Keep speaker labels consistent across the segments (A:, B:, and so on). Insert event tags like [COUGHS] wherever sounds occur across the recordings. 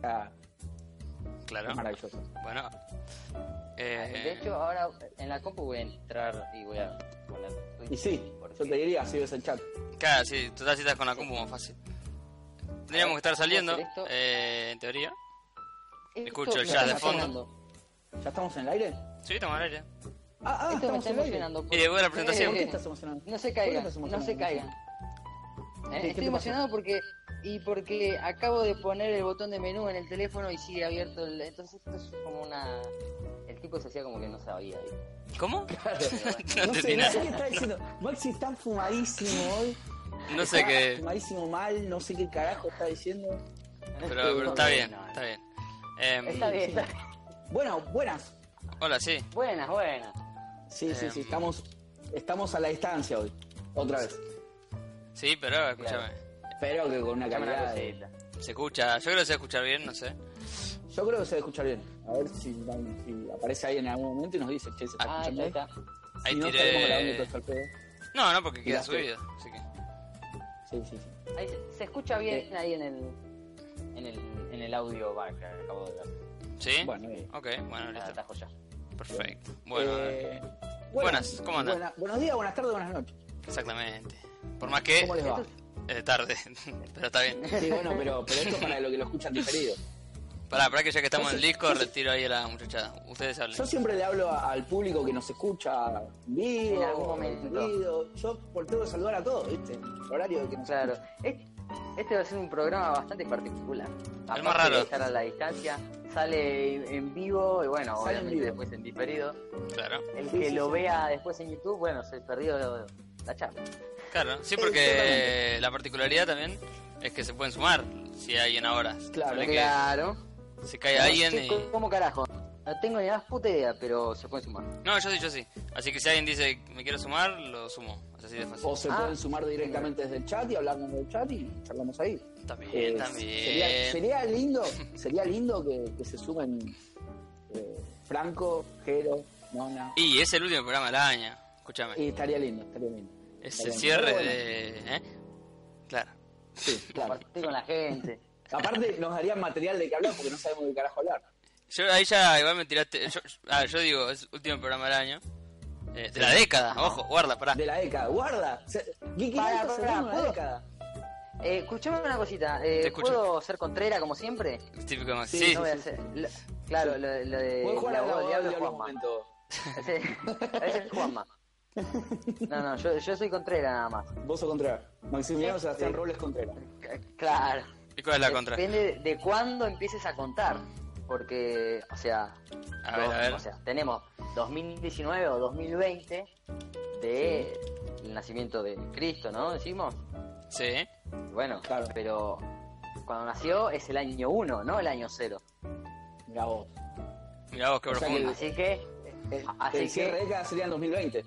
A: sea,
B: Claro.
A: es Ah, maravilloso.
B: Bueno. eh,
C: Ah, De hecho, ahora en la compu voy a entrar y voy a poner Twitch,
A: Y sí,
C: porque-
A: yo te diría, si ves el chat.
B: Claro, sí, total si estás con la compu más fácil. Tendríamos que estar
C: ¿puedo
B: saliendo,
C: hacer esto?
B: eh, en teoría.
C: Esto
B: escucho el
C: me
B: jazz
C: está
B: de fondo.
C: llenando.
A: ¿Ya estamos en el aire?
B: Sí, estamos al aire.
A: Ah, ah,
C: Esto
A: estamos
C: me está
A: en el aire.
C: emocionando.
B: Y de buena
C: porque-
B: presentación.
A: ¿Por qué estás emocionado?
C: No se
A: ¿Por
C: caigan,
A: qué estás
C: no se
A: emocionado?
C: caigan. Eh,
A: ¿Qué te
C: Estoy
A: pasa?
C: emocionado porque y porque acabo de poner el botón de menú en el teléfono y sigue abierto el, entonces esto es como una el tipo se hacía como que no sabía. ¿viste?
B: ¿Cómo? [LAUGHS] no
A: No
B: entendí
A: sé, no sé
B: nada.
A: qué está diciendo. Maxi está fumadísimo hoy.
B: No sé
A: Está
B: qué.
A: Fumadísimo mal, no sé qué carajo está diciendo.
C: Este,
B: Pero, pero está bien, está bien. Em,
C: Está bien, está [LAUGHS] bien.
A: Bueno, buenas.
B: Hola, sí.
C: Buenas, buenas.
A: Sí, sí, sí,
B: Em.
A: estamos, estamos a la distancia hoy. Otra vez.
B: Sí, pero escúchame.
A: Pero que con una
C: Escuchame una
A: calidad. de-
C: cosita.
B: Se escucha. Yo creo que se va a escuchar bien, no sé.
A: Yo creo que se debe escuchar bien. A ver si, si aparece alguien en algún momento y nos dice, che, se está
C: Ah,
A: escuchando
C: ya
A: bien.
C: está.
B: Ahí
A: Si no, estaremos grabando
B: tiré.
A: todo esto al pedo.
B: No, no, porque queda
A: Tiraste.
B: subido. Así que.
A: Sí, sí, sí.
C: Ahí se, se escucha bien ahí en el en el en el audio bar que acabo de ver.
B: ¿Sí?
A: Bueno, bien.
B: Ok, bueno,
C: Ah,
B: listo.
C: Atajo ya.
B: Perfecto. Bueno,
A: Eh,
B: Buenas, ¿cómo andan?
A: buena- buenos días, buenas tardes, buenas noches.
B: exactamente. Por más que.
A: ¿Cómo les va?
B: eh, tarde. [LAUGHS] pero está bien.
A: Sí, bueno, pero, pero esto es para lo que lo escuchan diferido.
B: Pará, pará, que ya que estamos en Discord, retiro ahí a la muchachada. Ustedes hablen.
A: Yo siempre le hablo a- al público que nos escucha en vivo,
C: En algún momento.
A: perdido. Yo volteo a saludar a todos, ¿viste? El horario que nos
C: Claro.
A: escucha.
C: Este este va a ser un programa bastante particular. Aparte
B: más raro.
C: de estar a la distancia, sale en vivo y bueno,
A: Sale en
C: obviamente
A: vivo.
C: después en diferido.
B: Claro.
C: El
A: Sí,
C: que
A: sí,
C: lo
A: sí.
C: vea después en YouTube, bueno, se perdió la charla.
B: Claro, sí,
A: Exactamente.
B: porque la particularidad también es que se pueden sumar si hay alguien ahora.
A: Claro,
B: Suele que
C: claro.
B: se cae
C: No
B: alguien eh,
C: sé
B: y...
C: ¿Cómo carajo? No tengo ni más puta idea, pero se puede sumar.
B: No, yo sí, yo sí. Así que si alguien dice, me quiero sumar, lo sumo. Es así de fácil.
A: O se
C: Ah.
A: pueden sumar directamente desde el chat y hablarnos del chat y charlamos ahí.
B: También,
A: Eh,
B: también.
A: Sería, sería lindo, sería lindo que, que se sumen eh, Franco, Jero, Nona.
B: Y es el último programa del año, escúchame.
A: Y estaría lindo, estaría lindo.
B: es
A: estaría
B: el
A: bien.
B: cierre
A: Pero bueno.
B: de... ¿eh? Claro.
A: Sí, claro.
C: Compartir con la gente.
A: Aparte, nos darían material de que hablar porque no sabemos de qué carajo hablar.
B: Yo ahí ya igual me tiraste... Yo, ah, yo digo, es último programa del año. Eh, de la década, ojo, guarda, pará.
A: De la década, guarda. Se- Geeky
C: Para,
A: Nation se
C: para,
A: llama la
C: ¿puedo?
A: década.
C: Eh, escuchame una cosita. eh,
B: Te escucho.
C: ¿Puedo ser contrera como siempre?
B: Típico Maxi.
A: Sí,
B: Sí,
C: No voy a hacer- lo- claro, lo, lo de.
A: Puedes jugar
C: Eh, la
A: al
C: abogado
A: abogado
C: diablo
A: en algún
C: Juanma.
A: momento.
C: Ese, ese es Juanma. No, no, yo, yo soy Contreras nada más.
A: Vos o Contreras. Maximiliano
C: Sí,
A: Sebastián
C: sí.
A: Robles Contreras.
C: C- Claro.
B: ¿Y cuál es la
C: Eh,
B: contra?
C: Depende de cuándo empieces a contar. Porque, o sea,
B: A ver, a ver.
C: o sea, tenemos 2019 o 2020 de el nacimiento de Cristo, ¿no? Decimos.
B: Sí.
C: Bueno,
A: Claro.
C: pero cuando nació es el año 1, no el año 0.
A: Mirá vos.
B: Mirá vos, qué
A: O sea que
B: profundo.
C: Así que,
A: El,
C: Así
A: Eh, el cierre
C: que-
A: de década sería en 2020.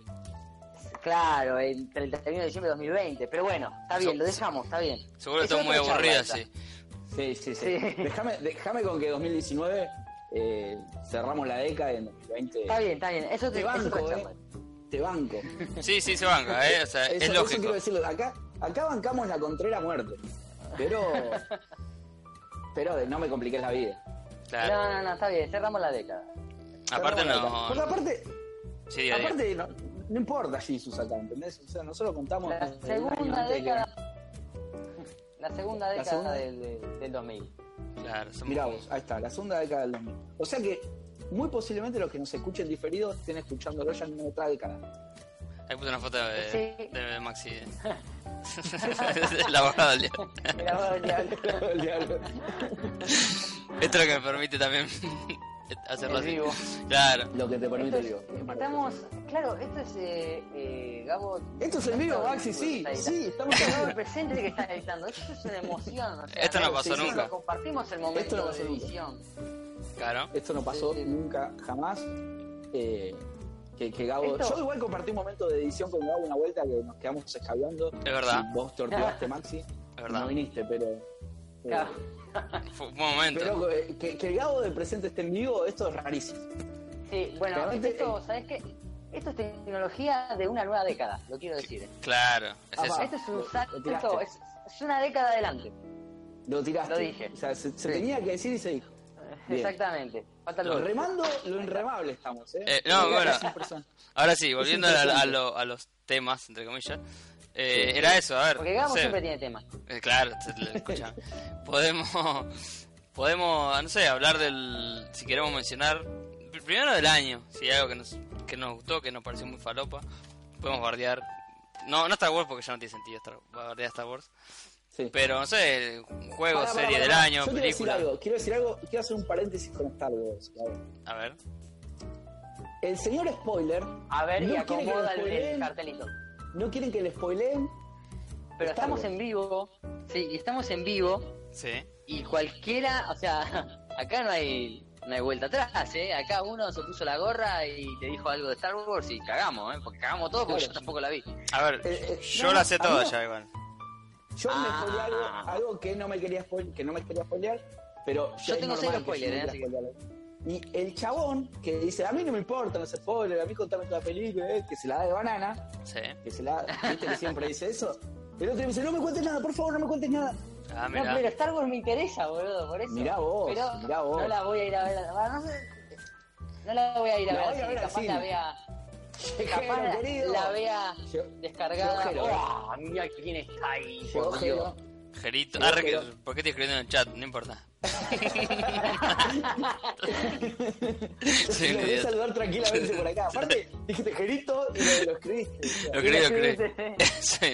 C: claro, el 31 de diciembre de 2020. Pero bueno, está bien,
B: So-
C: lo dejamos, está bien.
B: Seguro que
C: Eso
B: estás muy
C: es otra
B: aburrida,
C: charla,
B: sí.
A: Sí, sí, sí.
C: Sí.
A: Déjame, déjame con que 2019 eh, cerramos la década y en 2020.
C: Está bien, está bien. Eso
A: Te
C: te, eso es
A: banco,
C: otra
A: eh.
C: charla.
A: Te banco.
B: Sí, sí, se banca, ¿eh?
A: [LAUGHS]
B: O sea,
A: Eso-
B: es
A: eso
B: lógico.
A: quiero decirlo. Acá, acá bancamos la Contrera a muerte. Pero. pero de- no me compliques la vida.
B: Claro.
C: No, no, no, está bien, cerramos la década.
B: Aparte
A: Cerramos la década. Porque
B: no...
A: aparte,
B: Sí, diga, diga.
A: Aparte, no, no importa Jesus acá, ¿entendés? O sea, nosotros contamos.
C: La
A: el año
C: segunda
A: antes de que-
C: década. La segunda década
A: segunda-
C: Del, del-
B: [LAUGHS]
C: del 2000.
B: Claro, somos-
A: Mirá vos, ahí está, la segunda década del 2000. O sea que, muy posiblemente los que nos escuchen diferidos estén escuchándolo ya en otra
C: [LAUGHS]
A: década. [LAUGHS]
B: Ahí puse una foto de,
C: Sí.
B: de Maxi. [LAUGHS] la bajada del diablo.
C: Mira, vos, diablo.
A: El diablo.
B: Esto es lo que me permite también [LAUGHS] hacerlo
C: En
B: así.
C: vivo.
B: Claro.
A: Lo que te
C: Esto
A: permite
C: es-
A: el vivo.
C: estamos, claro, esto es eh, eh, Gabo.
A: Esto es en vivo, Maxi, sí, sí, estamos en
C: Gabo
A: vivo.
C: el [LAUGHS] presente que está editando. Esto es una emoción. o sea,
B: Esto no
C: Gabo,
B: pasó
C: nosotros
B: nunca.
C: Compartimos el momento
A: Esto no pasó
C: de
A: nunca.
C: visión.
B: Claro.
A: Esto no pasó
C: Sí, sí.
A: nunca, jamás. Eh, que, que Gabo.
C: Esto-
A: Yo igual compartí un momento de edición con Gabo una vuelta que nos quedamos escabeando.
B: Es verdad.
A: Y Vos torturaste, Maxi.
B: Es verdad.
A: No viniste, pero.
C: Ah. Claro.
A: pero-
B: Fue un buen momento.
A: Pero eh, que, que el Gabo del presente esté en vivo, esto es rarísimo.
C: Sí, bueno,
A: Realmente-
C: esto, ¿sabes qué? Esto es tecnología de una nueva década, lo quiero decir.
B: Claro, es
A: Ah,
B: eso.
A: va.
C: Esto es un
A: Lo- lo
C: salto,
A: tiraste.
C: esto es, es una década adelante.
A: Lo tiraste.
C: Lo dije.
A: O sea, se, se
C: Sí.
A: tenía que decir y se dijo. Bien.
C: Exactamente. Falta
A: Lo
C: algo.
A: remando, lo enremable estamos, ¿eh?
B: Eh, no,
A: Mira,
B: bueno.
A: es un person-
B: Ahora sí, volviendo a, la- a
A: interesante.
B: lo- a los temas, entre comillas. eh, Era eso, a ver.
C: Porque
B: no
C: Gabo
B: sé.
C: siempre tiene temas.
B: Eh, claro, te- te- escucha. Podemos, podemos, no sé, hablar del, si queremos mencionar, pr- primero del año, si hay algo que nos, que nos gustó, que nos pareció muy falopa, podemos bardear, no, no Star Wars porque ya no tiene sentido Star, bardear Star Wars,
A: Sí.
B: pero no sé, juego,
A: Pará, pará,
B: serie
A: pará,
B: del
A: pará.
B: año,
A: Yo quiero decir
B: película,
A: algo, quiero decir algo, quiero hacer un paréntesis con Star Wars. a ver.
B: a ver,
A: El señor spoiler,
C: A ver,
A: No
C: y
A: quiere que
C: acomoda
A: nos
C: el, el
A: spoileen.
C: cartelito.
A: no quieren que le spoileen.
C: Pero
A: Star
C: estamos
A: Wars.
C: en vivo. Sí, y estamos en vivo.
B: sí,
C: Y cualquiera, o sea, [LAUGHS] acá no hay, no hay vuelta atrás, ¿eh? Acá uno se puso la gorra y te dijo algo de Star Wars y cagamos, ¿eh? Porque cagamos todo porque
A: Claro.
C: yo tampoco la vi.
B: a ver,
A: Eh, eh,
B: yo
A: no,
B: la sé
A: a
B: toda
A: mí no.
B: ya igual,
A: Yo me
C: Ah.
A: spoilé algo, algo que no me quería spoil- que no me quería spoilear, pero
C: Yo
A: es
C: tengo
A: normal
C: cero
A: que yo
C: spoiler,
A: no
C: eh,
A: quiera spoilearlo. Y el chabón que dice, a mí no me importa los spoilers, a mí contame toda la película, eh", que se la da de banana,
B: sí,
A: que se la ¿viste que siempre dice eso? El otro me dice, no me cuentes nada, por favor, no me cuentes nada.
B: ah,
C: No,
B: mira,
C: pero Star Wars me interesa, boludo, por eso.
A: Mirá vos,
C: Pero
A: mirá vos.
C: No la voy a ir a ver. a- bueno, No, sé, no la voy a ir a
A: La
C: ver.
A: voy a
C: así,
A: ver al
C: capaz
A: cine. [LAUGHS]
C: la vea.
A: Jero,
C: Capaz la,
A: querido. eh.
C: la vea
A: Yo-
C: descargada.
A: Yo, Jero.
C: ¡Buah! Mira quién está ahí.
A: yo,
C: por
B: [LAUGHS]
C: Dios.
A: Jero,
B: Jerito,
A: Sí,
B: ah, re-
A: pero-
B: ¿por qué te escribiendo en el chat? No importa, Sí,
A: lo voy a
B: idiota.
A: saludar tranquilamente por acá. Aparte,
B: [LAUGHS]
A: dijiste Jerito y lo, lo escribiste.
B: lo creo, lo creo,
C: escribiste.
B: [LAUGHS] Sí,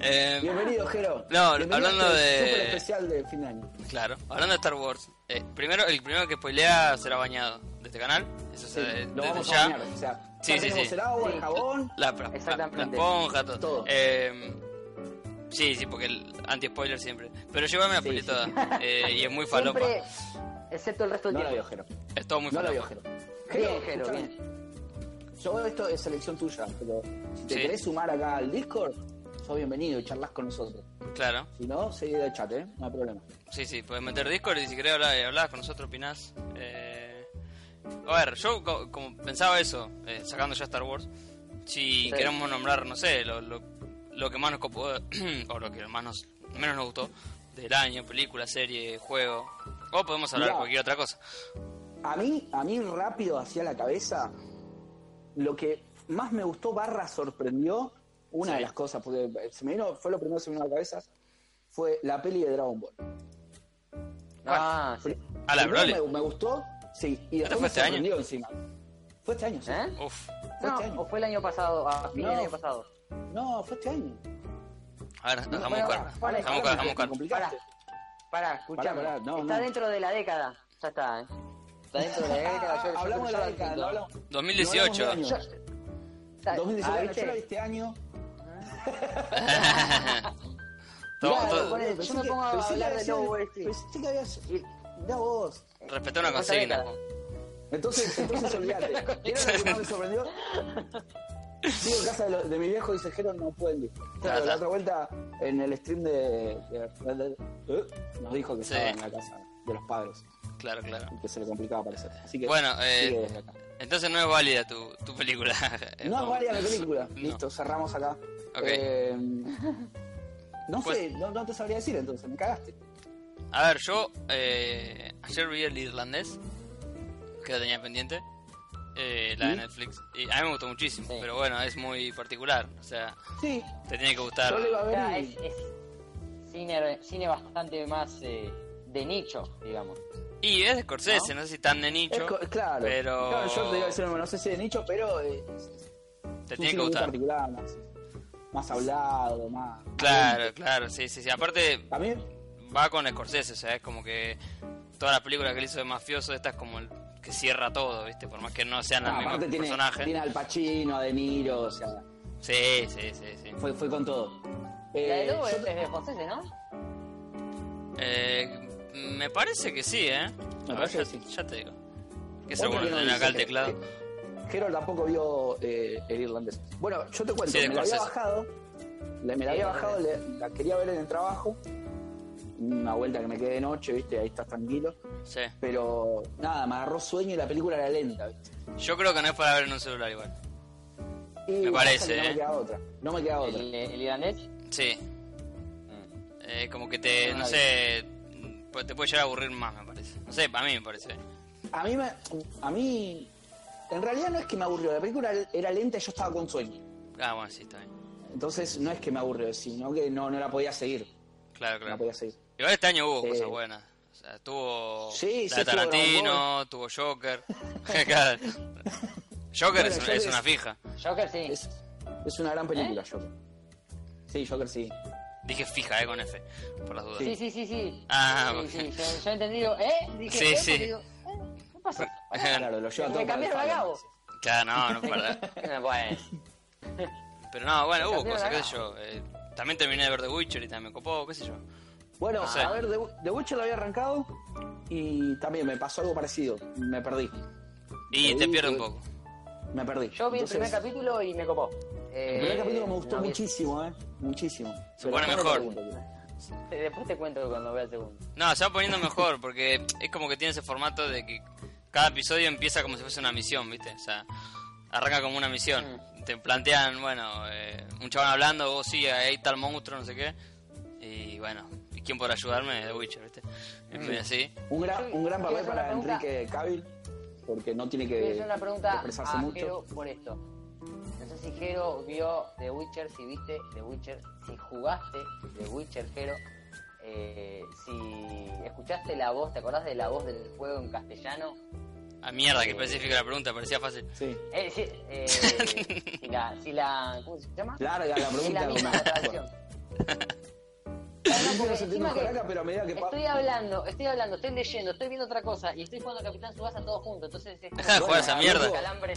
B: eh,
A: [LAUGHS] Bienvenido, Jero.
B: No,
A: Bienvenido
B: hablando
A: a este
B: de-
A: Super especial de fin de año.
B: Claro, hablando de Star Wars, eh, primero el primero que spoilea será bañado de este canal, eso
A: Sí,
B: se desde
A: lo vamos
B: ya.
A: a bañar. O sea,
B: Sí,
A: ya
B: sí,
A: tenemos
B: sí.
A: el agua, el
C: Sí.
A: jabón.
B: La, la- la
C: Exactamente.
B: esponja, todo.
A: Todo.
B: Eh, sí, sí, porque el anti-spoiler siempre. Pero yo igual me la spoileé
A: sí. [LAUGHS]
B: toda, eh, y es muy falopa.
C: Siempre, excepto el resto del
A: No la vio
C: tiempo.
A: Jero.
B: Es todo muy
A: No la
B: falopa.
A: vio Jero.
C: Bien, Jero,
A: escúchame. Yo esto es selección tuya, pero si te
B: Sí.
A: querés sumar acá al Discord, sos bienvenido y charlas con nosotros.
B: Claro,
A: Si no, seguí del chat, ¿eh? No hay problema.
B: sí, sí, puedes meter Discord y si querés hablar, hablás con nosotros, opinás. Eh, a ver, yo co- como pensaba eso, eh, sacando ya Star Wars, si
C: Sí.
B: queremos nombrar, no sé, lo, lo, lo que más nos copó, [CLEARS THROAT] o lo que más nos, menos nos gustó del año, película, serie, juego, o podemos hablar de
A: Mirá.
B: cualquier otra cosa.
A: A mí, a mí rápido hacia la cabeza, lo que más me gustó barra sorprendió, una
B: Sí.
A: de las cosas, porque se me vino, fue lo primero que se me vino a la cabeza, fue la peli de Dragon Ball.
C: Ah, sí.
B: A la
A: Primero
B: Broly.
A: me, me gustó, sí, y después
B: ¿Esto fue
A: me
B: este año?
A: sorprendió encima. Fue este año, sí.
C: ¿Eh?
B: Uf,
A: Fue este
C: No,
A: año.
C: o fue el año pasado, a fin del
A: No.
C: año pasado.
A: No, fue este año.
B: a ver,
A: No,
B: dejamos
A: pará,
B: buscar,
A: pará,
C: pará,
B: dejamos
C: pará,
B: buscar, dejamos
A: me
B: buscar.
A: complicaste.
C: Pará, escuchame.
A: Pará, pará, no,
C: está
A: no.
C: dentro de la década. Ya está, ¿eh? Está dentro de
A: [LAUGHS]
C: la década. yo- yo-
A: Ah, hablamos de
C: yo
A: la
C: la
A: década,
C: pinto.
A: no hablamos.
B: 2018.
A: No hablamos del año.
C: Está-
A: 2019,
C: ah,
A: yo la vi
C: ¿viste?
A: este año.
B: Todo-
C: Claro,
B: todo-
C: ponele,
A: pensé
C: yo me
A: que-
C: pongo a
A: pensé que
C: hablar
A: había
C: de Lobo
A: sido-
C: Wall Street.
A: Pensé que habías...
C: Y-
A: Mirá vos.
B: [LAUGHS] Respetá una
C: Otra
B: consigna.
C: década.
A: Entonces, [LAUGHS] entonces olvídate. ¿Era lo que más me sorprendió? Digo, en casa de, lo- de mi viejo dice, Jero, no pueden ir. Claro, la otra vuelta, en el stream de... de- de- ¿Eh? nos dijo que
B: Sí.
A: estaba en la casa de los padres
B: Claro, claro.
A: y que se le complicaba aparecer. Así que
B: Bueno,
A: sigue
B: eh,
A: desde acá.
B: entonces no es válida tu, tu película. [LAUGHS]
A: No es varia la película.
B: No.
A: Listo, cerramos acá.
B: Ok. [LAUGHS]
A: Eh, no
B: Pues-
A: sé, no, no te sabría decir entonces, me cagaste.
B: A ver, yo eh, ayer vi el irlandés, que lo tenía pendiente, eh, la de
A: ¿Mm?
B: Netflix, y a mí me gustó muchísimo,
C: Sí.
B: pero bueno, es muy particular, o sea,
A: Sí,
B: te tiene que gustar.
A: yo le iba a
C: O sea,
A: ver
C: es,
A: y...
C: es cine, cine bastante más eh, de nicho, digamos.
B: Y es de Scorsese, ¿No?
C: ¿No?
B: sé si tan de
A: es
B: nicho,
A: co- claro,
B: pero-
A: claro, yo te iba a decir, no sé si de nicho, pero eh, es
B: te
A: un
B: tiene que
A: cine muy
B: gustar.
A: particular, más, más hablado, más...
B: Claro, claro, sí, sí, sí. Aparte,
A: A mí,
B: va con Scorsese, o sea, es como que todas las películas que él hizo de mafioso, esta es como el que cierra todo, ¿viste? Por más que no sean los
A: ah,
B: mismos
A: aparte tiene,
B: personajes.
A: tiene al Pacino, a De Niro, o sea,
B: Sí, sí, sí, sí.
A: fue, fue con todo. Eh,
C: la de Lobo
A: yo-
C: es de José, ¿no?
B: Eh, me parece que sí, ¿eh?
A: Me
B: A
A: parece
B: ver,
A: que
B: ya,
A: sí.
B: ya te digo. Que se
A: Otra
B: bueno
A: que no
B: tener acá el
A: dice,
B: teclado.
A: eh, Jero tampoco vio eh, el irlandés. Bueno, yo te cuento,
B: Sí, de
A: me la había
B: Scorsese.
A: bajado, la- me la
C: Sí,
A: había
C: de
A: bajado, le- la quería ver en el trabajo, una vuelta que me quedé de noche, viste, ahí estás tranquilo,
B: Sí.
A: pero nada, me agarró sueño y la película era lenta, viste.
B: Yo creo que no es para ver en un celular igual.
A: Y
B: Me
A: pasa
B: parece,
A: que No
B: eh.
A: me queda otra, no me queda otra.
C: El, el irlandés.
B: Sí.
C: Mm.
B: Eh, Eh, como que
A: Ah,
B: te, no sé, pu- te puede llegar a aburrir más, me parece. No sé, para mí me parece.
A: A mí, me- a mí, en realidad no es que me aburrió, la película era lenta y yo estaba con sueño.
B: Ah, bueno, sí, está bien.
A: Entonces no es que me aburrió, sino que no, no la podía seguir.
B: Claro,
A: No la
B: claro.
A: podía seguir.
B: Igual este año hubo
A: Eh,
B: cosas buenas. O sea, tuvo
A: sí,
B: la
A: sí,
B: de
A: estuvo
B: Tarantino, tuvo Joker. [LAUGHS] Claro. Joker es,
A: Bueno,
B: es
A: Joker
B: una
A: es-
B: fija.
C: Joker sí.
A: Es, es una gran
C: ¿Eh?
A: película, Joker. Sí, Joker sí.
B: Dije fija, eh, con F, por las dudas.
C: Sí, sí, sí, sí.
B: Ah,
C: sí, sí, Yo, yo entendí, digo, ¿eh? Dije,
B: Sí,
C: ¿eh?
B: sí.
C: Porque digo, ¿eh? ¿Qué pasa?
A: Claro, lo lleva todo para
C: Me cambiaron
A: el
C: a
A: Falcon.
C: Gabo.
B: Claro, no, no es verdad.
C: [LAUGHS] bueno.
B: Pero no, bueno, hubo
C: cambió
B: cosas,
C: la
B: qué sé yo. eh, también terminé de ver The Witcher y también me copó, qué sé yo.
A: Bueno,
B: No sé.
A: a ver, The, The Witcher lo había arrancado y también me pasó algo parecido. Me perdí.
B: Y
A: Ahí,
B: te pierde un
A: eh,
B: poco.
A: Me perdí.
C: Yo vi el
A: Entonces,
C: primer capítulo y me copó.
A: el
C: Eh,
A: primer capítulo me gustó
C: no vi-
A: muchísimo, ¿eh? Muchísimo.
B: Se
A: Pero
B: pone
A: no lo
B: mejor.
A: pregunto, tío.
C: Eh, Después te cuento cuando vea el segundo.
B: No, se va poniendo mejor porque es como que tiene ese formato de que cada episodio empieza como si fuese una misión, ¿viste? O sea, arranca como una misión. Te plantean, bueno, eh, un chabón hablando, vos sí, hay tal monstruo, no sé qué. Y bueno, ¿y quién podrá ayudarme? The Witcher, ¿viste? Y medio así.
A: Un gran, un gran papel
C: Quiero hacer una
A: para
C: pregunta.
A: Enrique Cavill, porque no tiene
C: Voy a
A: que
C: hacer una pregunta
A: expresarse
C: a Jero
A: mucho.
C: por esto. No sé si Jero vio The Witcher, si viste The Witcher, si jugaste The Witcher, Jero. eh, si escuchaste la voz, ¿te acordás de la voz del juego en castellano?
B: A mierda, que específica la pregunta, parecía fácil.
A: Sí.
C: Eh, sí,
B: [LAUGHS]
C: eh, si la, si la. ¿Cómo se llama?
A: Larga la
C: Si
A: pregunta.
C: la misma la traducción.
A: [LAUGHS] Un poco se entiende
C: Encima que-
A: joraca, pero a medida que pa-
C: Estoy hablando, estoy hablando, estoy leyendo, estoy viendo otra cosa y estoy jugando a Capitán Subasa todo junto, entonces
B: [LAUGHS]
C: es como-
B: Deja de jugar esa
C: Bueno,
B: mierda.
C: Calambre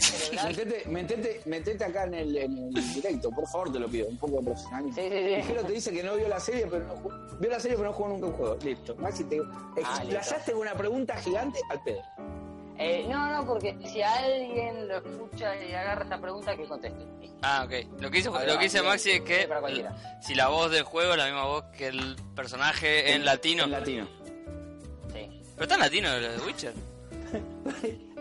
A: [LAUGHS]
C: cerebral. sí,
A: Metete, metete, metete acá en el, en el directo, por favor, te lo pido, un poco de profesionalismo.
C: sí, sí.
A: Ligero te dice que no vio la serie, pero no jugó- vio la serie, pero no jugó nunca un juego. Listo. Maxi,
C: Ah,
A: te explayaste con una pregunta gigante al pedo.
C: Eh, no, no, porque si alguien lo escucha y agarra esta pregunta, que conteste.
B: Ah, ok. Lo que hizo,
C: Ahí
B: lo
C: va,
B: que hice
C: bien,
B: Maxi es que
C: para cualquiera.
B: si la voz del juego es la misma voz que el personaje en latino.
A: En latino. [LAUGHS]
C: Sí.
B: Pero está en latino el de Witcher.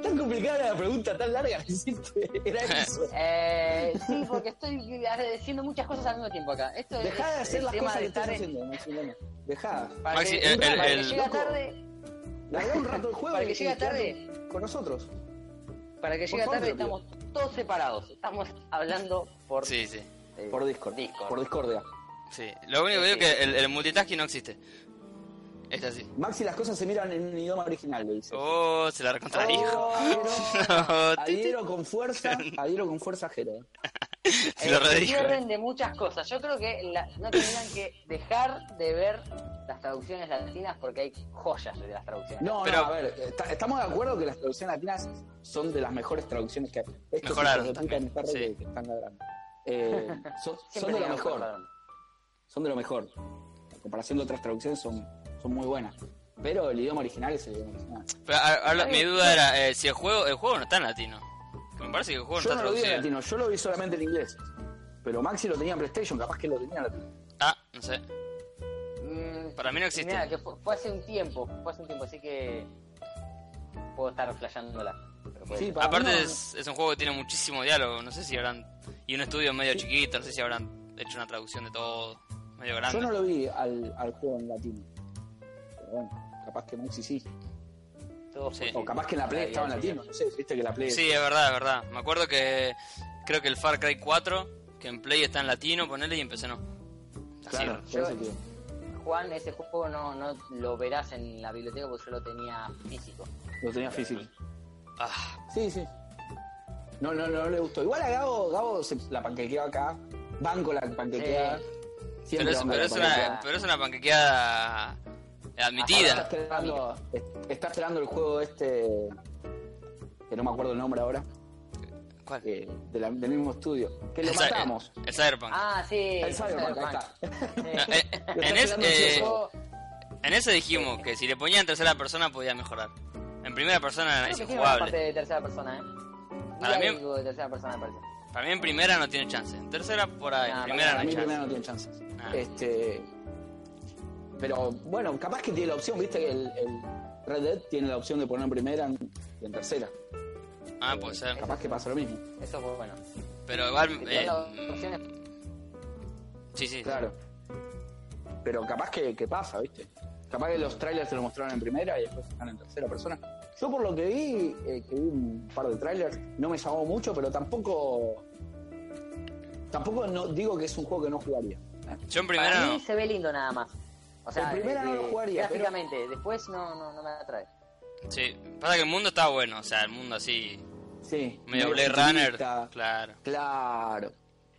A: Tan complicada la pregunta, tan larga [LAUGHS] que hiciste. Era
C: [LAUGHS]
A: eso.
C: Eh, sí, porque estoy haciendo muchas cosas al mismo tiempo acá. Esto es-
A: Dejá de
C: es
A: hacer
C: el
A: las
C: tema
A: cosas
C: de
A: que estás
C: estar-
A: haciendo, Maximiliano. Dejá.
C: para
B: Maxi,
C: que-
B: el- el-
C: para que
B: el-
C: llega
A: Loco.
C: tarde,
A: Larga un rato el juego.
C: Para que
A: y-
C: llegue
A: y quedate
C: tarde.
A: Con nosotros.
C: para que
A: Por
C: llega
A: favor,
C: tarde
A: te lo
C: estamos todos separados. Estamos hablando por
B: Sí, sí.
C: eh,
A: Por Discord.
C: Discord.
A: Por Discordia.
B: Sí, lo único que digo
C: Sí.
B: es que el, el multitasking no existe. Es así.
A: Maxi, las cosas se miran en un idioma original, le dice.
B: Oh, se la recontradijo.
A: Oh,
B: [LAUGHS] No, ti, ti.
A: adhiero con
B: [LAUGHS]
A: fuerza, adhiero con fuerza, Jero.
B: se lo
C: Eh, se
B: redijo.
C: pierden de muchas cosas. Yo creo que la- no tendrían que dejar de ver las traducciones latinas porque hay joyas de las traducciones.
A: No,
B: Pero-
A: no, a ver, está- estamos de acuerdo que las traducciones latinas son de las mejores traducciones que hay. Estos
B: Mejoraron
A: hijos de puta
B: también,
A: en esta red
B: sí.
A: que- que están ladrando. Eh, son, son
C: Siempre
A: de lo
C: llegamos con
A: mejor,
C: perdón.
A: son de lo mejor. En comparación de otras traducciones son, son muy buenas. Pero el idioma original es el idioma original.
B: Pero, a- habla- mi duda era eh, si el juego, el juego no está en latino. Que Me parece que el juego no
A: yo
B: está
A: no lo vi en
B: traducido.
A: latino, yo lo vi solamente en inglés. Pero Maxi lo tenía en PlayStation, capaz que lo tenía en latino.
B: Ah, no sé.
C: Mm,
B: Para mí no existe.
C: mirá, que fue, fue hace un tiempo, fue hace un tiempo, así que puedo estar flasheándola. pero puede
A: Sí,
C: ser.
A: para
B: Aparte
A: mí no-
B: es, es un juego que tiene muchísimo diálogo. No sé si habrán... Y un estudio medio chiquito, no sé si habrán hecho una traducción de todo. Medio grande.
A: Yo no lo vi al, al juego en latino. Pero bueno, capaz que Maxi sí.
C: Todo
B: sí.
C: fue-
A: O capaz que en la Play estaba en latino, no sé, viste que la Play...
B: Sí, es verdad, es verdad. Me acuerdo que creo que el Far Cry 4, que en Play está en latino, ponele y empezó no. Así,
A: claro, por eso digo.
C: Juan, ese juego no, no lo verás en la biblioteca porque yo lo tenía físico.
A: lo tenía físico.
B: ah,
A: Sí, sí. No, no, no, le gustó. Igual a Gabo, Gabo se la panquequeó acá. Banco la panquequeada.
C: Sí.
A: Siempre
B: pero, es,
A: banco
B: pero
A: la
B: es una,
A: panquequeada.
B: pero es una panquequeada
A: Ahora Está
B: admitida.
A: esperando, está esperando el juego este, que no me acuerdo el nombre ahora,
B: ¿Cuál?
A: eh, de la- del mismo estudio. Que lo
B: El cy-
A: matamos.
B: El, el Cyberpunk.
C: Ah, sí.
A: El Cyberpunk, ahí está. Lo
B: No, eh, en,
A: está
B: es-
A: esperando
B: eh,
A: ansioso.
B: en ese dijimos que si le ponía en tercera persona podía mejorar. En primera persona es
C: Creo que tiene una parte
B: injugable.
C: de tercera persona, ¿eh?
B: Para
C: Hay
B: mí-
C: algo de tercera persona, me parece.
B: Para mí en primera no tiene chance. En tercera por ahí.
A: Ah,
B: En
C: Nah,
A: Para
B: primera
A: mí
B: no hay
A: primero
B: chance.
A: no tiene chances.
B: Ah.
A: Este, pero bueno, capaz que tiene la opción, viste que el, el Red Dead tiene la opción de poner en primera y en tercera.
B: Ah, puede ser.
A: Capaz que pasa lo mismo.
C: Eso fue bueno.
B: Mm, Pero igual...
C: Todas
B: eh,
C: las opciones-
B: sí, sí.
A: Claro. pero capaz que, que pasa, ¿viste? Capaz que los trailers se lo mostraron en primera y después están en tercera persona. Yo por lo que vi, eh, que vi un par de trailers, no me llamó mucho, pero tampoco... Tampoco no, digo que es un juego que no jugaría. ¿eh?
B: Yo en
C: Para
B: primera
C: mí
B: no.
C: se ve lindo nada más. O sea, eh,
A: En primera no lo jugaría, pero-
C: Gráficamente, después no, no, no me atrae.
B: Sí, pasa que el mundo está bueno, o sea, el mundo así,
A: Sí.
B: medio Blade Runner.
A: futurista.
B: Claro.
A: Claro,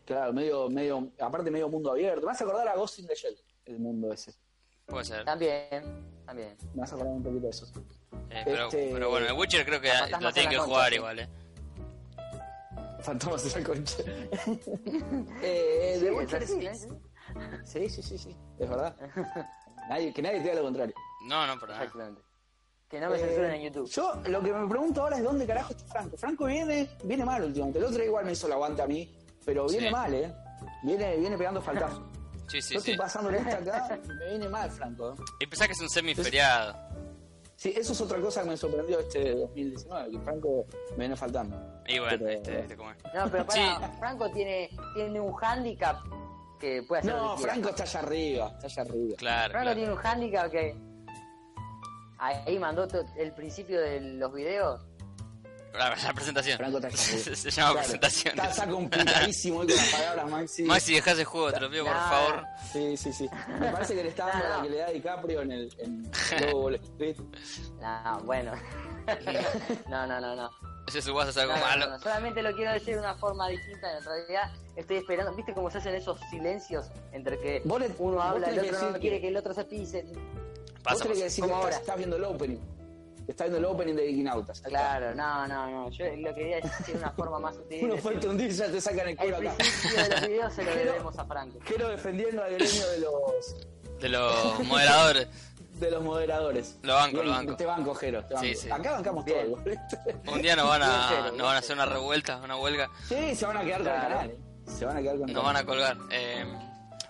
A: claro, medio, medio, aparte medio mundo abierto. Me vas a acordar a Ghost in the Shell, el mundo ese.
B: Puede ser.
C: También, también.
A: Me vas a acordar un poquito de eso. [LAUGHS]
B: Eh, pero,
A: este-
B: pero bueno, el Witcher creo que
C: Las
B: ah, lo
C: fantasmas
B: tienen
C: de
B: que
C: la
B: jugar
C: concha, sí.
B: igual, eh.
A: Fantomas de la [LAUGHS] concha. eh, Ah. The
C: Sí,
A: Witcher
C: es así,
A: sí. Sí, sí, sí, sí, es verdad. [LAUGHS] Nadie, que nadie te diga lo contrario.
B: No, no, para nada.
C: Exactamente. Que no me
A: Eh,
C: censuren en YouTube.
A: Yo lo que me pregunto ahora es dónde carajo está Franco. Franco viene, viene mal últimamente. El otro igual me hizo el aguante a mí, pero viene
B: Sí.
A: mal, ¿eh? Viene, viene pegando [LAUGHS] faltazos.
B: Sí, sí,
A: Yo
B: sí.
A: estoy pasando en esta acá, y [LAUGHS] me viene mal, Franco. ¿eh?
B: Y pensá que es un semiferiado.
A: Sí, eso es otra cosa que me sorprendió este 2019, que Franco me viene faltando.
B: Y bueno,
A: Pero- eh,
B: este, este cómo es.
C: No, pero
B: Sí.
C: para, Franco tiene, tiene un handicap que puede hacer. lo
A: No,
C: que quiera.
A: Franco está allá arriba, está allá arriba.
B: Claro,
C: Franco
B: claro.
C: tiene un handicap que. Ahí mandó to- el principio de los videos.
B: La, la presentación.
A: Franco
B: [LAUGHS]
A: está allá arriba.
B: se, se llama
A: Claro,
B: presentación.
A: Está, está complicadísimo hoy con las palabras, Maxi.
B: Maxi, dejá ese juego, te lo pido, por
C: Nah.
B: favor.
A: Sí, sí, sí. Me parece que le está dando
C: No, no.
A: la que le da DiCaprio en el [LAUGHS] en Lobo Wall Street.
C: No,
A: [LAUGHS]
C: bueno. no, no, no, no.
B: Ese subas es algo
C: No, no,
B: malo.
C: no, no. Solamente lo quiero decir de una forma distinta. En realidad, estoy esperando. ¿Viste cómo se hacen esos silencios entre que
A: Vos le-
C: uno
A: vos
C: habla y el
A: tenés
C: otro
A: que
C: no
A: decir
C: quiere
A: que-
C: que el otro se pise?
A: Vos
B: Pasa,
A: tenés que
B: pasa.
A: decir que
C: ¿Cómo
A: estás,
C: ahora?
A: estás viendo el opening. Estás viendo el opening de Ignautas.
C: Claro, no, no, no. Yo lo quería decir de una forma más sutil.
A: [LAUGHS] Uno
C: decir,
A: falta un día y ya te sacan el
C: El
A: culo acá.
C: principio de los videos se lo
A: Pero-
C: debemos a Franco.
A: Quiero defendiendo al gremio de los
B: De los moderadores.
A: de los moderadores.
B: Lo banco,
A: Bien,
B: lo banco.
A: Te banco, Jero. Te banco.
B: Sí, sí.
A: Acá bancamos todo.
C: Bien.
A: igual.
B: Un día nos van a,
C: Bien, cero,
B: nos van a
C: bien,
B: hacer una revuelta, una huelga.
A: Sí, se van a quedar
C: Claro.
A: con el canal. eh. Se van a quedar con el
B: Nos
A: canal.
B: van a colgar. Eh,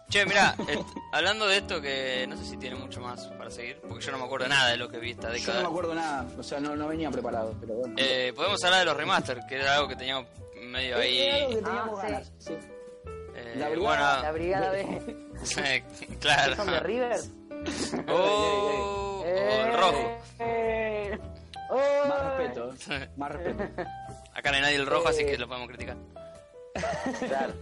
B: che, mirá, est- hablando de esto que no sé si tiene mucho más para seguir, porque yo no me acuerdo nada de lo que vi
A: Yo
B: esta
A: no
B: década.
A: me acuerdo nada, o sea, no, no venía preparado, pero bueno.
B: Eh, podemos hablar de los remaster, que era algo que teníamos medio ahí.
A: Era algo que teníamos
C: Ah, sí.
A: ganas. sí.
B: eh,
A: Eh, La brigada,
B: bueno,
C: La
B: eh,
C: brigada de.
B: [LAUGHS] claro.
C: ¿Son de River?
B: Oh, o el rojo.
C: Eh, eh.
A: Más respeto, eh. más respeto.
B: [LAUGHS] Acá no hay nadie el rojo, así
A: eh,
B: que lo podemos criticar.
C: Claro.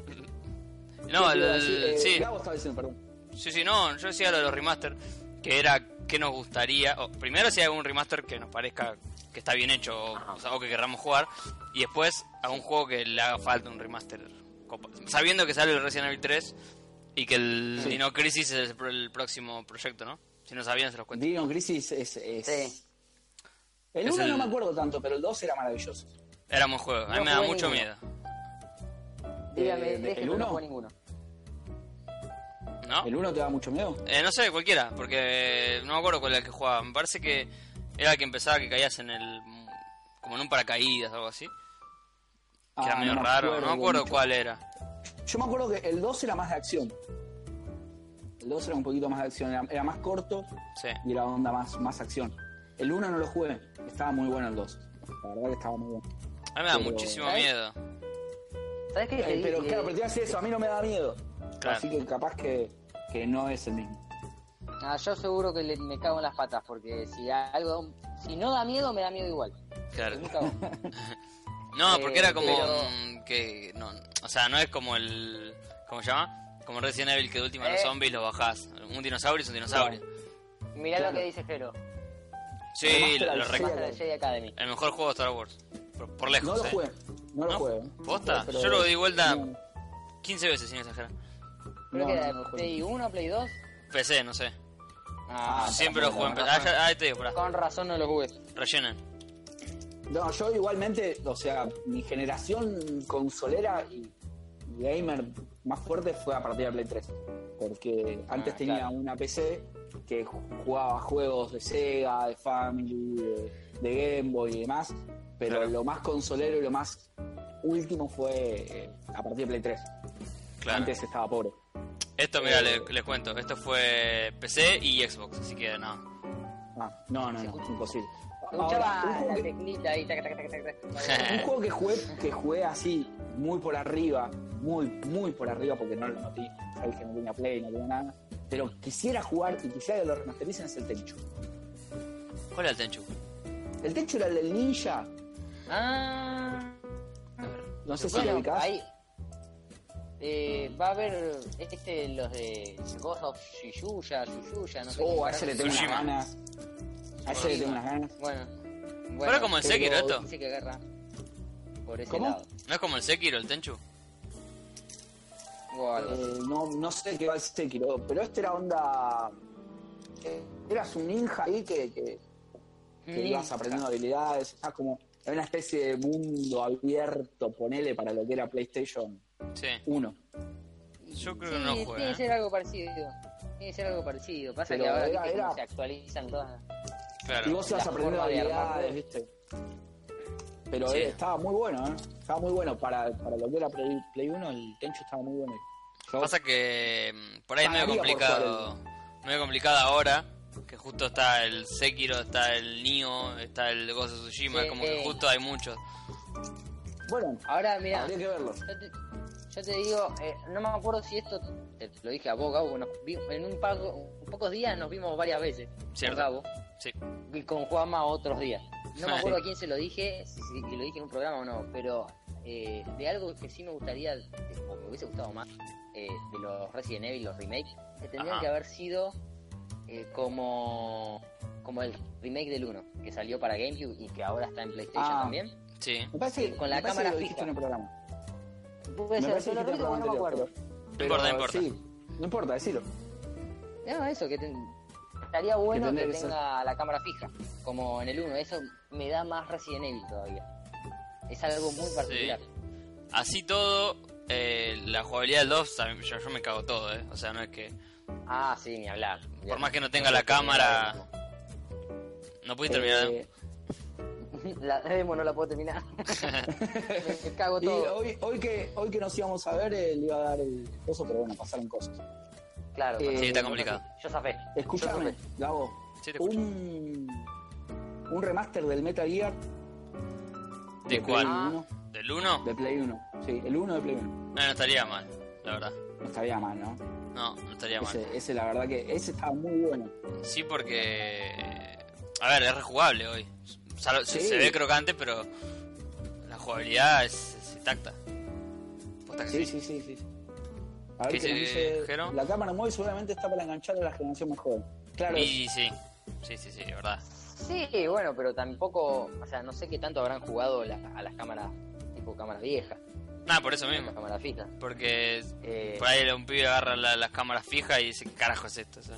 B: No, el,
A: Eh,
B: sí.
A: Gabo estaba diciendo, perdón.
B: Sí, sí, no, yo decía lo de los remaster, que era que nos gustaría, o, primero si hay un remaster que nos parezca que está bien hecho o, o sea, o que querramos jugar, y después a un juego que le haga falta un remaster, copa- sabiendo que sale el Resident Evil 3 y que el
A: Sí.
B: Dino Crisis es el, pro- el próximo proyecto, ¿no? Si no sabían, se los cuento.
A: Dino Crisis es. es-
C: Sí.
A: El
B: Es
A: 1 no
B: el-
A: me acuerdo tanto, pero el 2 era maravilloso.
B: Era un buen juego, a mí
C: No
B: me da
C: jugué
B: mucho
C: ninguno.
B: miedo,
C: Dígame,
A: Eh, ¿el
C: déjenme,
A: uno?
C: no fue ninguno.
B: ¿no?
A: ¿El 1 te da mucho miedo?
B: Eh, no sé, cualquiera, porque no me acuerdo cuál era el que jugaba, me parece que era el que empezaba que caías en el... como en un paracaídas o algo así. Que era
A: Ah,
B: medio
A: no me
B: raro, no me acuerdo
A: mucho.
B: cuál era.
A: Yo me acuerdo que el 2 era más de acción. El 2 era un poquito más de acción, era, era más corto
B: Sí.
A: y era onda más, más acción. El 1 no lo jugué, estaba muy bueno el 2. La verdad que estaba muy bueno.
B: A mí me da
A: Pero-
B: muchísimo
C: ¿Sabes?
B: miedo.
C: ¿Sabes qué?
A: Eh,
C: Te
A: pero
C: dije?
A: claro, pero te iba a decir eso, a mí no me da miedo.
B: Claro.
A: Así que capaz que, que no es el mismo.
C: Ah, yo seguro que le- me cago en las patas, porque si algo. Si no da miedo, me da miedo igual.
B: Claro.
C: Me cago.
A: [LAUGHS]
B: No, porque era
C: Eh,
B: como
C: pero-
B: mm, que no, o sea, no es como el ¿cómo se llama? Como Resident Evil que de última los
C: Eh.
B: zombies los bajás. Un dinosaurio es un dinosaurio.
C: Mirá
A: Claro.
C: lo que dice Jero.
B: Sí,
A: Remaster
B: lo,
A: al
B: lo
A: Sega.
B: re-
C: Master de Jedi Academy.
B: el mejor juego de Star Wars. Por, por lejos.
A: No lo
B: eh.
A: jugué, no
B: ¿No?
A: lo jugué.
B: ¿Posta?
A: Pero-
B: Yo lo di vuelta
A: no,
B: 15 veces sin exagerar.
C: Creo
A: no,
C: que
A: no,
C: era
A: no lo jugué.
C: Play 1, Play 2.
B: PC, no sé.
C: Ah,
B: Siempre
A: para
B: lo jugué en
C: para
B: PC. Ah,
C: para.
B: ya- ah, te digo, pará.
C: Con razón no lo jugué.
B: Rellenan.
A: No, yo igualmente, o sea, mi generación consolera y, y gamer más fuerte fue a partir de Play 3. Porque antes
C: Ah,
A: tenía
C: claro.
A: una PC que jugaba juegos de Sega, de Family, de, de Game Boy y demás. Pero
B: Claro.
A: lo más consolero y lo más último fue eh, a partir de Play 3.
B: Claro.
A: Antes estaba pobre.
B: Esto, mira,
A: Eh. [LAUGHS]
B: le- les cuento. Esto fue PC y Xbox, así que no.
A: Ah, no, no,
C: Se
A: no,
C: escucha.
A: imposible.
C: Escuchaba
A: Ahora, un, [LAUGHS] juego
C: la
A: que,
C: tecnita ahí, taca, taca, taca, taca, taca.
A: un juego que jugué, que jugué así, muy por arriba, muy, muy por arriba, porque no, no, tenía, sabes que no tenía play, no tenía nada. Pero quisiera jugar y quisiera que lo remastericen es el Tenchu.
B: ¿Cuál era el Tenchu?
A: El Tenchu era el del ninja. [LAUGHS]
C: Ah,
A: No sé si lo
C: bueno,
A: ubicás.
C: ahí eh, va a haber este, los de Ghost of Shiyuya, Shuyuya, no sé.
A: Oh,
C: cómo
A: a ese le tengo
C: carajo se
A: unas
B: Tsushima.
A: ganas. A ese le tengo unas ganas.
C: llama. Bueno, bueno.
B: Fuera como el
A: eh,
C: pero
B: Sekiro esto.
C: Dice que agarra por ese
A: ¿Cómo?
C: lado.
B: ¿No es como el Sekiro, el Tenchu?
C: O algo así.
A: Eh, no, no sé qué va el Sekiro, pero este era onda. eh, Eras un ninja ahí que, que, que
C: Mm.
A: ibas aprendiendo habilidades. Estás como. Era una especie de mundo abierto, ponele, para lo que era PlayStation
B: Sí.
A: 1.
B: Yo creo
C: Sí,
B: que no
C: tiene
B: juega.
C: que ser algo parecido. Tiene que ser algo parecido. Pasa
A: Pero
C: que ahora
A: era-
C: viste, como
A: era-
C: se actualizan todas.
A: Y
B: Claro.
A: vos ibas
C: La
A: aprendiendo
C: forma de
A: habilidades,
C: armar.
A: ¿viste? Pero
B: Sí.
A: eh, estaba muy bueno, ¿eh? Estaba muy bueno. Para, para lo que era Play, Play 1, el Tenchu estaba muy bueno. Yo-
B: Pasa que mm, por ahí es medio
A: Pagaría por jugar
B: complicado. Medio complicado ahora. Que justo está el Sekiro, está el Nioh, está el Ghost of Tsushima.
C: Sí.
B: Como que justo hay muchos.
A: Bueno,
C: Ahora, mira,
A: habría que verlo.
C: yo te, yo te digo, eh, no me acuerdo si esto te, te lo dije a vos, Gabo. nos vi- en un par, en pocos días nos vimos varias veces. con
B: Cierto.
C: Gabo.
B: Sí.
C: y con Juanma otros días. No me
B: Ah,
C: acuerdo
B: sí.
C: a quién se lo dije, si, si- si lo dije en un programa o no, pero eh, de algo que sí me gustaría, o me hubiese gustado más, eh, de los Resident Evil, los remakes, que tendrían
B: Ajá.
C: que haber sido eh, como, como el remake del 1, que salió para GameCube y que ahora está en PlayStation
A: Ah.
C: también.
B: Sí.
A: Me parece que,
C: Con la
A: me parece que
C: cámara
A: lo dijiste
C: fija.
A: en el programa. Me
C: Puede ser,
A: parece que
C: solo
A: dijiste en el
C: lo único que no me
A: programa
C: acuerdo.
A: anterior,
B: importa, no importa.
A: Sí, no importa, decilo.
C: No, eso, que ten- estaría bueno que,
A: tendría que ser-
C: tenga la cámara fija, como en el 1, eso me da más Resident Evil todavía. Es algo muy particular.
B: Así todo, eh, la jugabilidad del 2, a mí- yo, yo me cago todo, ¿eh? O sea, no es que.
C: Ah, sí, ni hablar.
B: Por más que no tenga la cámara. No pude terminar.
A: Eh,
C: [LAUGHS] La demo no la puedo terminar.
B: [LAUGHS]
C: me, me cago
A: y
C: todo.
A: hoy, hoy, que, hoy que nos íbamos a ver, eh, le iba a dar el coso, pero bueno, pasaron cosas.
C: Claro,
A: eh,
B: sí, está complicado.
C: Yo zafé. Yo
A: Escuchame,
C: zafé.
A: Gabo,
B: Sí, te escucho.
A: un, un remaster del Metal Gear.
B: ¿De
A: Play
B: cuál?
C: Ah.
A: 1,
B: ¿Del 1?
A: de Play 1, sí, el 1 de Play 1.
B: No, no estaría mal, la verdad.
A: No estaría mal, ¿no?
B: No, no estaría mal.
A: Ese, ese, la verdad que ese estaba muy bueno.
B: Sí, porque. A ver, es rejugable hoy. Salvo- se,
A: Sí.
B: se ve crocante, pero. La jugabilidad es, es intacta. Posta que
A: Sí,
B: sí.
A: sí, sí, sí. A ver
B: ¿Qué
A: qué nos
B: dice
A: dice.
B: Jero?
A: La cámara móvil seguramente está para enganchar a la generación más joven. Claro,
B: Y sí. Sí, sí, sí, de verdad.
C: Sí, bueno, pero tampoco. O sea, no sé qué tanto habrán jugado la- a las cámaras. Tipo cámaras viejas.
B: Nada, por eso
C: Las
B: mismo.
C: cámaras fijas.
B: Porque
C: Eh,
B: por ahí un pibe agarra la- las cámaras fijas y dice, "¿Qué carajo es esto? O sea,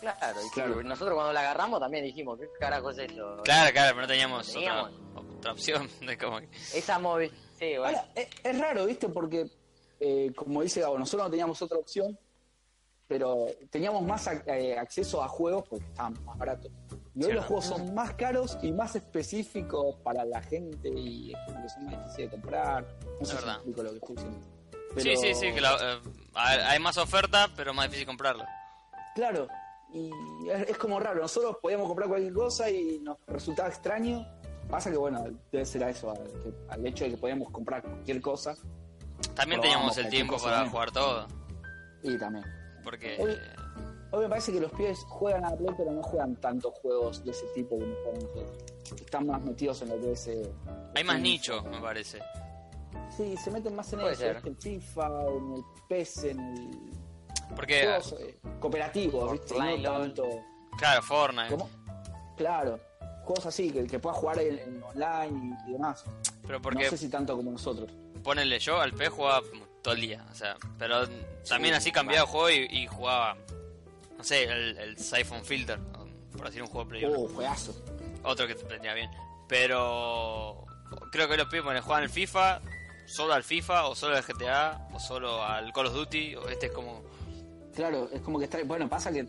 C: claro, y
A: Claro.
C: Nosotros cuando la agarramos también dijimos, ¿qué carajo es esto?
B: Claro, claro, pero no teníamos,
C: Teníamos.
B: Otra, otra opción. [LAUGHS] de como que-
C: Esa móvil. Sí, bueno.
A: Ahora, es, es raro, ¿viste? Porque, eh, como dice Gabo, nosotros no teníamos otra opción, pero teníamos más ac- eh, acceso a juegos porque estaban más baratos. Y hoy
B: Sí,
A: los
B: ¿no?
A: juegos son más caros y más específicos para la gente y es como que son más difíciles de comprar. No sé si
B: verdad.
A: explico lo que estoy diciendo.
B: Sí,
A: Pero-
B: sí, sí, que la- eh, hay hay más oferta, pero más difícil comprarla.
A: Claro, y es, es como raro. Nosotros podíamos comprar cualquier cosa y nos resultaba extraño. Pasa que, bueno, debe ser a eso, al, que- al hecho de que podíamos comprar cualquier cosa Probamos
B: También teníamos el
A: cualquier
B: tiempo
A: cosa,
B: para
A: ¿no?
B: jugar todo,
A: y también.
B: porque...
A: Hoy- Hoy me parece que los pies juegan a la Play, pero no juegan tantos juegos de ese tipo como juegan nosotros. Están más metidos en lo que es. eh,
B: Hay más
A: sí.
B: nicho, me parece.
A: Sí, se meten más en
C: Puede
A: eso,
C: ser.
A: ¿viste? en FIFA, en el PES, en el.
B: Porque,
A: Juegos eh, cooperativos, ¿viste? Y
C: Fortnite,
A: No
C: LOL.
A: tanto.
B: claro, Fortnite.
A: ¿Cómo? Claro, juegos así, que, que puedas jugar en, en online y, y demás.
B: Pero porque,
A: No sé si tanto como nosotros.
B: ponele yo, al P jugaba todo el día, o sea, pero también así cambiaba el juego y, y jugaba, no sé, el, el Siphon Filter, por decir un juego de Play uno.
A: Oh, juegazo.
B: Otro que te prendía bien. Pero creo que los pibes bueno, juegan al FIFA, solo al FIFA, o solo al GTA, o solo al Call of Duty, o este es como.
A: Claro, es como que está. Bueno, pasa que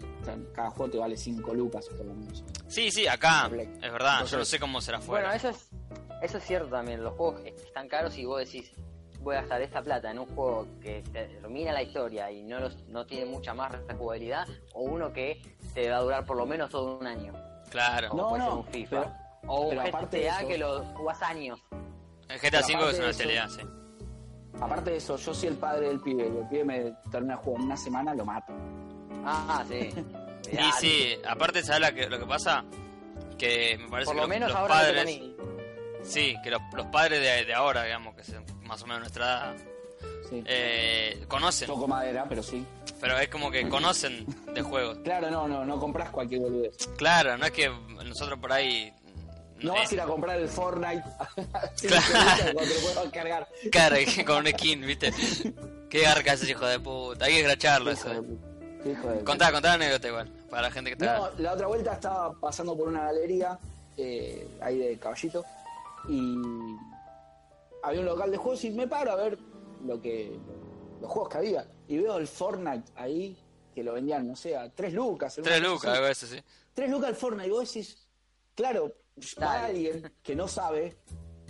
A: cada juego te vale 5 lucas, por lo menos.
B: Sí, sí, acá,
A: Black.
B: es verdad, yo no
A: Entonces-
B: sé cómo será
C: Bueno,
B: fuera.
C: eso es, eso es cierto también. Los juegos están caros y vos decís, voy a gastar esta plata en un juego que termina la historia y no, los- no tiene mucha más jugabilidad o uno que te va a durar por lo menos todo un año?
B: Claro.
C: Como
A: No,
C: puede ser
A: no,
C: un FIFA.
A: pero-
C: o un
A: pero aparte de
C: GTA
A: eso-
C: que lo jugás años.
B: El GTA V es
A: aparte
B: una
A: de eso-
B: realidad, sí.
A: Aparte de eso, yo soy el padre del pibe. Y el pibe me termina jugando una semana, lo mato.
C: Ah,
A: [LAUGHS]
C: sí.
B: Y
C: Mirá,
B: sí, aparte, ¿sabes la que- lo que pasa? Que me parece
C: Por
B: que
C: lo
B: los,
C: menos
B: los
C: ahora me toca a
B: padres.
C: mí.
B: Sí, que los, los padres de, de ahora, digamos, que son más o menos nuestra edad,
A: Sí.
B: eh, conocen.
A: Toco madera, pero sí.
B: Pero es como que conocen de juegos.
A: Claro, no, no, no compras cualquier boludez.
B: Claro, no es que nosotros por ahí.
A: No
B: eh,
A: vas a ir a comprar el Fortnite. [LAUGHS] sí, que
B: Claro.
A: [LAUGHS] cuando te lo puedo cargar.
B: Claro, [LAUGHS] que con un skin, ¿viste? Qué garca ese hijo de puta. Hay que escracharlo eso. eh.
A: Qué hijo de-
B: Contá, contá la anécdota igual, para la gente que está.
A: No, la otra vuelta estaba pasando por una galería eh, ahí de caballito y había un local de juegos y me paro a ver lo que los juegos que había y veo el Fortnite ahí que lo vendían, no sé, a 3 lucas.
B: Tres
A: alguna cosa
B: lucas,
A: así.
B: algo así, sí.
A: Tres lucas al Fortnite. Y vos decís, claro, para
C: Dale.
A: alguien que no sabe,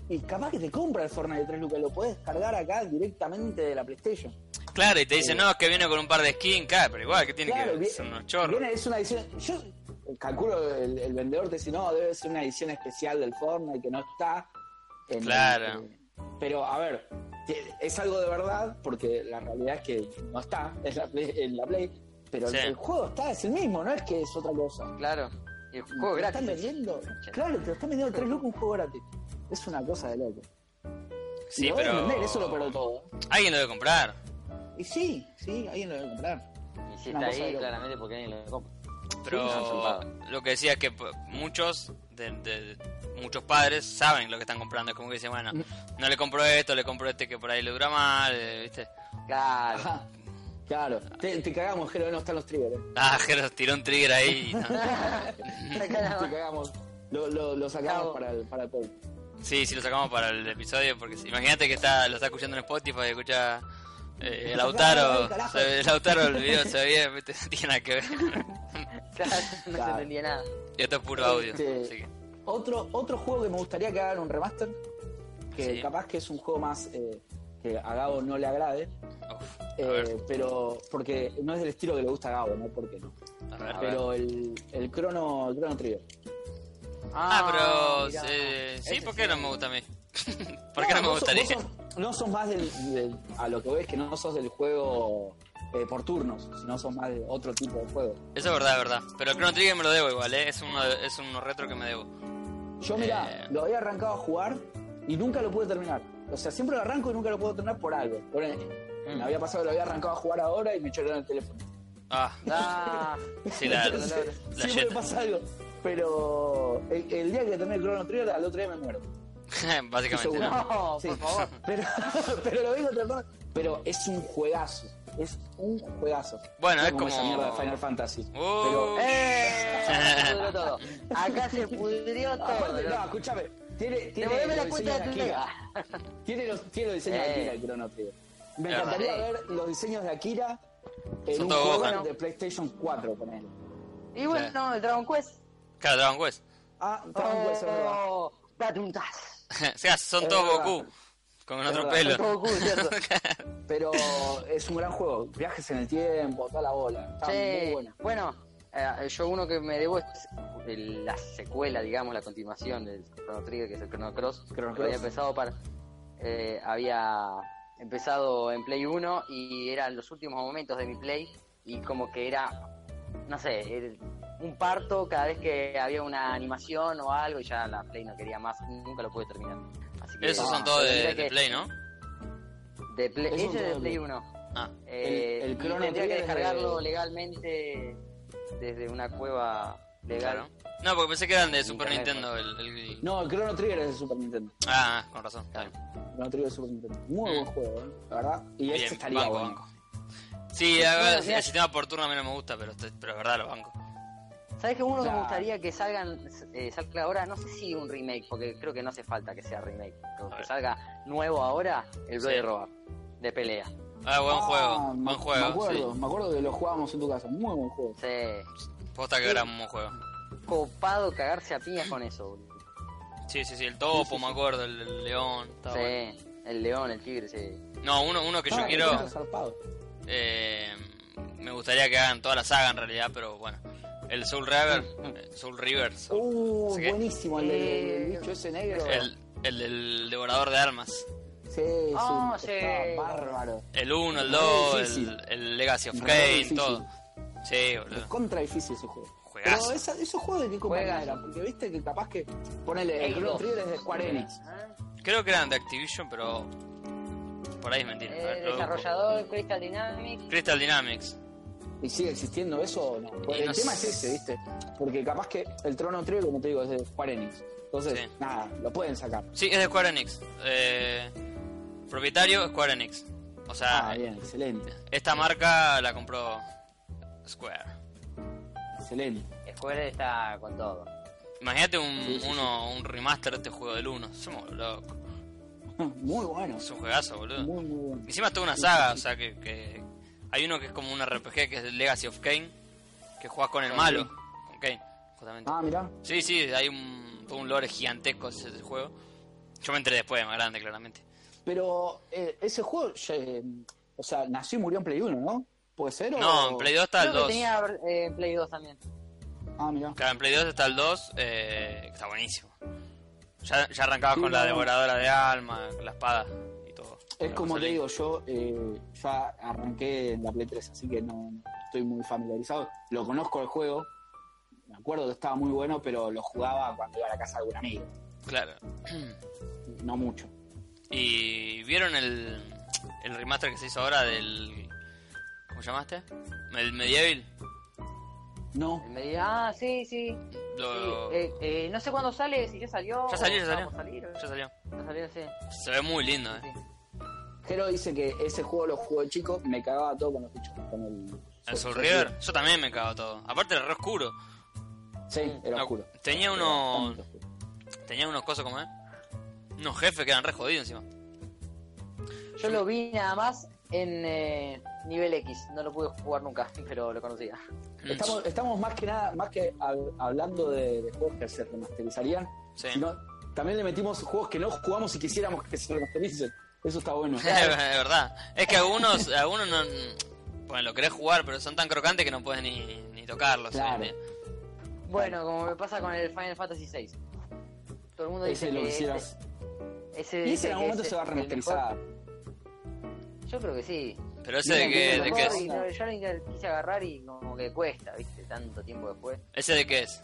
A: y capaz que te compra el Fortnite de tres lucas, lo podés cargar acá directamente de la PlayStation.
B: Claro, y te dicen, no, es que viene con un par de skins, claro, pero igual, que tiene que
A: Claro,
B: ver? Son unos chorros.
A: viene- es una edición. Yo calculo, el, el vendedor te dice, no, debe ser una edición especial del Fortnite que no está. en el-
B: Claro.
A: pero a ver, que es algo de verdad, porque la realidad es que no está en la Play. en la Play, pero el-
B: Sí.
A: el juego está, es el mismo, no es que es otra cosa.
C: Claro. Y el juego
A: Te lo
C: gratis.
A: están vendiendo.
C: Che.
A: Claro, te lo están vendiendo a 3 lucas un juego gratis. Es una cosa de loco. Y
B: Sí,
A: lo van a
B: pero.
A: vender, eso lo perdió todo.
B: Alguien lo debe comprar.
A: Y sí, sí, alguien lo debe comprar.
C: Y si
A: Una
C: está
A: cosa de
C: ahí,
A: loco.
C: claramente porque alguien lo compra. Sí, son
B: Pero
C: chupados.
B: lo que decía es que p- muchos de, de- de- muchos padres saben lo que están comprando. Es como que dicen, bueno, no le compro esto, le compro este que por ahí le dura mal, eh, ¿viste?
C: Claro.
A: [LAUGHS]
C: [LAUGHS]
A: Ajá. Claro. Te, te cagamos, Jero, no están los triggers. eh.
B: Ah, [LAUGHS] Jero tiró un trigger ahí. no.
A: te cagamos. Lo, lo, lo sacamos
C: Cago.
A: para el, para el pueblo.
B: Sí, sí, lo sacamos para el episodio. porque si- Imagínate que está lo está escuchando en Spotify y escucha eh, el Lautaro.
A: Carajo.
B: se- El Lautaro, el video se ve bien, [LAUGHS] no tiene nada que ver.
C: Claro, no se
A: Claro.
C: entendía nada.
B: Y esto es puro audio.
A: Este,
B: así que-
A: Otro, otro juego que me gustaría que hagan un remaster, que
B: Sí.
A: capaz que es un juego más eh, que a Gabo no le agrade,
B: uf,
A: eh,
B: a ver,
A: pero porque no es del estilo que le gusta a Gabo, ¿no? Porque no.
B: a ver.
C: a ver.
A: Pero el, el Chrono, el Chrono Trigger.
B: Ah, pero.
C: mirá.
B: eh, sí,
C: Ese
B: ¿por qué
C: sí.
B: no me gusta
A: [LAUGHS]
B: a mí? ¿Por qué no, me
A: vos sos-
B: gustaría?
A: vos sos- no sos más del, del- A lo que ves, que no sos del juego eh, por turnos, sino sos más de otro tipo de juego.
B: Eso es verdad, es verdad. Pero el Chrono Trigger me lo debo igual, ¿eh? Es uno, de- es uno retro que me debo.
A: Yo, mirá,
B: Eh.
A: lo había arrancado a jugar y nunca lo pude terminar. O sea, siempre lo arranco y nunca lo puedo terminar por algo. Por-
B: Mm.
A: Me había pasado, lo había arrancado a jugar ahora y me chorearon el teléfono.
B: Ah,
C: Ah,
B: sí, [LAUGHS] la,
A: Entonces,
B: la,
A: siempre me
B: yeta.
A: pasa algo. Pero el, el día que terminé el Chrono Trigger, al otro día me muero.
B: Básicamente,
A: Seguro.
B: ¿no?
C: no,
A: Sí.
C: por favor.
A: [LAUGHS] Pero, pero lo vengo tratando. Pero es un juegazo. Es un juegazo.
B: Bueno,
A: No
B: es
A: esa
B: como-
A: mierda de Final Fantasy.
B: Uh.
A: Pero.
C: ¡Eh! Acá se pudrió todo. Acá se pudrió todo.
A: Ah, Aparte, no,
C: loco.
A: escúchame. Tiene, tiene
C: Devolveme
A: los
C: la cuenta
A: diseños
C: de tu
A: Akira.
C: vida.
A: Tiene los, tiene los diseños
C: Eh.
A: de Akira el Chrono Trigger. Me
B: Es
A: encantaría
C: verdad.
A: ver los diseños de Akira en
B: Son
A: un
B: todos
A: juego
B: Gohan.
A: de PlayStation 4 con él.
C: Y bueno, el Dragon Quest.
B: Claro, Dragon Quest. [LAUGHS]
A: Ah, Dragon Quest, es verdad.
C: Oh, date un tas.
B: o sea, son
A: Es
B: todos
A: verdad.
B: Goku. Con
A: Es
B: otro
A: verdad,
B: pelo.
A: son
C: Todo cool, ¿cierto?
A: Pero es un gran juego. Viajes en el tiempo, toda la bola. Está muy
C: Che,
A: buena.
C: bueno, eh, yo uno que me debo es el- la secuela, digamos, la continuación del Chrono Trigger, que es el Chrono Cross.
A: Chrono
C: que Había
A: Cross.
C: empezado para, eh, había empezado en Play 1 y eran los últimos momentos de mi Play y como que era, no sé, era un parto cada vez que había una animación o algo y ya la Play no quería más, nunca lo pude terminar. Así que,
B: Esos
A: Ah,
B: son todos de,
C: tendría
B: de
C: que-
B: Play, ¿no?
C: de Play,
A: Esos
C: ese
A: son todos
C: es de
A: de Play.
C: Play 1.
B: Ah,
C: Eh,
A: El- el
C: y
A: Chrono
C: tendría que
A: Trigger es de-
C: descargarlo legalmente desde una cueva legal.
B: claro. No, porque pensé que eran de
C: Ni
B: Super
C: internet,
A: pues.
B: Nintendo. El, el-
A: No, el Chrono Trigger es de Super Nintendo.
B: Ah, con razón. está
C: Claro.
B: bien.
A: Chrono Trigger es de Super Nintendo. Muy
B: Mm.
A: buen juego, ¿eh? La verdad. Y
B: Bien,
A: este estaría
B: banco,
A: bueno.
B: banco. Sí,
C: No,
B: a ver,
C: mirá.
B: el sistema por turno a mí no me gusta, pero, este- pero es verdad, lo banco.
C: ¿Sabes que uno que me
A: Claro.
C: gustaría que salgan, eh, salga ahora? No sé si un remake, porque creo que no hace falta que sea remake. Creo
B: A
C: que
B: ver.
C: salga nuevo ahora, el Bloody
B: Sí.
C: Roar, de pelea.
B: Ah, buen
A: Ah,
B: juego,
A: me-
B: buen
A: Me
B: juego.
A: acuerdo,
B: Sí.
A: me acuerdo que lo jugábamos en tu casa. Muy buen juego.
C: Se
B: Posta que era un buen juego.
C: copado cagarse a piñas con eso, boludo.
B: Sí, sí, sí, el topo, me acuerdo, el, el león.
C: Sí.
B: estaba bueno.
C: El león, el tigre, sí.
B: No, uno, uno que yo
A: Ah,
B: quiero.
A: era zarpado.
B: Eh, me gustaría que hagan toda la saga en realidad, pero bueno. El Soul River. eh, Soul River. Soul-
A: Uh,
B: Así que-
A: buenísimo el, del-
C: Eh,
A: el bicho ese negro.
B: el, el del devorador de almas.
A: Sí, sí,
C: Ah, sí.
A: estaba bárbaro.
B: El 1, el
A: Re
B: 2,
A: difícil.
B: el, el Legacy of
A: Re
B: Kane,
A: difícil.
B: todo. Sí, boludo.
A: Contra difícil ese juego.
B: Eh. Juegazo.
A: Pero esa- esos juegos de qué compañía
C: Juegazo.
A: era, porque viste que capaz que ponele el
C: Halo.
A: Chrono Trigger es de Square Enix.
C: Ah,
B: Creo que eran de Activision, pero. Por ahí es mentira. A ver,
C: eh,
B: lo busco.
C: desarrollador Crystal Dynamics.
B: Crystal Dynamics.
A: ¿Y sigue existiendo eso o no? Porque
B: Y
A: el
B: no
A: tema
B: sé.
A: es ese, ¿viste? Porque capaz que el Trono Trigger, como te digo, es de Square Enix. Entonces,
B: Sí.
A: nada, lo pueden sacar.
B: Sí, es de Square Enix. Eh, propietario Square Enix. O sea,
A: Ah, bien, excelente,
B: esta marca la compró Square.
A: excelente. [LAUGHS]
C: Square está con todo.
B: Imagínate un,
A: Sí, sí, sí.
B: uno, un remaster de este juego del 1. Somos locos.
A: Muy bueno,
B: Es un juegazo, boludo.
A: muy, muy bueno.
B: Encima es toda una saga, o sea que, que- Hay uno que es como un RPG que es el Legacy of Kane. Que jugás con el malo. Con Kane, justamente.
A: Ah, mirá.
B: Sí, sí, hay un, todo un lore gigantesco ese ese juego. Yo me enteré después, más grande, claramente.
A: Pero eh, ese juego, eh, o sea, nació y murió en Play 1, ¿no? ¿Puede ser? o-
B: No, en Play 2 está el
C: Creo que
B: 2.
C: tenía eh, Play 2 también.
A: Ah, mirá.
B: Claro, en Play 2 está el 2, eh, que está buenísimo. Ya, ya arrancabas
A: Sí,
B: con la
A: no.
B: devoradora de alma, con la espada y todo.
A: Es
B: La
A: como
B: cosa
A: te
B: linda.
A: digo, yo eh, ya arranqué en la Play 3, así que no estoy muy familiarizado. Lo conozco el juego, me acuerdo que estaba muy bueno, pero lo jugaba cuando iba a la casa de un amigo,
B: Claro.
A: no mucho.
B: ¿Y vieron el, el remaster que se hizo ahora del. ¿Cómo llamaste? El Medieval.
A: No,
C: Me di- ah, sí, sí.
B: Lo-
C: Sí, eh, eh, no sé cuándo sale, si ya salió.
B: Ya salió,
C: o
B: ya
C: está
B: salió.
C: por salir, o-
B: Ya salió.
C: ya salió, sí.
B: Se ve muy lindo,
C: sí.
B: eh.
A: Jero dice que ese juego lo jugó de chico, me cagaba todo con los bichos. Con el,
B: El Soul River, yo también me cago todo. Aparte, era re oscuro.
A: Sí, era
B: No,
A: oscuro.
B: tenía
A: Era
B: uno-
A: bastante oscuro.
B: Tenía unos cosas como, eh. Unos jefes que eran re jodidos encima.
C: Yo lo vi nada más en eh, nivel X. No lo pude jugar nunca, pero lo conocía.
B: Mm,
A: Estamos, estamos más que nada, más que hab- hablando de, de juegos que se remasterizarían,
B: sí.
A: sino también le metimos juegos que no jugamos y quisiéramos que se remastericen. Eso está [LAUGHS] bueno.
B: es verdad. Es que algunos, algunos no. Bueno, lo querés jugar, pero son tan crocantes que no puedes ni, ni tocarlos.
A: Claro.
B: ¿eh?
C: Bueno, como me pasa con el Final Fantasy VI. Todo el mundo dice
A: Ese lo
C: que este,
A: quisieras.
C: ese- ese
A: Y
C: dice
A: ese en algún
C: que
A: momento
C: ese
A: se va a
C: es el mejor.
A: remasterizar.
C: Yo creo que sí.
B: Pero ese de
A: Miren,
B: que,
A: miren,
B: de
A: los
B: que
A: modos
B: es.
A: y-
C: No, yo lo inter- quise agarrar y como que cuesta, viste, tanto tiempo después.
B: Ese de qué es.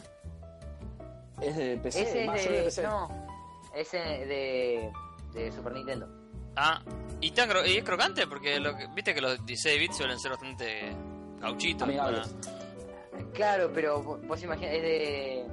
A: Es de PC,
C: ese
A: más
C: es
A: yo de
C: de,
A: PC.
C: no, ese de, de Super Nintendo.
B: Ah, y, tan cro- y es crocante porque lo que- viste que los 16 bits suelen ser bastante gauchitos.
A: Amigables.
B: para-
C: Claro, pero vo- vos imaginas, es de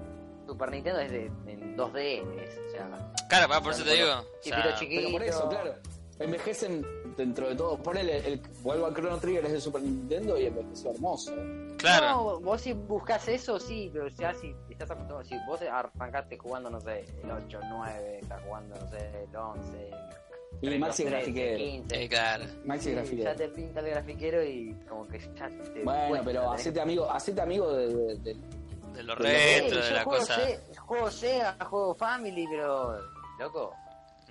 C: Super Nintendo, es de en 2D, es, o sea,
B: Claro, pa, por eso
C: Son
B: te digo.
C: como
B: o
C: chiquito,
B: sea,
C: chiquito.
A: Pero por eso, claro. Envejecen dentro de todo. Ponele, el, vuelvo a Chrono Trigger, es de Super Nintendo y envejeció hermoso.
B: Claro,
C: No, vos si buscas eso, sí, pero ya si estás acostumbrado, si vos arrancaste jugando, no sé, el 8, 9, estás jugando, no sé, el 11,
A: Y
C: el
A: Maxi
C: 13,
A: Grafiquero.
C: 15,
B: eh, claro.
A: Maxi
C: sí,
A: Grafiquero.
C: ya te pinta el grafiquero y como que ya te
A: Bueno,
C: cuesta,
A: pero
C: tenés
A: hacete amigo, hacete amigo de, de- de-
B: De lo
A: Pero-
B: retro,
C: Sí,
B: de
C: yo
B: la
C: juego
B: cosa.
C: Se- juego Sega, juego Family, pero. Loco,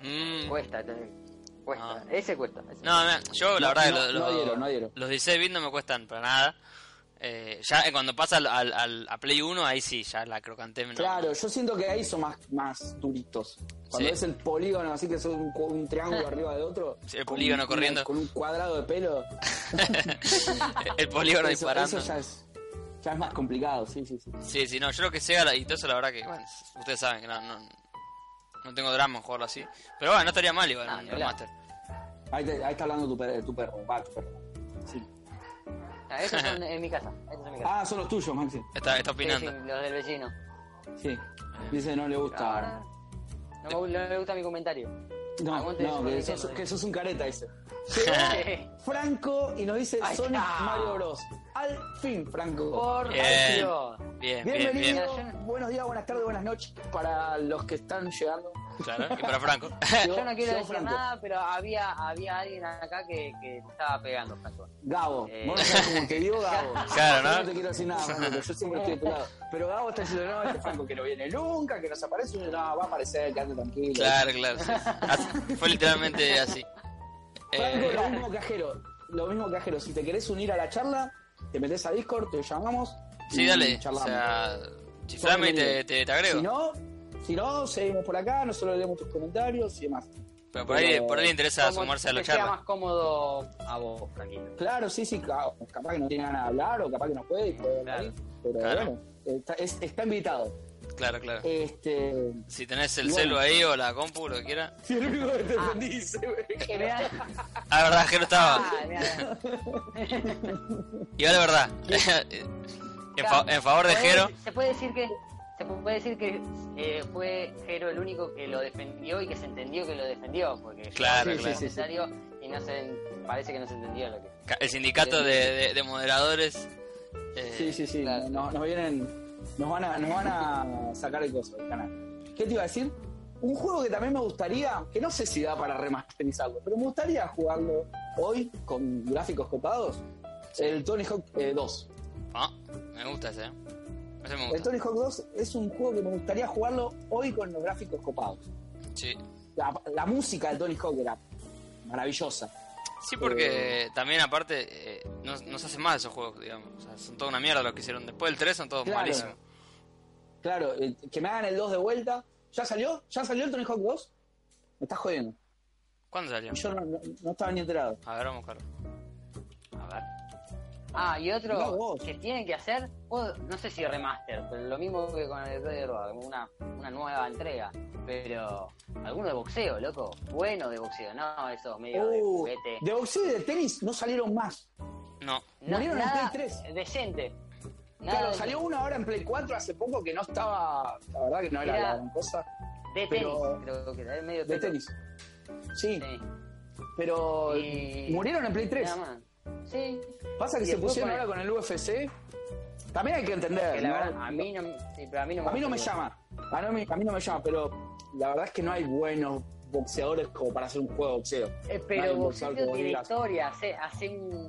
B: Mm,
C: cuesta. te- Cuesta.
B: Ah.
C: Ese cuesta. ese.
B: No, me- yo
A: No,
B: la verdad que
A: no,
B: lo-
A: no
B: lo-
A: adhiero, no adhiero.
B: los 16 bits no me cuestan para nada. Eh, ya eh, cuando pasa al, al- al- a Play 1, ahí sí, ya la crocante me- no-
A: Claro, yo siento que ahí son más, más duritos. Cuando
B: Mm. Sí.
A: ves el polígono, así que es un, cu- un triángulo arriba de otro.
B: Sí, el
A: con
B: polígono
A: un-
B: corriendo.
A: Con un cuadrado de pelo.
B: [LAUGHS] el polígono
A: eso,
B: disparando.
A: eso ya es, ya es más complicado, sí, sí, sí.
B: Sí, sí, no, yo lo que sea, la- y todo eso la verdad que, bueno, ustedes saben que no, no, no tengo drama en jugarlo así. Pero bueno, no estaría mal igual
C: Ah,
B: un
C: ni hablar.
B: remaster.
A: Ahí, te- ahí está hablando tu, per- tu perro, va, tu perro. Sí.
C: Ah, esos son en mi casa. Esos son en mi casa.
A: Ah, son los tuyos, Maxi.
B: Está, está
C: Sí,
B: opinando.
C: sí, los del vecino.
A: Sí.
B: Ah.
A: Dice no le gusta.
C: Ahora, No, me, gu- no le gusta
B: [LAUGHS]
C: mi comentario.
A: No,
C: Ah, Aguante
A: no,
C: eso,
A: que
C: no
A: sos,
C: dicen. [LAUGHS]
A: que sos un careta, dice. Llegó Franco y nos dice
C: Ahí
A: Sonic
C: está.
A: Mario Bros. al fin, Franco.
C: Por
B: Bien.
C: Dios.
B: Bien, bien, bien.
A: Bienvenido, buenos días, buenas tardes, buenas noches para los que están
B: [LAUGHS]
A: llegando.
B: Claro, y para Franco. [LAUGHS]
C: Yo no quiero
A: yo,
C: decir
A: Franco.
C: nada, pero había, había alguien acá que, que te estaba pegando, Franco.
A: Gabo,
C: Eh.
A: vos no sabés cómo te digo Gabo.
B: Claro,
A: Yo
B: ¿no?
A: no te quiero decir nada, Franco, que yo siempre estoy de tu lado. Pero Gabo está diciendo, no, este Franco que no viene nunca, que no se aparece, y yo, no, va a aparecer, quédate tranquilo.
B: Claro, claro. sí. Así- fue literalmente así.
A: Franco,
B: Eh,
A: lo mismo cajero, lo mismo cajero, si te querés unir a la charla, te metés a Discord, te llamamos.
B: sí,
A: y
B: dale. O
A: charlamos.
B: sea, chiflame y te, te, te agrego.
A: Si no, si no, seguimos por acá, nosotros leemos tus comentarios y demás.
B: Pero por ahí, por ahí le interesa
C: Como
B: sumarse a la
C: te sea
B: charla.
C: más cómodo a vos, Franquito.
A: Claro, sí, sí, ca- capaz que no tiene ganas de hablar o capaz que no puede, y puede
C: Claro.
A: venir, pero
B: Claro.
A: bueno, está, es- está invitado.
B: Claro, claro.
A: Este.
B: Si tenés el
A: Bueno.
B: celu ahí o la compu, lo que quiera.
A: Si el único que te ofendís,
C: Que me da-
B: Ah, verdad, que no estaba.
C: Ah, me da-
B: Igual
A: [LAUGHS]
B: es verdad. en, fa- en favor de
C: ¿Puede-
B: Jero.
C: Se puede decir que, se puede decir que eh, fue Jero el único que lo defendió y que se entendió que lo defendió, porque
B: Claro,
C: fue
B: claro.
C: necesario y no se, parece que no se entendió lo que.
B: Ca- El sindicato de, de- de moderadores. eh,
A: Sí, sí, sí.
C: Claro.
A: no- nos vienen. Nos van, a, nos van a sacar el coso del canal. ¿Qué te iba a decir? Un juego que también me gustaría, que no sé si da para remasterizarlo, pero me gustaría jugarlo hoy con gráficos copados. El Tony Hawk eh, 2.
B: ah, me gusta ese. ¿eh? Ese me
A: El
B: gusta.
A: Tony Hawk 2 es un juego que me gustaría jugarlo hoy con los gráficos copados.
B: Sí.
A: La, la música del Tony Hawk era maravillosa.
B: Sí, porque
A: Eh.
B: también aparte eh, no, no se hacen más esos juegos, digamos. O sea, son toda una mierda lo que hicieron. Después del 3 son todos
A: Claro.
B: malísimos.
A: Claro, eh, que me hagan el 2 de vuelta. ¿Ya salió? ¿Ya salió el Tony Hawk 2? Me estás jodiendo.
B: ¿Cuándo salió?
A: Yo no, no- no estaba ni enterado.
B: A ver, vamos a buscarlo.
C: A ver. Ah, y
A: Mirá
C: otro
A: vos.
C: que tienen que hacer, o- no sé si remaster, pero lo mismo que con el Red Dead Road, una, una nueva entrega. Pero alguno de boxeo, loco. Bueno de boxeo, no esos medios de
A: Uh,
C: juguete.
A: de boxeo y de tenis no salieron más.
B: No.
C: No,
A: murieron en
C: nada
A: Play 3.
C: Decente. Nada
A: Claro,
C: de-
A: salió uno ahora en Play 4 hace poco que no estaba. La verdad que no era
C: Era
A: la gran cosa.
C: de tenis,
A: pero-
C: creo que era de medio
A: De
C: teto.
A: tenis. Sí,
C: Sí.
A: pero
C: Y-
A: murieron en Play 3.
C: Nada más. Sí.
A: Pasa que
C: Y
A: se
C: después
A: pusieron
C: con el-
A: ahora con el UFC. También hay que entender.
C: Que la
A: Eh, ¿no?
C: verdad, a mí no, sí, pero a mí no me,
A: A mí no me
C: gusta
A: llama. A no me- a mí no me llama, pero la verdad es que no hay buenos boxeadores como para hacer un juego de boxeo.
C: Eh,
A: No hay
C: pero
A: un boxeador
C: boxeo
A: como
C: tiene
A: digas.
C: historia. Hace, hace un,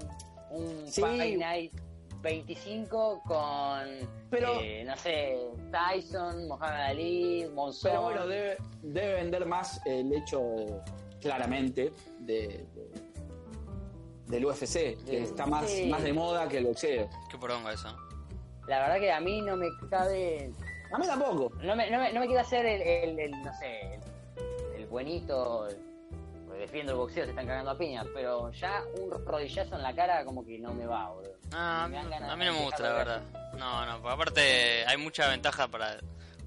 C: un
A: Sí.
C: Fight Night 25 con,
A: Pero-
C: eh, no sé, Tyson, Mohamed Ali, Monzón.
A: Pero bueno, debe, debe vender más el hecho eh, claramente de, de- del UFC, que
C: Eh,
A: está más,
C: sí.
A: más de moda que el boxeo.
B: Qué poronga eso.
C: La verdad que a mí no me cabe...
A: A mí tampoco.
C: No me, no me, no me quiero hacer el, el- el, no sé, el, el buenito... el- porque defiendo el boxeo, se están cagando a piña, pero ya un rodillazo en la cara como que no me va, boludo.
B: No, Ah, a mí,
C: Me dan ganas
B: a mí
C: de
B: no me gusta, la
C: dejarlo
B: verdad. No, no, porque aparte hay mucha ventaja para,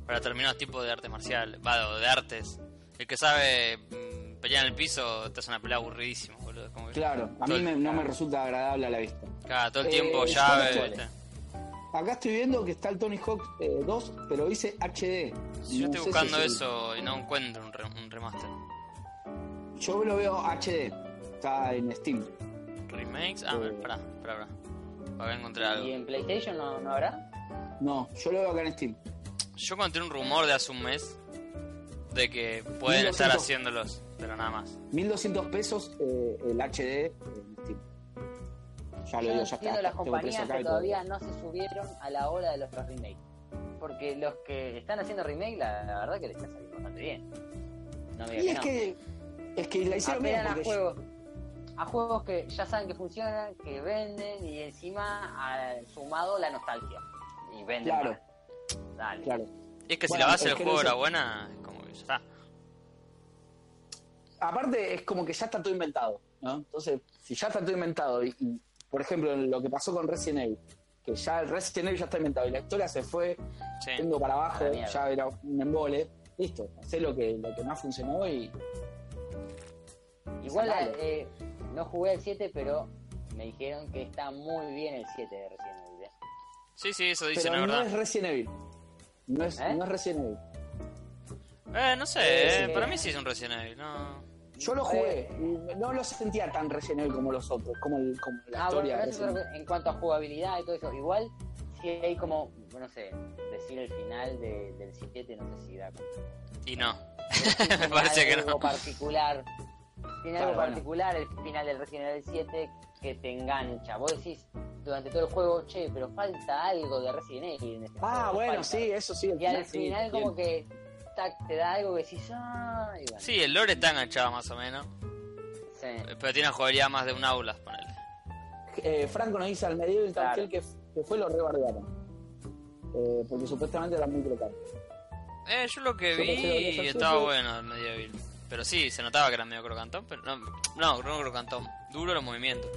B: para determinados tipos de artes marciales, va, o de artes. El que sabe mm, pelear en el piso te hace una pelea aburridísima, boludo. Como que-
A: Claro, a
B: todo
A: mí
B: el-
A: me- no me resulta agradable a la vista.
B: claro, todo el
A: Eh,
B: tiempo
A: son
B: llave.
A: actuales.
B: ¿viste?
A: Acá estoy viendo que está el Tony Hawk eh, 2, pero dice HD.
B: Yo
A: No
B: estoy
A: sé
B: buscando
A: si es el-
B: eso y no encuentro un, re- un remaster.
A: Yo lo veo HD. Está en Steam.
B: ¿Remakes? Ah,
A: Eh.
B: espera, espera, espera. Acá encontré algo.
C: ¿Y en PlayStation no, no habrá?
A: No, yo lo veo acá en Steam.
B: Yo encontré un rumor de hace un mes de que pueden estar
A: 1200.
B: haciéndolos, pero nada más.
A: 1200 pesos eh, el HD en Steam. Ya lo
C: Yo no
A: digo, ya
C: entiendo
A: está.
C: las
A: tengo precio
C: compañías
A: acá
C: que
A: y todo.
C: todavía no se subieron a la hora de los remakes. Porque los que están haciendo remake, la, la verdad que les está saliendo bastante bien. No me digas
A: Y es
C: no.
A: que, es que la hicieron bien.
C: Apelan a
A: porque-
C: juegos. A juegos que ya saben que funcionan, que venden y encima ha sumado la nostalgia. Y venden.
A: Claro.
C: más. Dale.
A: Claro.
B: Y es que
A: Bueno,
B: si la base
A: es
B: del
A: que
B: juego
A: no sé.
B: era buena, es como que ya está.
A: Aparte, es como que ya está todo inventado. ¿no? Entonces, si ya está todo inventado, y, y, por ejemplo, lo que pasó con Resident Evil, que ya el Resident Evil ya está inventado y la historia se fue
B: Sí.
A: yendo para abajo,
C: Eh, A la mierda.
A: ya era un embole. Listo, hacé lo que, lo que más funcionó y.
C: Igual
A: Sacalo.
C: eh, no jugué el 7, pero me dijeron que está muy bien el 7 de Resident Evil. ¿eh?
B: Sí, sí, eso dicen,
A: Pero
B: la
A: no
B: verdad.
A: es Resident Evil. No es,
C: ¿Eh?
A: no es Resident Evil.
B: Eh, no sé, eh,
C: Sí.
B: para mí sí es un Resident Evil, no.
A: Yo lo jugué, no lo sentía tan relleno como los otros, como, el- como la
C: Ah,
A: historia.
C: bueno, pero
A: que
C: eso es
A: hacen.
C: otra cosa. en cuanto a jugabilidad y todo eso, igual si hay como, no sé, decir el final de- del 7, no sé si da.
A: [LAUGHS]
B: Y no.
C: Me
B: parece que no.
C: algo particular. Tiene
A: Claro,
C: algo
A: bueno.
C: particular el final del Resident Evil 7 que te engancha. Vos decís durante todo el juego, che, pero falta algo de Resident Evil. en este
A: Ah,
C: juego,
A: bueno,
C: falta".
A: sí, eso sí. el
C: Y al
A: sí,
C: final,
A: bien.
C: como que tac, te da algo que decís, ah, y bueno,
B: Sí, el lore está enganchado más o menos.
C: sí.
B: Pero tiene una jugabilidad más de un aula, ponele.
A: Eh, Franco nos dice al medio
C: Claro.
A: aquel que, que fue lo rebardearon. Eh, porque supuestamente era muy local.
B: Eh, yo lo que
A: Yo pensé que lo
B: vi
A: habías
B: estaba
A: hecho,
B: bueno el medieval. Pero sí, se notaba que era medio crocantón, pero no, no, no crocantón. Duro los movimientos.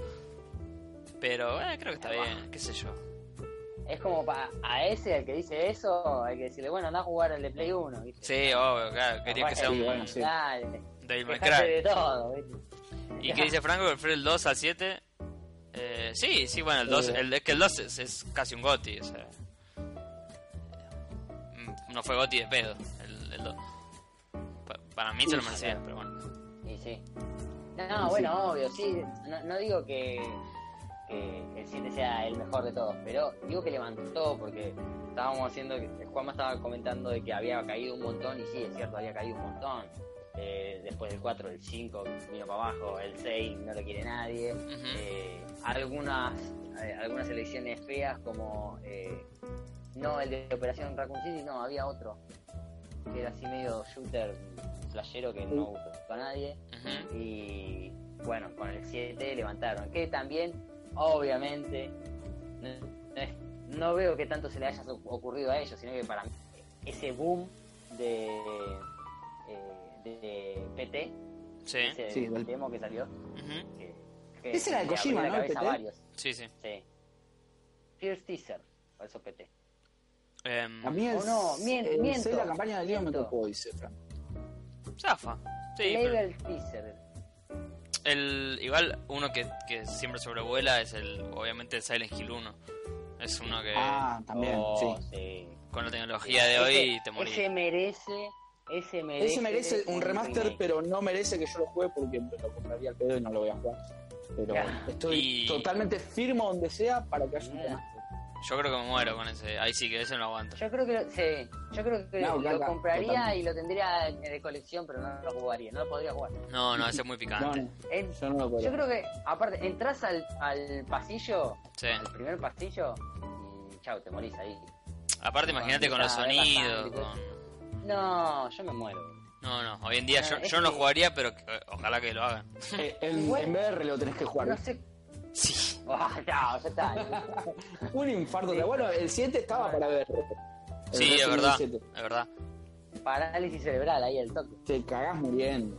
B: Pero eh, creo que está bien, qué sé yo.
C: Es como pa- a ese, al que dice eso, hay que decirle, bueno, anda a jugar al de Play 1. ¿viste?
B: Sí, obvio, claro, quería que sea
A: sí,
B: un
A: bueno, sí.
C: Dale,
B: Devil May
C: quejate
B: Cry.
C: de todo, ¿viste?
B: ¿Y qué dice Franco? ¿El el 2 al 7? Eh, sí, sí, bueno, el 2,
A: Eh.
B: el, es que el 2 es, es casi un goti, o sea. Mm, No fue goti de pedo, el, el 2. Pa- para mí se lo merecía, pero bueno.
C: Y sí. No, no, bueno, obvio, sí. No, no digo que, que el 7 sea el mejor de todos, pero digo que levantó porque estábamos haciendo, que- Juanma estaba comentando de que había caído un montón y sí, es cierto, había caído un montón. Eh, después del 4, el 5 vino para abajo, el 6 no lo quiere nadie. Eh, algunas, eh, algunas elecciones feas como... eh, no, el de Operación Raccoon City, no, había otro. Que era así medio shooter flashero que no gustó a nadie.
B: Ujú.
C: Y bueno, con el 7 levantaron. Que también, obviamente, no, no es- no veo que tanto se le haya ocu- ocurrido a ellos, sino que para mí ese boom de, eh, de PT,
B: Sí.
C: ese
A: Sí, del-
C: demo que salió,
B: Ujú.
C: que, que
A: Ese era de
C: le abrió
A: Kojima,
C: la
A: ¿no? el
C: cabeza a
A: PT?
C: varios.
B: Sí, sí.
C: Sí. First Teaser, por eso PT.
B: Em,
A: A mí el,
C: Oh, no, mien-
A: el
C: miento.
A: seis, la campaña del lío me
C: Miento.
A: tocó, dice Franco.
B: zafa. Sí, pero
C: Label Teaser.
B: el, igual uno que, que siempre sobrevuela es el, obviamente, el Silent Hill 1. Es uno que
A: Ah, también,
C: Oh,
A: sí.
C: sí.
B: con la tecnología de hoy
C: Ese-
B: te morís.
C: Ese merece, ese merece.
A: Ese merece un remaster,
C: remake.
A: pero no merece que yo lo juegue porque me lo compraría al pedo y no lo voy a jugar. Pero
C: Claro.
A: estoy
B: Y-
A: totalmente firme donde sea para que haya un
C: Mm.
A: remaster.
B: Yo creo que me muero con ese. Ahí sí que ese no lo aguanto.
C: Yo creo que lo, sí, yo creo que
A: No,
C: lo
A: claro,
C: compraría
A: totalmente.
C: y lo tendría de colección, pero no lo jugaría, no lo podría jugar.
B: No, no, ese es muy
A: No,
B: picante.
A: no,
C: En-
A: yo no lo puedo.
C: yo creo que, aparte, entras al, al pasillo,
B: Sí.
C: al primer pasillo, y chao, te morís ahí.
B: Aparte, imagínate con los
C: Está bastante,
B: sonidos.
C: pues.
B: con-
C: No, yo me muero.
B: No, no, hoy en día yo,
C: No, es
B: yo no
C: que-
B: jugaría, pero que- ojalá que lo hagan.
C: [LAUGHS]
A: Eh, en,
C: Igual-
A: en VR lo tenés que jugar.
C: No sé.
B: Sí.
C: Ah, no, ya está.
A: Un infarto. pero Bueno, el 7 estaba para ver. El
B: Sí, es
A: Resident Evil
B: verdad.
A: 7.
B: Es verdad.
C: Parálisis cerebral ahí al toque.
A: Te cagás muriendo.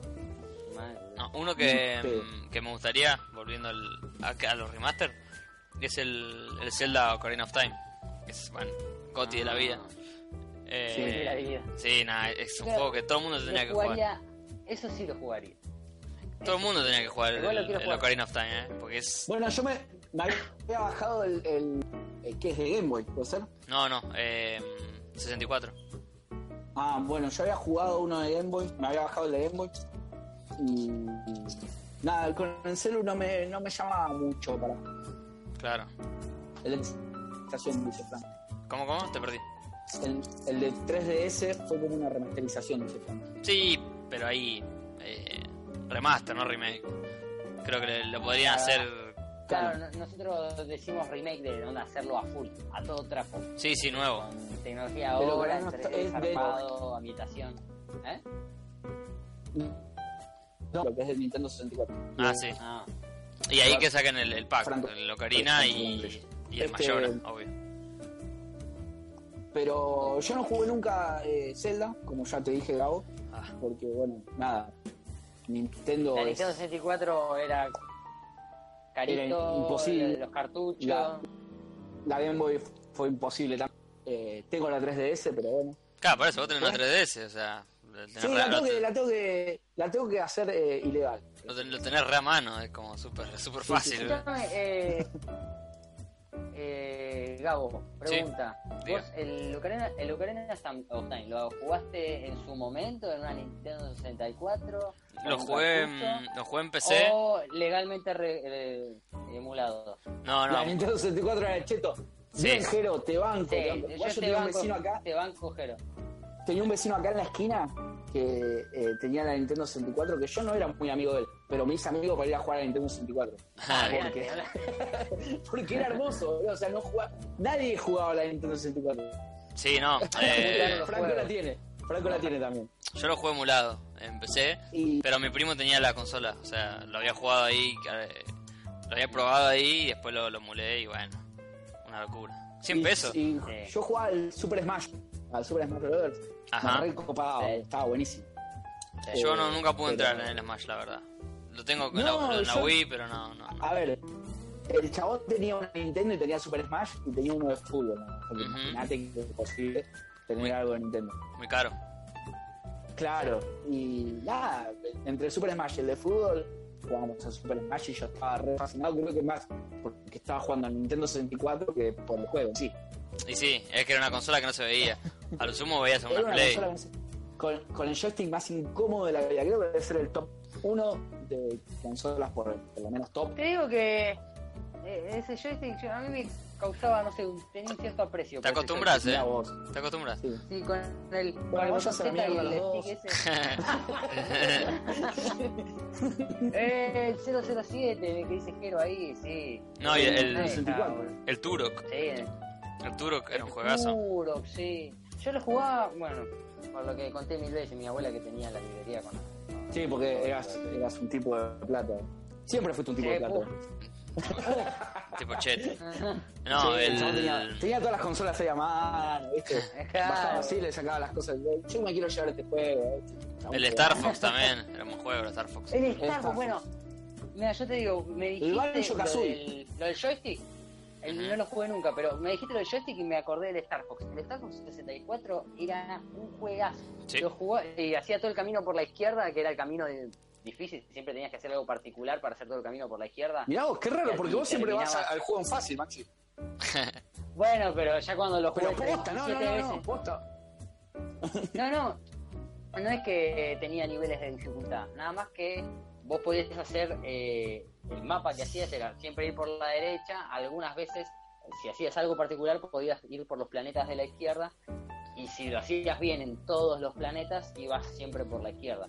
C: Madre.
B: No, uno que, mm,
A: Sí.
B: que me gustaría, volviendo al, a, a los remaster, es el, el Zelda Ocarina of Time. Que es, bueno, Goti de la vida. Eh,
C: Sí, Ah. de la vida.
B: Sí, nada, es un
C: Pero
B: juego que todo el mundo tenía que
C: Lo
B: jugar.
C: jugaría, eso sí lo jugaría.
B: Todo el mundo tenía que jugar el,
C: Igual lo quiero
B: el
C: jugar.
B: Ocarina of Time, ¿eh? Porque es.
A: Bueno, yo me, me había bajado el, el, el que es de Game Boy, ¿puede ser?
B: No, no, eh, 64.
A: Ah, bueno, yo había jugado uno de Game Boy, me había bajado el de Game Boy. Y. Nada, con el celu no me, no me llamaba mucho para.
B: Claro.
A: El de remasterización, dice Fran.
B: ¿Cómo, cómo? Te perdí.
A: El, el de 3DS fue como una remasterización, dice Fran.
B: Sí, pero ahí. eh, remaster, no remake. Creo que le- lo podrían
C: Ah.
B: hacer.
C: Claro, no- nosotros decimos remake de onda hacerlo a full, a todo trapo.
B: Sí, sí, nuevo.
C: Con tecnología
A: Pero
C: ahora,
A: no
C: entre
A: está- es de-
C: zarpado, ambientación. ¿Eh?
A: No, lo que es del Nintendo 64.
B: Ah, sí.
C: Ah,
B: Y ahí que saquen el, el pack,
A: Franco.
B: el Ocarina
A: Franco.
B: y, y el
A: Este-
B: Mayora, obvio.
A: Pero yo no jugué nunca eh, Zelda, como ya te dije, Gabo,
B: Ah.
A: porque bueno, nada. Nintendo
C: la
A: es
C: Nintendo 64 era carito,
A: Era imposible.
C: los cartuchos.
A: La- la Game Boy fue imposible también. Eh, tengo la 3DS, pero bueno.
B: Claro, por eso vos tenés una 3DS, o sea, lo tenés,
A: Sí,
B: re,
A: la
B: lo
A: tengo que,
B: ten-
A: la tengo que, la tengo que hacer eh, ilegal.
B: [LAUGHS] lo ten- lo tenés re a mano, es como súper súper fácil.
C: Escuchame, eh, Eh, Gabo, pregunta.
B: Sí,
C: ¿Vos el Ocarina, el Ocarina of Time lo jugaste en su momento en una Nintendo 64?
B: Lo
C: ¿Con
B: jugué, en-
C: cartucho?
B: lo jugué en PC.
C: ¿O legalmente re- eh, emulado?
B: No,
A: La
B: no.
A: Nintendo 64 era el cheto.
B: Sí.
A: Bien, Jero, te banco.
C: Sí,
A: te banco.
C: yo
A: Igual yo
C: te
A: tenía un
C: banco,
A: vecino acá,
C: te banco, Jero.
A: tenía un vecino acá en la esquina que eh, tenía la Nintendo 64, que yo no era muy amigo de él, pero me hice amigo para ir a jugar a la Nintendo 64.
B: Ah, bien.
A: porque, porque era hermoso, boludo, o sea, no jugaba, nadie jugaba a la Nintendo 64.
B: [LAUGHS] Sí,
A: [LAUGHS]
B: no. eh,
A: Franco
C: juegos.
A: la tiene, Franco la tiene también.
B: yo lo jugué emulado en PC.
A: Y
B: Pero mi primo tenía la consola. O sea, lo había jugado ahí. eh, Lo había probado ahí y después lo, lo emulé y bueno. Una locura. 100
A: y-
B: pesos.
A: y
C: Sí.
A: yo jugaba al Super Smash, al Super Smash Brothers.
B: Ajá.
A: Me recopaba,
C: Sí.
A: estaba buenísimo.
B: Yo no, nunca pude
A: Pero-
B: entrar en el Smash, la verdad. Lo tengo en la,
A: No,
B: en la
A: yo- Ah.
B: Wii, pero no, no. no.
A: A ver, el chabón tenía una Nintendo y tenía Super Smash y tenía uno de fútbol. ¿no? Porque
B: Ujú.
A: Imagínate que es posible tener
B: Muy-
A: algo de Nintendo.
B: Muy caro.
A: Claro, y nada, entre el Super Smash y el de fútbol, jugábamos a Super Smash y yo estaba re fascinado, creo que más porque estaba jugando al Nintendo 64 que por el juego, en sí.
B: Y sí, es que era una consola que no se veía. A lo sumo veías
A: Era
B: una
A: una
B: Play.
A: consola con, con el joystick más incómodo de la vida, creo que debe ser el top 1 de consolas, por, por lo menos top.
C: Te digo que eh, ese joystick yo- a mí me causaba, no sé, un- tenía un cierto aprecio.
B: Te
C: por ese
B: acostumbras, eh.
A: Mirá vos,
B: Te acostumbras.
A: sí.
C: joystick. Sí, con el, con el
A: vamos a hacer mierda
C: botoncito y el
A: los
C: stick ese.
A: [LAUGHS]
C: Eh, el 007, que dice Jero ahí, sí.
B: No, y el-
C: Ahí está,
A: 64.
C: boludo.
B: el Turok.
C: Sí, el-
B: El Turok era un juegazo.
C: Turok, sí. Yo lo jugaba, bueno, por lo que conté mil veces, mi abuela que tenía la librería con... [LAUGHS]
A: Sí, porque eras, eras un tipo de plata. Siempre fuiste un tipo
C: Sí,
A: de plata.
B: Tipo Chet. No,
A: Sí, chabón tenía,
B: el.
A: tenía todas las consolas ahí a mano, ¿viste?
C: Claro.
A: Bajaba así, le sacaba las cosas. Yo me quiero llevar este juego. ¿viste?
B: El Star Fox también. Era un buen juego, el Star Fox.
C: El
A: Star
C: Star
A: Fox.
C: Fox, bueno. Mira, yo te digo, me dijiste lo
A: Banjo-Kazooie.
C: del, lo del joystick. El-
B: Ujú.
C: No lo jugué nunca, pero me dijiste lo del joystick y me acordé del Star Fox. El Star Fox 64 era un juegazo.
B: Sí.
C: Lo jugó y hacía todo el camino por la izquierda, que era el camino de- difícil. Siempre tenías que hacer algo particular para hacer todo el camino por la izquierda.
A: Mirá vos, qué raro, porque
C: Y
A: vos siempre vas
C: terminaba-
A: a- al juego en fácil, Maxi.
C: Bueno, pero ya cuando lo jugué
A: Pero posta, no, no,
C: 37
A: no,
C: veces-
A: no, posta.
C: No, no. No es que eh, tenía niveles de dificultad. Nada más que vos podías hacer eh, el mapa que hacías era siempre ir por la derecha. Algunas veces, si hacías algo particular, podías ir por los planetas de la izquierda. Y si lo hacías bien en todos los planetas, ibas siempre por la izquierda.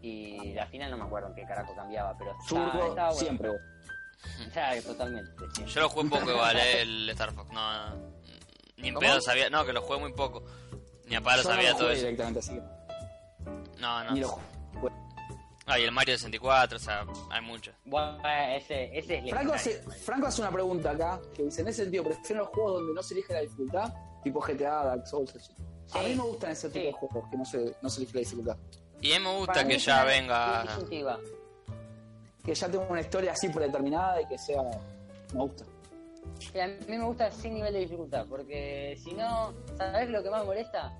C: Y al final no me acuerdo en qué carajo cambiaba, pero estaba,
A: Zurdo,
C: Ah, estaba bueno. [LAUGHS]
A: siempre. vos.
C: Claro, totalmente. sí.
B: Yo lo jugué
A: [LAUGHS]
B: poco igual, eh, el Star Fox. No, no. Ni en
A: ¿Cómo?
B: pedo sabía. No, que lo jugué muy poco. Ni a palo
A: Yo no
B: sabía
A: lo
B: todo
A: jugué
B: eso.
A: directamente así.
B: No,
A: Ni lo
B: no. Ah, y el Mario 64, o sea, hay mucho.
C: Bueno, ese, ese es
A: Franco
C: legendario.
A: hace, Franco hace una pregunta acá que dice: En ese sentido, prefiero los juegos donde no se elige la dificultad, tipo GTA, Dark Souls, etc. A
C: Sí.
A: mí me gustan ese tipo
C: Sí.
A: de juegos que no se, no se elige la dificultad.
B: Y a mí me
C: Para
B: gusta
C: mí
B: que
C: es
B: ya
C: una
B: venga.
C: disyuntiva.
A: Que ya tengo una historia así predeterminada y que sea. Me gusta.
C: Sí, a mí me gusta sin nivel de dificultad, porque si no, ¿sabes lo que más molesta?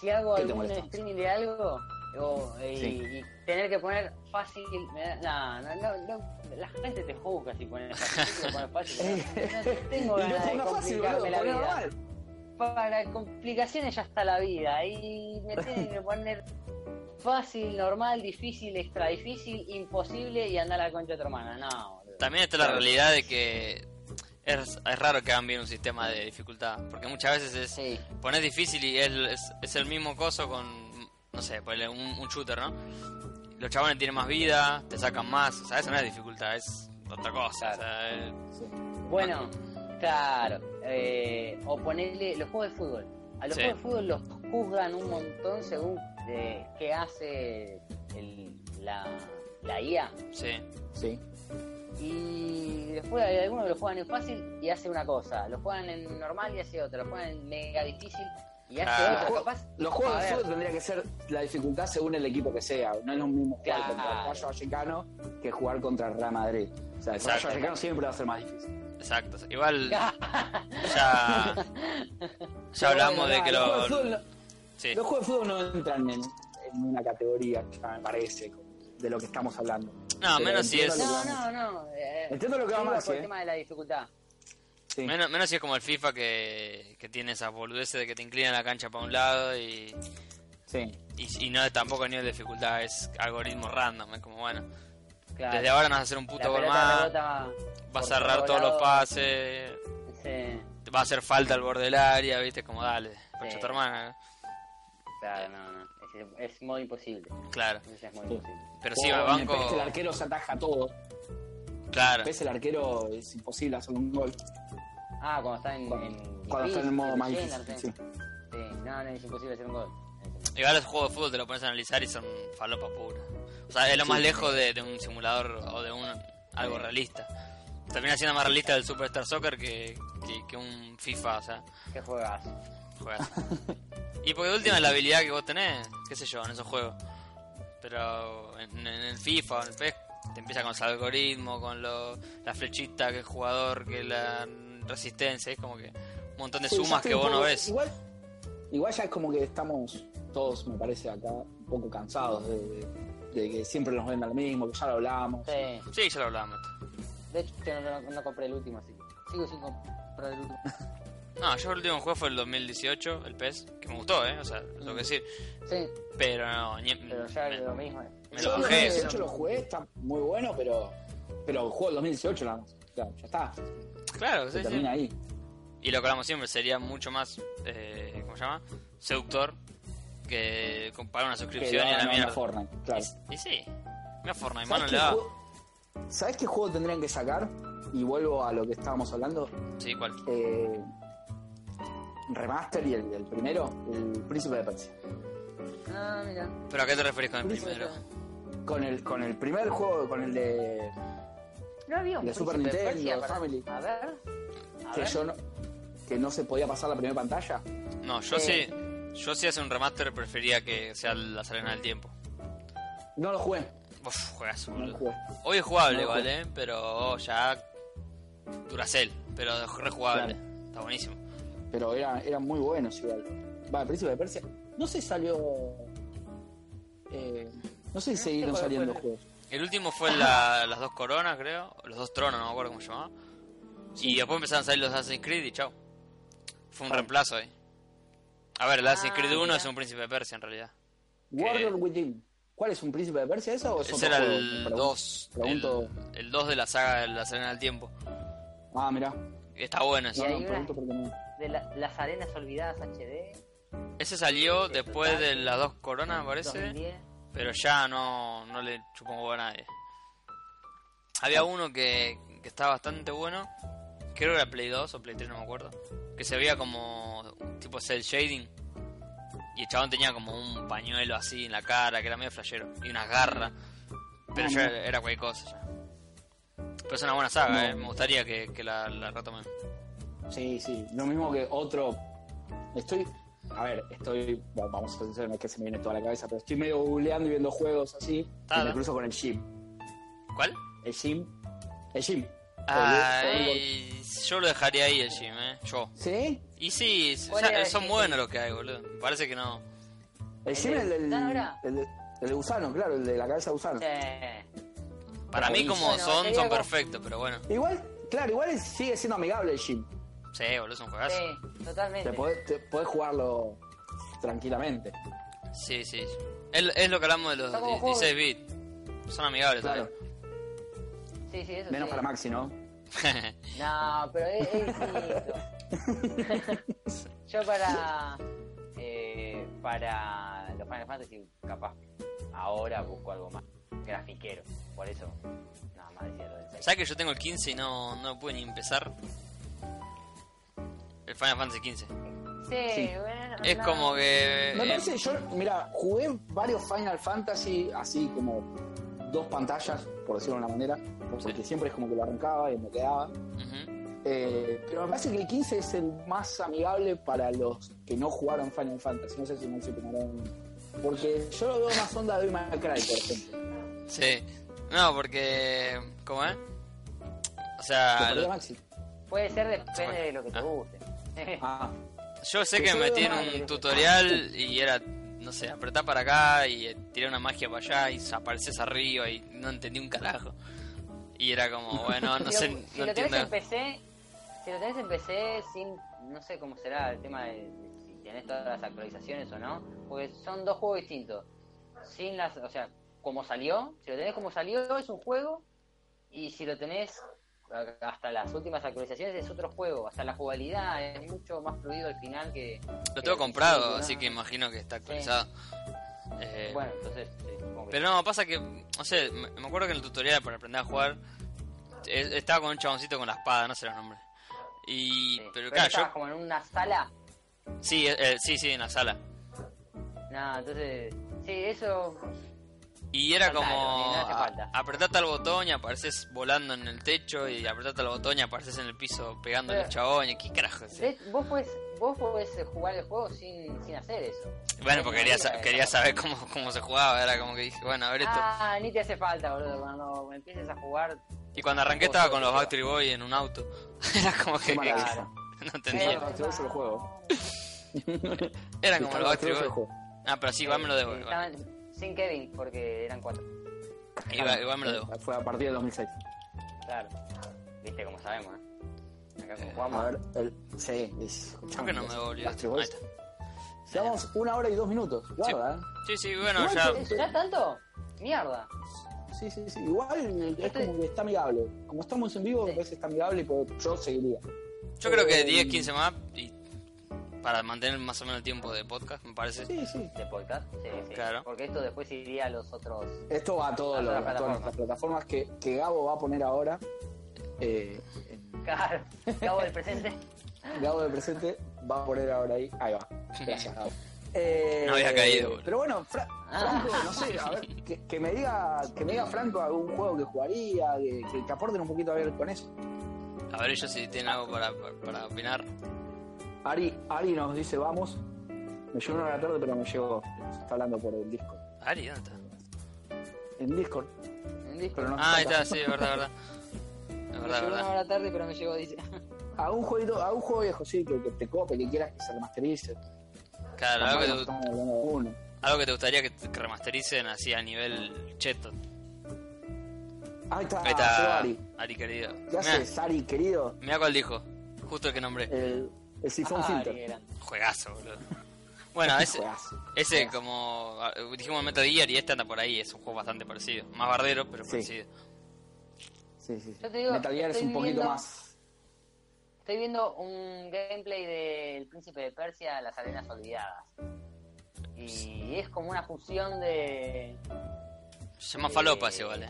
C: Si hago
A: ¿Qué te
C: algún
A: molesta?
C: streaming de algo o- y,
A: Sí.
C: y tener que poner fácil, me da- no, no, no, no, la gente te juzga si pones fácil, si lo pones
A: [LAUGHS]
C: fácil. No, no tengo
A: y no
C: ganas de
A: ponga fácil, boludo,
C: complicarme la
A: ponga
C: vida.
A: normal.
C: Para complicaciones ya está la vida y me tienen
A: [LAUGHS]
C: que poner fácil, normal, difícil, extra difícil, imposible y andar a la concha de tu hermana. No, boludo.
B: También está la realidad de que es, es raro que hagan bien un sistema de dificultad, porque muchas veces es
C: Sí.
B: pones difícil y es, es- es el mismo coso con, no sé, ponele un, un shooter, ¿no? Los chabones tienen más vida, te sacan más, o sea, eso no es dificultad, es otra cosa. o sea, eh, es-
C: Bueno, claro. eh, o ponerle los juegos de fútbol. A los
B: Sí.
C: juegos de fútbol los juzgan un montón según de qué hace el- la, la IA.
B: sí,
A: Sí.
C: Y después hay algunos que lo juegan en fácil y hace una cosa. Lo juegan en normal y hace otra. Lo juegan en mega difícil y hace
B: Ah.
A: Los,
C: otra.
A: juegos-
C: Capaz,
A: los juegos
C: a
A: de
C: ver,
A: fútbol tendría que ser la dificultad según el equipo que sea. No es lo mismo jugar
C: Claro.
A: contra el Rayo Vallecano que jugar contra el Real Madrid. O sea, el Rayo
B: Exacto.
A: Vallecano siempre va a ser más difícil.
B: exacto.
C: [LAUGHS]
B: Igual ya, ya hablamos de que
A: Los
B: lo... eh.
A: juegos de fútbol no,
B: Sí,
A: los juegos de fútbol no entran en, en una categoría, ya me parece, de lo que estamos hablando.
B: no,
A: Pero
B: menos si
A: entiendo
B: es...
A: lo que
C: No, no, no. eh,
A: Entiendo lo que va
C: yo iba
A: Maxi,
C: por el
A: eh.
C: tema de la dificultad.
A: Sí.
B: Menos, menos si es como el FIFA que, que tiene esas boludeces de que te inclina la cancha para un lado y,
A: Sí.
B: y, y no tampoco a nivel de dificultad, es algoritmo random, es como bueno,
C: Claro.
B: desde ahora nos vas a hacer un
C: La
B: puto gol
C: pelota
B: más,
C: rebota por
B: vas a cerrar todos los
C: lado.
B: pases,
C: Sí.
B: te va a hacer falta al borde del área, viste, como dale, concha
C: Sí.
B: tu hermana,
C: Claro, no, no. Es, es modo imposible.
B: claro.
C: Ese es modo
A: Sí.
C: imposible.
B: Pero sí,
A: O
B: me
A: en el PES el
B: banco,
A: arquero se ataja todo.
B: claro,
A: Pese el arquero es imposible hacer un gol
C: Ah, cuando está en.
A: cuando,
C: en
A: cuando está en el modo más
C: difícil,
A: difícil.
C: sí.
A: Sí.
C: Sí, No, no, es imposible hacer un gol.
B: igual los juegos de fútbol te lo pones a analizar y son falopa pura, o sea, es lo más
A: Sí.
B: lejos de, de un simulador o de un algo realista. Termina siendo más realista el Superstar Soccer que, que, que un FIFA, o sea.
C: ¿Qué juegas?
A: [LAUGHS]
B: Juegazo. y porque de última es la habilidad que vos tenés, qué sé yo, en esos juegos. Pero en, en el FIFA o en el PES te empieza con los algoritmos, con lo- la flechita, que el jugador, que la resistencia, es como que un montón de
A: Sí, Pues ya
B: sumas
A: estoy
B: que
A: un
B: vos no
A: poco-
B: ves.
A: Igual, igual ya es como que estamos todos, me parece, acá un poco cansados de, de- de que siempre nos vendan lo mismo, que ya lo hablamos.
C: Sí.
B: Sí, ya lo hablábamos.
C: De hecho, yo no, no- no compré el último, así que sigo sin comprar el último.
B: No, yo el último juego fue el 2018, el PES, que me gustó, ¿eh? O sea,
A: Mm.
B: lo tengo que decir.
C: Sí,
B: Pero no, ni-
C: pero ya
B: me-
C: es lo mismo. eh.
B: me
A: Yo
B: lo
A: el
B: bajé.
A: 2018 lo jugué, está muy bueno, pero, pero juego el 2018 nada más. Claro, ya está,
B: Claro,
A: se
B: sí, sí.
A: termina ahí.
B: y lo que hablamos siempre, sería mucho más, eh, ¿cómo se llama? Seductor que comprar una
A: Que
B: suscripción
A: lo
B: y a la
A: hagan a
B: mierda.
A: Fortnite, claro.
B: Y, y sí, mira Fortnite, mano,
A: ¿Sabes
B: le
A: qué,
B: da.
A: juego, ¿Sabés qué juego tendrían que sacar? Y vuelvo a lo que estábamos hablando.
B: Sí, cual.
A: eh, remaster y el, el primero, el Príncipe de Persia.
C: Ah, mira.
B: ¿Pero a qué te referís con el
A: Príncipe
B: primero?
A: Con el, con el primer juego, con el de.
C: No había un
A: De Super
C: príncipe
A: Nintendo,
C: Persia para-
A: Family.
C: A ver. A
A: Que
C: ver.
A: yo no. Que no se podía pasar la primera pantalla.
B: No, yo sí.
C: Sí.
A: Eh.
B: Yo sí hace un remaster prefería que sea la arena del tiempo.
A: No lo jugué.
B: Uf, juegas
A: No lo jugué.
B: Hoy es jugable,
A: No lo
B: igual, ¿eh? Pero ya. Duracell, pero es rejugable. Está buenísimo.
A: Pero era, eran muy buenos igual. Va, el Príncipe de Persia. No sé si salió. eh, no sé si
C: sé
A: seguiron
C: cuál fue
A: saliendo
C: el-
A: juegos.
B: El último fue la- las dos coronas, creo. o Los dos tronos, no me acuerdo cómo se llamaba. Y después empezaron a salir los Assassin's Creed y chao. Fue un reemplazo ahí. A ver, el Assassin's
C: Ah,
B: Creed 1
C: mirá.
B: es un príncipe de Persia en realidad.
A: Warrior Within. ¿Cuál es un príncipe de Persia eso o es
B: Ese
A: otro
B: era
A: juego?
B: el
A: Me pregunto.
B: 2.
A: pregunto-
B: el- El 2 de la saga de la Serena del Tiempo.
A: Ah, mirá.
B: Está bueno
C: Y
B: ese.
A: No,
C: ahí
A: no,
C: una-
A: pregunto porque no.
C: De la- las arenas olvidadas HD.
B: Ese salió después de las dos coronas, me parece.
C: 2010.
B: Pero ya no, no le chupó a nadie. Había uno que, que estaba bastante bueno. Creo que era Play 2 o Play 3, no me acuerdo. Que se veía como tipo cel shading. Y el chabón tenía como un pañuelo así en la cara, que era medio flashero. Y unas garras. Pero ya era cualquier cosa. ya. Pero es una buena saga,
A: No.
B: eh. Me gustaría que, que la, la retomen.
A: Sí, sí, lo mismo que otro. Estoy, a ver, estoy, bueno, vamos a ser sinceros, no es que se me viene toda la cabeza, pero estoy medio googleando y viendo juegos así,
B: Claro.
A: y me cruzo con el gym.
B: ¿Cuál?
A: El gym, el gym.
B: Ay, Ah, yo lo dejaría ahí el gym, eh. Yo.
A: ¿Sí?
B: Y sí, o
C: ¿Cuál
B: sea,
C: era el
B: son
C: gym?
B: buenos los que hay, boludo. Me Parece que no.
A: El gym
C: de
A: es el, del-
C: gusano era?
A: el de- el de gusano, claro, el de la cabeza de gusano. Ah.
C: Sí.
B: Para mí, como
C: Bueno,
B: son,
C: sería
B: son
C: como-
B: perfectos, pero bueno.
A: Igual, claro, igual es- sigue siendo amigable el gym.
B: Sí, boludo, son juegazos.
C: Sí,
A: Te
C: totalmente.
A: podés, te podés jugarlo tranquilamente.
B: Sí, sí. Es, es lo que hablamos de los
C: Está como
B: 16 bits. Son amigables
A: Claro,
C: Sí, sí, eso
A: menos
C: sí.
A: para Maxi, ¿no?
B: también.
C: No, pero es, es distinto. Yo para. eh, para los Final Fantasy, capaz. Ahora busco algo más grafiquero. Por eso, nada más decía lo del seis.
B: [LAUGHS] ¿Sabes que yo tengo el 15 y no, no pude ni empezar? El Final Fantasy 15.
C: Sí,
A: Sí.
C: bueno.
B: Es
C: no.
B: como que.
A: Me
B: eh,
A: parece, yo, mira, jugué varios Final Fantasy, así como dos pantallas, por decirlo de una manera, porque
B: Sí.
A: siempre es como que lo arrancaba y me quedaba.
B: ujú.
A: Eh, pero me parece que el 15 es el más amigable para los que no jugaron Final Fantasy. No sé si no se tomaron. Porque yo lo veo más onda de May Cry, por ejemplo.
B: Sí. No, porque. ¿Cómo es? O
A: ¿Te
B: sea,
A: acordás,
B: Ah, lo-
A: Maxi?
C: Puede ser, depende de lo que te
B: Ah.
C: guste.
A: Ah,
B: Yo sé que
A: Yo
B: me metí
A: veo
B: en
A: mal,
B: un
A: creo.
B: tutorial y era, no sé, apretá para acá y eh, tiré una magia para allá y apareces arriba y
C: [LAUGHS]
B: no entendí un carajo. Y era como, bueno, no
C: Si lo-
B: sé,
C: si
B: no
C: lo tenés
B: entiendo.
C: en PC, Si lo tenés en PC, sin, no sé cómo será el tema de si tenés todas las actualizaciones o no, porque son dos juegos distintos. Sin las, o sea, como salió, si lo tenés como salió, es un juego, y si lo tenés hasta las últimas actualizaciones es otro juego, hasta la jugabilidad es mucho más fluido al final que...
B: Lo
C: eh,
B: tengo comprado, así que imagino que está actualizado. Eh,
C: Bueno, entonces... sí, supongo que-
B: Pero no, pasa que, no sé, me me acuerdo que en el tutorial para aprender a jugar eh, estaba con un chaboncito con la espada, no sé los nombres. Y,
C: sí.
B: pero
C: él
B: claro,
C: estaba
B: yo,
C: como en una sala
B: sí, eh, eh, sí, sí, en la sala.
C: No, entonces, sí, eso.
B: Y era
C: Claro,
B: como
C: ni nada hace falta.
B: a- apretate al botón y apareces volando en el techo y apretate al botón y apareces en el piso pegando al
C: Pero-
B: chabón y qué carajo. es eso?
C: ¿ves? Vos podés, vos podés eh, jugar el juego sin, sin hacer eso. Ah,
B: Bueno, porque quería, sa-
C: Era-
B: quería saber cómo, cómo se jugaba, era como que dije, bueno, a ver esto.
C: Ah, ni te hace falta, boludo. Cuando empieces a jugar.
B: Y cuando arranqué estaba con los Backstreet Boys en un auto. [LAUGHS] Era como que
A: Qué maravilla.
B: no entendía.
A: Claro. el juego.
B: Eran como los
A: Backstreet
B: Backstreet
A: Boys
B: Boys. Ah, pero sí, igual me lo debo.
C: eh,
B: Igual,
C: estaban sin Kevin, porque eran cuatro.
B: Igual- igual me lo debo.
A: Eh, Fue a partir del 2006.
C: Claro. Viste, como sabemos, ¿eh? Acá como
A: A
C: jugamos.
A: ver, el... sí, es...
B: Creo que no me volvió.
A: Backstreet
B: Ahí
A: Boys.
B: está.
A: Llevamos una hora y dos minutos. Guarda, ¿eh?
B: Sí, sí, bueno,
A: Igual
B: ya.
A: que-
C: ¿Será tanto? Mierda.
A: Sí, sí, sí. Igual eh, es
C: Este-
A: como que está amigable. Como estamos en vivo,
C: Sí.
A: a veces está amigable y puedo- yo seguiría.
B: Yo creo que 10, 15 más y para mantener más o menos el tiempo de podcast, me parece.
A: Sí, sí.
C: De podcast. Sí, sí.
B: Claro.
C: Porque esto después iría a los otros. [LAUGHS]
A: Esto va a, todo
C: A
A: lo-
C: todas
A: a todas nuestras plataformas que, que Gabo va a poner ahora. Eh, en-
C: Claro. Cabo
B: [LAUGHS]
C: del presente.
A: Gabo de presente va a poner ahora ahí. Ahí va. Gracias, Gabo. Eh,
B: [LAUGHS] No había caído, boludo. Ah.
A: Pero bueno, Fra- Franco, no sé, a ver, que, que me diga, que me diga Franco algún juego que jugaría, que, que, que aporten un poquito a ver con eso.
B: A ver ellos si tienen algo para, para, para opinar.
A: Ari, Ari nos dice, vamos. Me llegó una hora tarde, pero me llegó. Está hablando por el Discord.
B: Ari, ¿dónde está?
A: En Discord,
C: Un disco.
A: pero no
B: Ah, ahí
A: falta.
B: está, sí, es verdad, verdad. Es
C: Me
B: verdad,
C: llegó una
B: verdad.
C: hora tarde, pero me llegó, dice.
A: A un jueguito, a un juego viejo, sí, que, que te cope, que quieras que se remasterice.
B: Claro,
A: Tampoco
B: algo que,
A: nos
B: te,
A: estamos hablando de uno.
B: algo que te gustaría que, que remastericen así a nivel cheto.
A: Ah, Ahí está,
B: Ahí está,
A: Ari.
B: Ari, querido.
A: ¿Qué haces, Eh. Ari, querido?
B: Mira cuál dijo, justo el que nombré.
A: El, el sifón
C: [LAUGHS] Ah,
A: filter.
C: qué grande.
B: Juegazo, boludo.
A: [LAUGHS]
B: Bueno, ese,
A: Juegazo.
B: ese como ah, dijimos Metal Gear y este anda por ahí, es un juego bastante parecido. Más bardero, pero
A: Sí.
B: parecido.
A: Sí, sí, sí.
C: Yo te digo,
A: Metal Gear es
C: estoy
A: un poquito
C: viendo-
A: más.
C: Estoy viendo un gameplay del Príncipe de Persia, Las Arenas Olvidadas. Y es como una fusión de.
B: Se llama
C: Eh,
B: Falopa ese, ¿vale?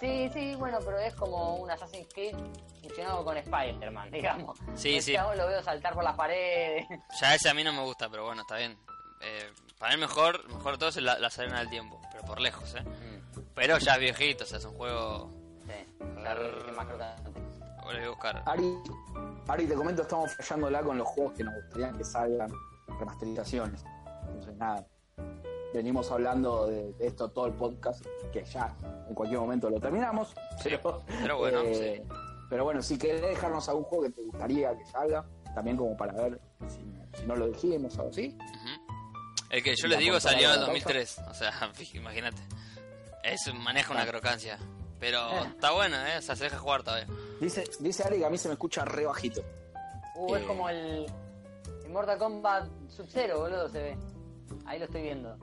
C: Sí, sí, bueno, pero es como un Assassin's Creed fusionado con Spider-Man, [LAUGHS] digamos.
B: Sí,
C: El
B: sí.
C: chabón lo veo saltar por las paredes.
B: Ya ese a mí no me gusta, pero bueno, está bien. Eh, para mí mejor, mejor de todo es la, la Arena del Tiempo, pero por lejos, ¿eh?
C: Mm,
B: Pero ya es viejito, o sea, es un juego...
C: sí, ya lo dije más crocante.
B: Ahora voy a buscar.
A: Ari, Ari, te comento, estamos fallándola con los juegos que nos gustaría que salgan remasterizaciones. Entonces, nada. Venimos hablando de de esto todo el podcast, que ya en cualquier momento lo terminamos.
B: Sí,
A: Pero,
B: pero bueno,
A: eh, Pero bueno, si querés dejarnos algún juego que te gustaría que salga, también como para ver si, si no lo dijimos o algo así.
B: Ujú. El que yo
A: ¿Y
B: les
A: la
B: digo
A: portada
B: salió en
A: de
B: el
A: la
B: 2003, o sea, [LAUGHS] imagínate. Es maneja una
A: Ah.
B: crocancia, pero está bueno, ¿eh? O sea, se deja jugar todavía.
A: Dice, dice Ari que a mí se me escucha re bajito.
C: Uh, es
B: Eh.
C: como el. el Mortal Kombat Sub-Zero, boludo, se ve. Ahí lo estoy viendo.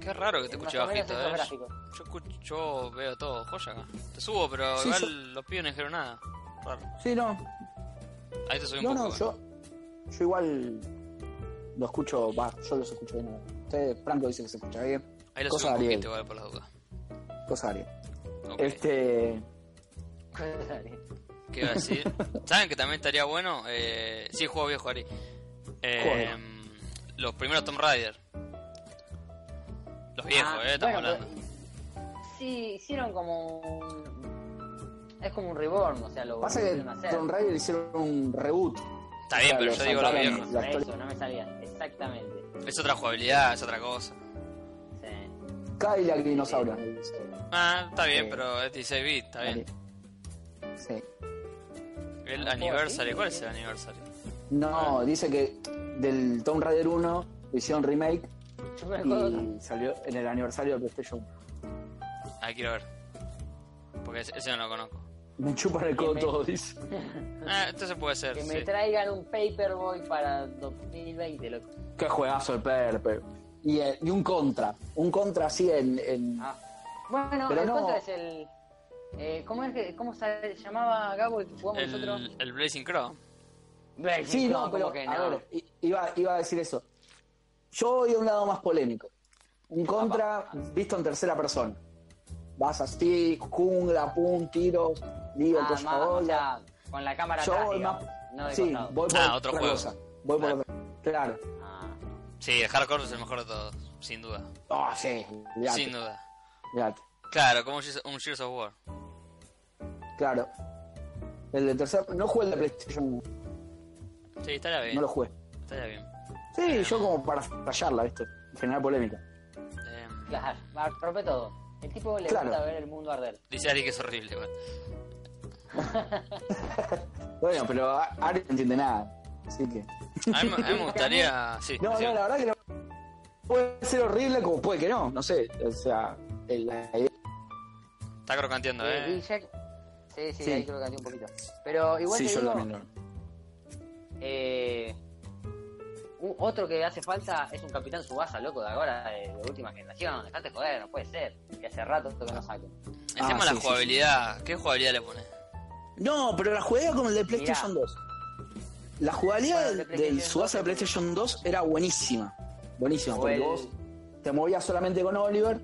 B: Qué raro que te
C: Más
B: escuche
C: o menos
B: bajito,
C: esos
B: ¿eh?
C: gráficos. [LAUGHS]
B: Yo, escucho- yo veo todo, joya acá. Te subo, pero
A: Sí,
B: igual
A: yo-
B: los pibes no dijeron nada. Raro.
A: Sí, no,
B: Ahí te subí un
A: No, no,
B: poco. igual.
A: yo, yo igual lo escucho, va, yo los escucho bien. Ustedes, Franco dice que se escucha bien,
B: Ahí lo subí
A: cosa
B: un
A: de
B: poquito
A: Ariel.
B: igual por las dudas.
A: cosa de Ariel.
B: Ok.
A: Este,
B: ¿Qué iba a decir?
C: [LAUGHS]
B: ¿Saben que también estaría bueno? Eh, sí, juego viejo, Ari. Eh,
A: Juego
B: los primeros Tomb Raider. Los viejos,
C: Ah,
B: ¿eh? Estamos
C: bueno,
B: hablando.
C: pero Sí, hicieron como un... Es como un reborn, o sea, lo
A: pasa que
C: volvieron a hacer.
A: Tomb Raider hicieron un reboot.
B: Está
A: o
B: bien,
A: sea,
B: pero
A: los
B: yo digo los
A: saltaron
B: viejos.
A: la
C: Eso,
A: historia.
C: no me salía. Exactamente.
B: Es otra jugabilidad, es otra cosa.
C: Sí.
A: Cadillac y Dinosaurio.
B: Ah, está bien,
A: Sí.
B: pero es 16 bits, está bien.
A: Sí.
B: El
C: Ah,
B: aniversario,
C: sí,
B: ¿cuál
C: sí.
B: es el aniversario?
A: No, dice que del Tomb Raider 1 hicieron remake
C: Yo me acuerdo
A: y salió en el aniversario de PlayStation.
B: Ah, quiero ver. Porque ese, ese no lo conozco.
A: Me chupan el
C: Que
A: codo
C: me-
A: todo, dice.
B: Ah, entonces puede ser.
C: Que
B: sí.
C: me traigan un Paperboy para 2020, loco.
A: Qué juegazo el PRP. Y, eh, y un contra. Un contra así en. en-
C: Ah. Bueno,
A: Pero
C: el
A: no-
C: contra es el. eh, ¿Cómo es que cómo se llamaba Gabo el que jugamos nosotros?
B: El, el Blazing Crow.
A: sí, no,
C: como Ah,
A: pero. a ver, i- iba, iba a decir eso. Yo voy a un lado más polémico. Un contra visto en tercera persona. Vas así, jungla, pum, tiros, lío,
C: Ah,
A: cosa
C: más, o
A: bola.
C: sea, con la cámara
A: Yo
C: atrás,
A: voy
C: digamos,
A: más.
C: no de
A: sí,
C: costado.
A: voy por
B: Ah, otro
A: otra
B: juego.
A: cosa. Voy por
B: Ah.
A: otra- Claro.
C: Ah,
B: Sí, el hardcore es el mejor de todos, sin duda.
A: Ah, sí. mirate,
B: Sin duda.
A: mirate.
B: Claro, como un Gears- un Gears of War.
A: Claro. El de tercera. No jugué el de PlayStation,
B: Sí, estaría bien.
A: no lo jugué.
B: Estaría bien.
A: Sí, yo como para fallarla, ¿viste? Generar polémica.
B: Eh,
C: claro, va, rompe todo. El tipo le
A: Claro.
C: gusta ver el mundo arder.
B: dice Ari que es horrible. bueno.
A: Bueno, pero a- Ari no entiende nada. Así que.
B: A mí, me- a mí me gustaría. Sí,
A: No,
B: sí.
A: no, la verdad que no. Puede ser horrible como puede que no. No sé. O sea, el- la idea.
B: está crocanteando,
C: Eh, y
B: eh.
C: ya- Sí, sí,
A: Sí.
C: ahí creo que cambié un poquito. Pero igual
A: Sí,
C: te
A: yo
C: digo,
A: también no.
C: eh, u- otro que hace falta es un Capitán Subasa, loco, de ahora, de, de última generación. Dejate joder, no puede ser. Que hace rato esto que no saco.
B: Encima
A: Ah,
B: la
A: sí, sí,
B: jugabilidad. ¿Qué jugabilidad le pone?
A: No, pero la jugabilidad como el de PlayStation 2. La jugabilidad
C: Bueno, el de
A: del-
C: PlayStation
A: del Subasa de
C: 2 es-
A: PlayStation 2 era buenísima. Buenísima,
C: O
A: porque
C: el-
A: vos te movías solamente con Oliver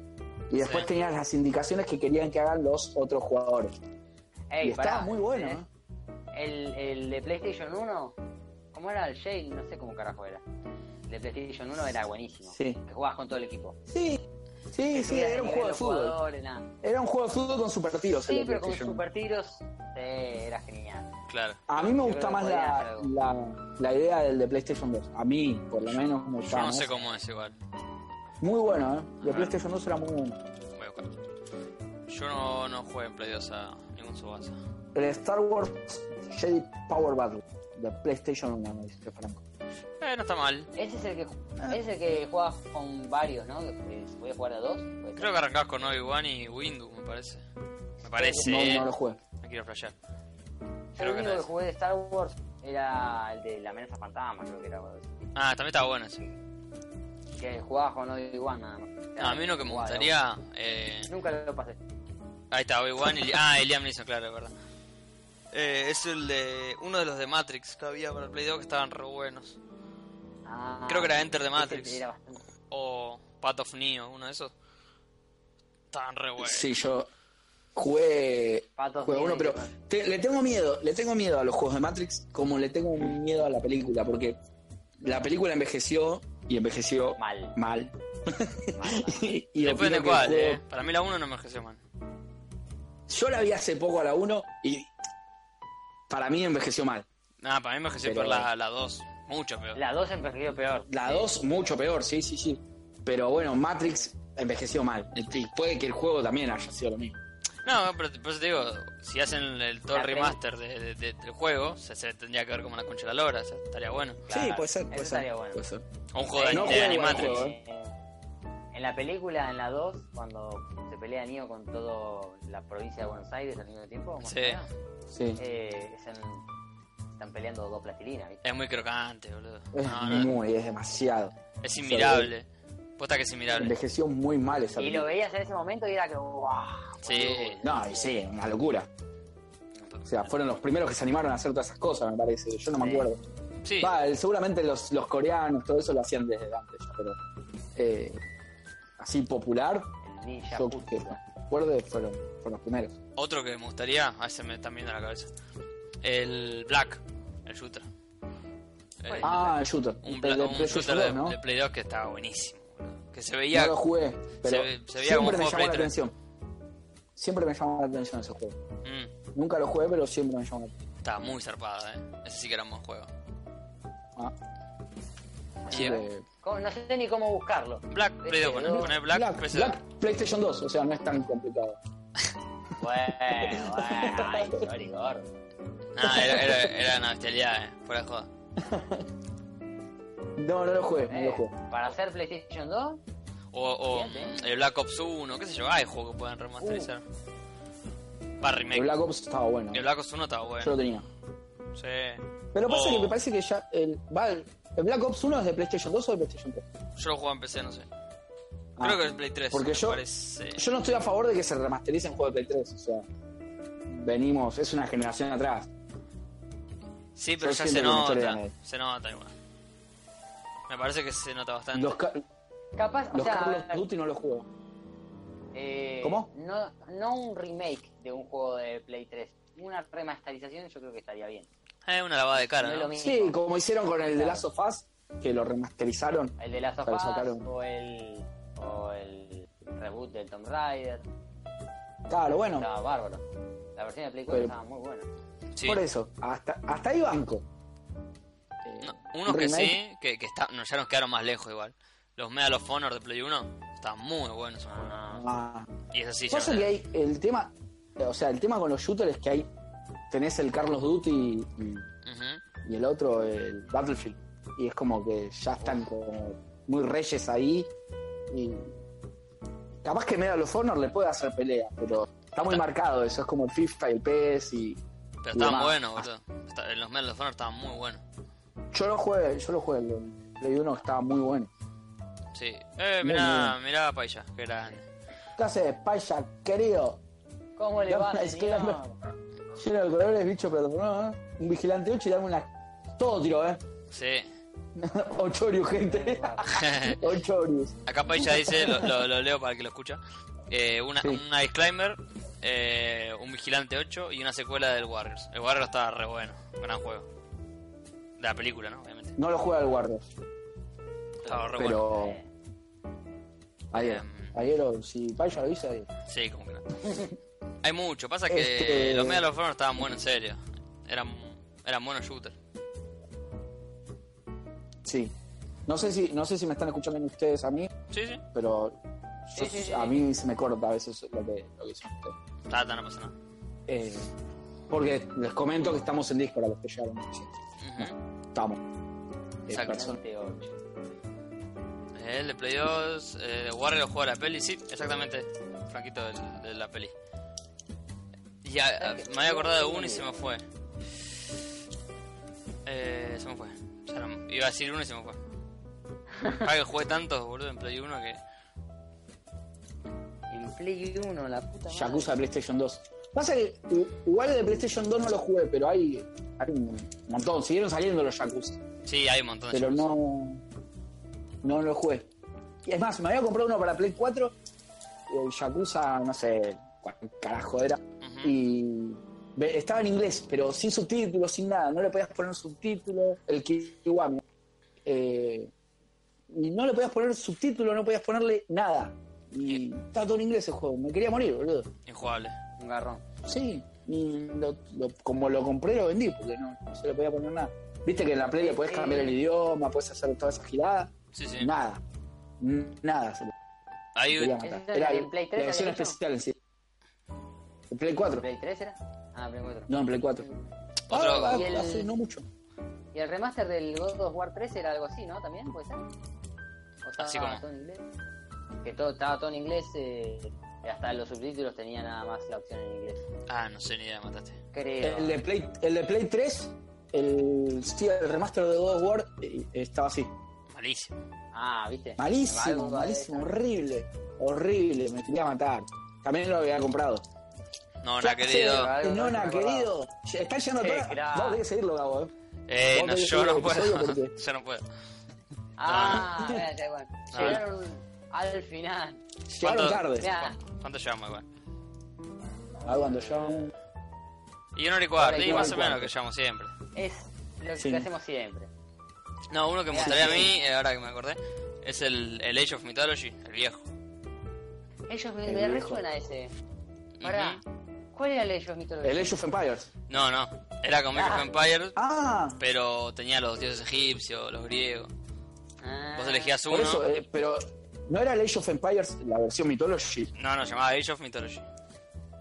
A: y después
B: Sí.
A: tenías las indicaciones que querían que hagan los otros jugadores.
C: Ey,
A: y estaba
C: pará,
A: muy bueno,
C: ¿eh?
A: ¿eh?
C: El, el de PlayStation 1, ¿cómo era el Shade? No sé cómo carajo era. El de PlayStation 1 era buenísimo.
A: Sí.
C: Que jugabas con todo el equipo.
A: Sí, sí, sí,
C: Subías
A: era un
C: nivel
A: juego de
C: los
A: fútbol.
C: jugadores, nada.
A: Era un juego de fútbol con super tiros. el
C: Sí,
A: de
C: pero con
A: PlayStation.
C: super tiros, sí, era genial.
B: Claro.
A: A mí me
C: Yo
A: gusta
C: creo que
A: más
C: podrían
A: la,
C: hacer algo.
A: la, la idea del de PlayStation 2. A mí, por lo menos, como
B: Yo no
A: estamos.
B: sé cómo es igual.
A: Muy bueno, ¿eh? De
B: Ah.
A: PlayStation 2 era muy bueno.
B: Voy a buscar. Yo no, no jugué en Play 2 a ningún Subasa.
A: El Star Wars Jedi Power Battle de PlayStation 1, me dice Franco.
B: Eh, no está mal.
C: Ese es el que,
A: Ah.
C: ese es el que jugabas con varios, ¿no? Que se podía jugar a dos. pues. puede ser.
B: Creo que arrancás con Obi-Wan y Windu, me parece. Me parece.
A: No,
B: eh.
A: no lo jugué.
B: No quiero flashear.
C: Yo lo
B: Creo que
C: único que
B: no es.
C: jugué de Star Wars era el de la amenaza fantasma, creo que era. algo así.
B: Ah, también está bueno sí.
C: Que jugabas con Obi-Wan nada más.
B: No, a mí lo que me
C: Jugaba,
B: gustaría. Eh...
C: Nunca lo pasé.
B: Ahí está, Obi-Wan y... Ah, y Liam Neeson, claro, es verdad. Eh, es el de. Uno de los de Matrix que había para el Play 2 que estaban re buenos.
C: Ah,
B: Creo que era Enter the
C: ese
B: Matrix.
C: era bastante-
B: O Path of Neo, uno de esos. Estaban re buenos.
A: Sí, yo jugué,
C: Patos
A: jugué uno, pero
C: Negros.
A: te- le tengo miedo, le tengo miedo a los juegos de Matrix como le tengo miedo a la película, porque la película envejeció y envejeció
C: Mal.
A: mal.
C: mal, mal.
A: [LAUGHS] y opino que
B: Depende
A: el
B: cuál,
A: juego-
B: eh. Para mí la 1 no me envejeció mal.
A: Yo la vi hace poco a la 1 y para mí envejeció mal.
B: Nah, para mí me envejeció
A: Pero-
B: por la, la 2. Mucho peor.
C: La 2 empezó peor.
A: La
C: Sí.
A: 2 mucho peor, sí, sí, sí. Pero bueno, Matrix envejeció mal. Y puede que el juego también haya sido lo mismo.
B: No, pero te- por eso te digo, si hacen el, todo el
C: La tres.
B: remaster de- de- de- del juego, se, se tendría que ver como la concha de la lora, o sea, estaría bueno.
C: Claro, eso estaría bueno.
A: puede ser.
B: O un juego
A: pues,
B: de,
A: No
B: de
A: juego al
B: Animatrix.
A: juego,
C: Eh, En la película, en la 2, cuando se pelea Neo con toda la provincia de Buenos Aires al mismo tiempo, más o
B: Sí.
C: menos,
A: Sí.
C: eh, es en- están peleando dos plastilinas, ¿viste?
B: Es muy crocante, boludo.
A: Es
B: No, no,
A: muy, es demasiado.
B: es inmirable. Posta que es inmirable.
A: Envejeció muy mal esa
C: Y lo
A: película.
C: veías en ese momento y era que ¡guau!
B: Sí.
A: No, y sí, una locura. O sea, fueron los primeros que se animaron a hacer todas esas cosas, me parece. Yo no me
C: Sí.
A: acuerdo.
B: Sí,
A: Va, el- seguramente los, los coreanos, todo eso lo hacían desde antes ya, pero eh, así popular,
C: El ninja
A: yo
C: justo. pues.
A: que me acuerdo fueron, fueron los primeros.
B: otro que me gustaría. Ah, se me están viendo la cabeza. El Black, el shooter. Eh,
A: Ah, el shooter.
B: un,
A: el
B: bla-
A: de
B: un
A: PlayStation
B: shooter
A: 2,
B: de,
A: ¿no?
B: de Play 2 que estaba buenísimo, boludo. Que se
A: No
B: veía.
A: lo jugué, pero
B: ve- se veía como
A: siempre me llamó
B: juego
A: la
B: Play 3.
A: atención. Siempre me llamó la atención ese juego.
B: Mm,
A: Nunca lo jugué, pero siempre me llamó la atención.
B: estaba muy zarpada, eh. Ese sí que era un buen juego.
A: Ah,
B: Y, eh,
A: eh,
C: ¿Cómo? No sé ni cómo buscarlo. [LAUGHS]
B: Black, Play 2, poné, poné Black,
A: Black,
B: PC.
A: Black PlayStation 2, o sea, no es tan complicado.
C: Bueno, bueno, ay, sorry, gordo.
B: Ah, era, era, era una bestialidad, eh. Fuera de joda.
A: No, no lo jugué, no
C: Eh,
A: lo jugué.
C: para hacer PlayStation 2,
B: O, o
C: Fíjate.
B: el Black Ops 1, qué sé yo. Hay juegos que pueden remasterizar.
A: Uh.
B: Va,
A: El
B: remake.
A: Black Ops estaba bueno.
B: El Black Ops 1 estaba
A: Yo lo
B: bueno.
A: tenía.
B: Sí.
A: Pero pasa
B: Oh.
A: que me parece que ya. El, va, el el Black Ops 1 es de PlayStation 2 o de PlayStation 3.
B: Yo lo jugaba en PC, no sé.
A: Ah,
B: Creo que es Play 3.
A: porque
B: me
A: yo-
B: parece.
A: Yo no estoy a favor de que se remastericen juegos de Play 3. O sea, venimos, es una generación atrás.
B: Sí, pero
A: yo siento
B: ya se
A: que no estoy
B: nota.
A: bien ahí.
B: Se nota igual. Me parece que se nota bastante.
A: Los, ca-
C: Capaz, o
A: los Call
C: sea,
A: of Duty no los juego.
C: eh,
A: ¿Cómo?
C: No, no un remake de un juego de Play 3. Una remasterización yo creo que estaría bien.
B: Es una lavada de cara,
C: No es lo
B: ¿no?
C: mismo.
A: Sí, como hicieron con el de Last of Us, que lo remasterizaron.
C: El de Last of
A: Lo
C: Us
A: sacaron.
C: o el, o el reboot del Tomb Raider.
A: Claro, bueno,
C: Estaba bárbaro. La versión de Play 4
A: Pero-
C: estaba muy buena.
B: Sí.
A: por eso. Hasta, hasta ahí banco. Eh,
B: No, unos
A: un
B: que
A: remake,
B: sí, que, que está, no, ya nos quedaron más lejos igual. Los Medal of Honor de Play 1 están muy buenos. no, no, no.
A: ah.
B: Y es así, ya.
A: Pasa
B: no-
A: que hay el tema, o sea, el tema con los shooters es que hay. Tenés el Carlos Duty y,
B: Ujú.
A: y el otro, el Battlefield. Y es como que ya están como muy reyes ahí. Y capaz que Medal of Honor le puede hacer pelea, pero está muy marcado eso. Es como el FIFA y el PES. Y
B: Pero
A: Y
B: estaban
A: demás.
B: buenos, boludo. Está- los Medal of Honor estaban muy buenos.
A: yo lo jugué, yo lo jugué. Lo, Play uno que estaba muy bueno.
B: Sí. Eh,
A: Muy
B: mirá, mirá para allá, que grande.
A: ¿Qué haces, Paya, querido?
C: ¿Cómo le
A: Dame
C: va,
A: una
C: señor?
A: escala. Lleno de colores, bicho, pero no, ¿eh? Un vigilante 8 y dame una. Todo tiro, ¿eh? [LAUGHS]
B: Sí.
A: Ocho orios,
B: [LAUGHS]
A: gente. Ocho orios.
B: Acá Paisa dice, lo, lo- lo leo para el que lo escucha, eh, una,
A: Sí.
B: una disclaimer, eh, un Vigilante 8 y una secuela del Warriors. El Warriors estaba re bueno, gran juego. De la película, ¿no? Obviamente.
A: No lo juega el guardo,
B: Estaba re bueno.
A: pero.
C: Eh,
A: Ayer.
B: Em.
A: Ayer, o- si Paya lo hizo, ayer.
B: Sí, como que no. Hay mucho, pasa que
A: Este-
B: los Medal of Honor estaban buenos en serio. Eran, eran buenos shooters.
A: Sí. No sé, si, no sé si me están escuchando ustedes a mí,
B: Sí, sí,
A: pero
C: Sí,
A: yo-
C: sí, sí.
A: a mí se me corta a veces lo que, lo que son ustedes.
B: está, está, no pasa nada.
A: Eh, porque les comento que estamos en Discord a los que llegaron. recién.
B: Ujú.
A: Estamos. Eh,
B: Exacto.
A: personas.
C: 28.
B: El de Play 2, eh, de Warriors juega la peli, sí, exactamente, Franquito, del- de, la peli. Y a- a- me había acordado de uno y se me fue. Eh, se me fue. Ya no- iba a decir uno y
A: [LAUGHS]
B: se me fue. Ah, que jugué tantos, boludo, en Play 1 que.
C: En Play 1, la puta madre.
A: Yakuza de PlayStation 2. Pasa que i- igual de PlayStation 2 no lo jugué, pero hay, hay un montón. Siguieron saliendo los Yakuza,
B: Sí, hay un montón de
A: pero
B: shooters.
A: no, no lo jugué. Y es más, me había comprado uno para Play 4, el Yakuza, no sé cuál carajo era,
B: Ujú.
A: y ve- estaba en inglés, pero sin subtítulos, sin nada. No le podías poner subtítulos, el Kiwami. Eh, y no le podías poner subtítulos, no podías ponerle nada. Y estaba todo en inglés el juego. Me quería morir, boludo.
B: Injugable.
C: Un garrón.
A: Sí, y lo- lo- como lo compré, lo vendí, porque no, no se le podía poner nada. Viste que en la Play le podés cambiar el idioma, podés hacer todas esas giradas.
B: Sí, sí.
A: Nada. N- Nada se le
B: Hay
A: podía
B: un-
A: matar.
C: ¿Ese es
A: Era
C: el
A: la
C: Play 3
A: versión
C: había hecho?
A: especial en sí. El Play 4.
C: ¿Play 3 era? Ah, Play 4.
A: No, en Play 4.
B: Otro-
A: Ah,
C: Y el-
A: Hace no mucho.
C: ¿Y el remaster del God of War 3 era algo así, no? ¿También puede ser? ¿O estaba
B: Así como.
C: todo en inglés? Que todo, estaba todo en inglés, eh, y hasta los subtítulos tenía nada más la opción en inglés.
B: Ah, no sé ni idea, mataste.
C: Creo.
A: El de Play, el de Play 3, el, sí, el remaster de God of War eh, estaba así.
B: Malísimo.
C: Ah, ¿viste?
A: Malísimo,
C: Algo de-
A: malísimo, horrible. Horrible, me quería matar. También lo había comprado.
B: No, no, querido.
C: algo
A: No,
C: no
A: nada,
C: recordaba.
A: querido. Están yendo
C: Eh,
A: todas.
C: crack.
A: Vos debes seguirlo, Gabo, eh.
B: Eh, no,
A: Vos tenés que
B: yo no
A: ir al episodio
B: puedo.
A: porque-
B: [LAUGHS] Yo no puedo.
C: Ah, mira, ya, bueno.
B: Ah.
C: Llegaron al final.
A: Llegaron
B: ¿Cuánto-
A: tarde.
C: Mirá,
B: ¿Cuánto llevamos igual?
A: Ah, cuando yo.
B: Y una hora y cuarto,
C: Hora y
B: y más o
A: cuarto.
B: menos lo que llevamos siempre.
C: es lo que
A: Sí.
C: hacemos siempre.
B: No, uno que me
C: Mirá,
B: gustaría a
C: sí.
B: mí, eh, ahora que me acordé, es el, el Age of Mythology, el viejo.
C: Ellos me,
A: El
C: me
A: viejo.
C: resuena ese. Pará. ¿Cuál era el Age of Mythology?
A: El Age of Empires.
B: No, no, era con Age of
C: Ah.
B: Empires,
A: Ah,
B: pero tenía los dioses egipcios, los griegos.
C: Ah.
B: Vos elegías
A: por
B: uno.
A: eso, eh, pero. ¿No era el Age of Empires la versión Mythology?
B: No, no, llamaba Age of Mythology.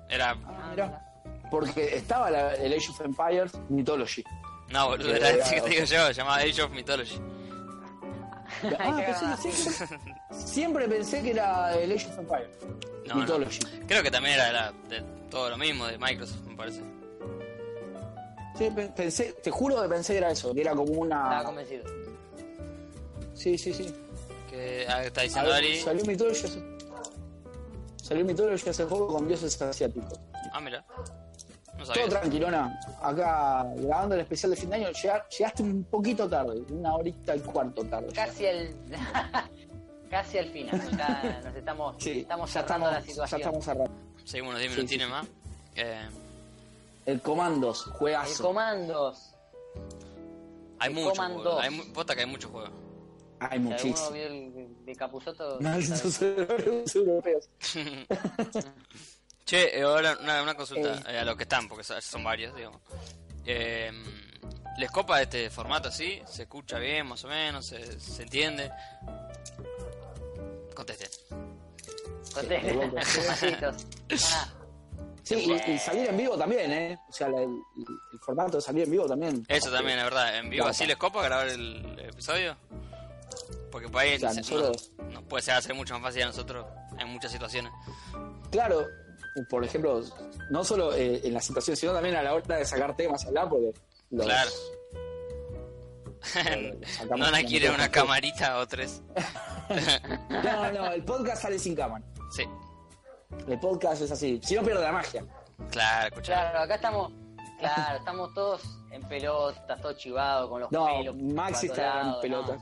B: Era.
A: Ah, mirá. Porque estaba la- el Age of [LAUGHS] Empires Mythology. Ah,
B: No, boludo,
A: Que
B: era
A: era-
B: ese que te digo yo, llamaba Age of Mythology.
A: Ah, pensé que siempre, siempre pensé que era el Age of Empires.
B: No, no.
A: Mythology.
B: Creo que también era de, la- de todo lo mismo de Microsoft, me parece.
A: Sí, pe- pensé, te juro que pensé que era eso, que era como
C: Estaba
A: una.
C: convencido.
A: Sí, sí, sí.
B: Que ah, está
A: A
B: diciendo
A: ver,
B: Ari.
A: Salió Mythology hace. Salió Mythology hace juego con dioses asiáticos.
B: Ah, mira. No
A: Todo
B: sabía.
A: tranquilona. Acá grabando el especial de fin de año, llegar- llegaste un poquito tarde, una horita y cuarto tarde.
C: Casi al. [LAUGHS] Casi al final.
A: [LAUGHS]
C: Ya nos estamos.
A: Sí,
C: estamos
A: ya
C: cerrando
A: estamos,
C: la situación.
A: ya estamos cerrando.
B: Seguimos unos 10
A: Sí,
B: minutines
A: sí,
B: más. Eh,
A: El Comandos,
C: El
A: juegazo.
C: comandos.
B: hay
C: El
B: mucho
C: Command
B: juego.
C: 2.
B: Hay, mu- posta que hay mucho juego.
A: Hay
C: Si alguno
A: muchísimo. [LAUGHS]
C: vio el de Capuzoto. [LAUGHS]
A: Malditos europeos, europeos.
B: Che, eh, ahora una, una consulta
A: Eh.
B: eh, a los que están, porque son- son varios, digamos. Eh, ¿Les copa este formato así? ¿Se escucha bien, más o menos? ¿Se, se entiende? Contesten.
A: loco. Sí, y, y salir en vivo también, ¿eh? O sea, la- el, el formato de salir en vivo también.
B: Eso también, la verdad. ¿En vivo
A: Guapa.
B: así les copa grabar el episodio? Porque por ahí
A: O sea,
B: se-
A: nosotros-
B: no, no puede ser hacer mucho más fácil a nosotros en muchas situaciones.
A: Claro, por ejemplo, no solo eh, en la situación, sino también a la hora de sacar temas, hablar, porque los,
B: Claro.
A: [LAUGHS]
B: [LAUGHS]
A: los sacamos
B: Nona quiere una
A: con-
B: camarita o tres.
A: [LAUGHS] No, no, el podcast sale sin cámara.
B: Sí,
A: El podcast es así. Si no pierde la magia.
B: claro, escuchá.
C: Claro,
A: [LAUGHS]
C: acá estamos. Claro, estamos todos en pelotas, todos chivados, con los
A: No,
C: pelos.
A: Max está en
C: atorados,
A: pelotas.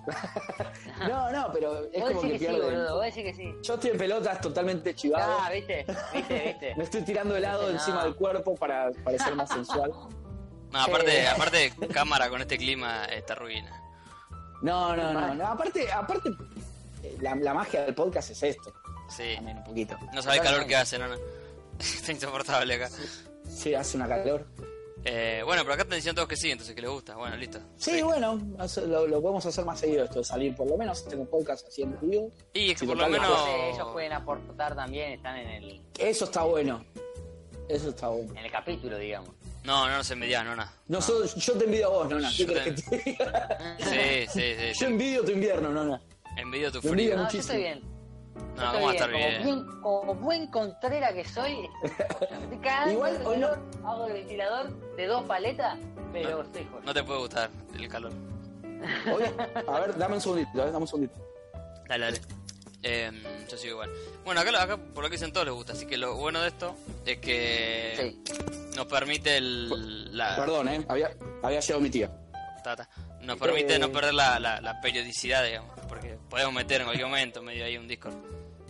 A: [LAUGHS] No, no, pero es
C: Vos
A: como
C: decís
A: que
C: que sí,
A: pierde.
C: boludo, vos decís que sí.
A: Yo estoy en pelotas totalmente chivado.
C: Ah, viste, viste, viste.
A: [LAUGHS] Me estoy tirando helado
C: No.
A: encima del cuerpo para parecer más
C: [LAUGHS]
A: sensual.
B: No, aparte, aparte cámara con este clima está ruina.
A: No, no, no. no. Aparte, aparte eh, la, la magia del podcast es esto.
B: Sí.
A: También un poquito.
B: No sabés el calor
C: Totalmente.
B: que hace, Nona. [LAUGHS] Está insoportable acá.
A: Sí, hace una calor.
B: Eh, bueno, pero acá están diciendo todos que sí, entonces que les gusta. Bueno, listo.
A: Sí,
B: Sí.
A: bueno, hace- lo, lo podemos hacer más seguido esto de salir por lo menos. Tengo podcast así en vivo.
B: Y es que
A: Sí,
B: por lo
A: total,
B: menos...
C: Entonces, ellos pueden aportar también, están en el,
A: Eso está bueno. Eso está bueno.
C: en el
A: [LAUGHS]
C: capítulo, digamos.
B: No, no nos envidias, Nona.
A: Nosotros, Ah. yo te envidio a vos, Nona. ¿Qué
B: Yo
A: querés
B: te-
A: que te diga? [LAUGHS]
C: Ah,
B: Sí, sí, sí.
A: Yo envidio tu invierno, Nona.
B: Envidio tu
A: Lo
B: frío.
A: envidio.
C: No, yo
A: muchísimo.
C: estoy bien.
B: No,
C: Yo
B: ¿cómo va a
C: estoy
B: estar bien?
C: Como, bien- como buen contrera
A: [LAUGHS]
C: que soy, me estoy cagando
A: Igual,
C: de
A: hoy no-
C: calor, hago el ventilador de dos paletas, pero
B: No-
C: estoy jodido.
B: No te puede gustar el calor.
A: Oye, a ver, dame un segundito, a ver, dame un segundito.
B: Dale, dale. Eh, yo sigo igual. Bueno, acá, lo- acá por lo que dicen todos les gusta, así que lo bueno de esto es que
C: Sí.
B: nos permite el, la,
A: Perdón, eh, había, había llegado mi tía.
B: Ta, ta. Nos permite
A: Eh.
B: no perder la, la- la periodicidad, digamos, porque podemos meter en cualquier momento medio ahí un Discord.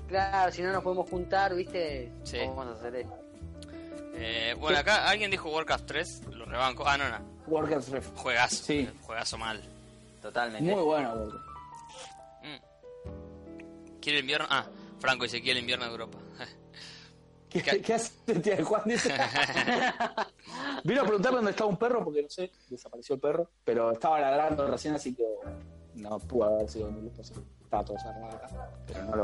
C: Claro, si no nos podemos juntar, ¿viste?
B: Sí.
C: ¿Cómo vamos a hacer esto?
B: Eh, bueno, acá alguien dijo Warcraft 3, lo rebanco. Ah, no, no,
A: Workers Ref.
B: juegazo, eh,
A: Sí.
B: juegazo mal.
C: Totalmente.
A: Muy bueno, boludo.
B: Mm. ¿Quiere el invierno? Ah, Franco dice, quiere el invierno de Europa. [LAUGHS]
A: ¿Qué,
B: ¿Qué-
A: ¿Qué hace tía de Juan? Dice.
B: [LAUGHS]
A: Vino a preguntar dónde estaba un perro, porque no sé, desapareció el perro, pero estaba ladrando recién, así que no pudo haber sido mi esposo. Estaba todo cerrado acá, pero no lo.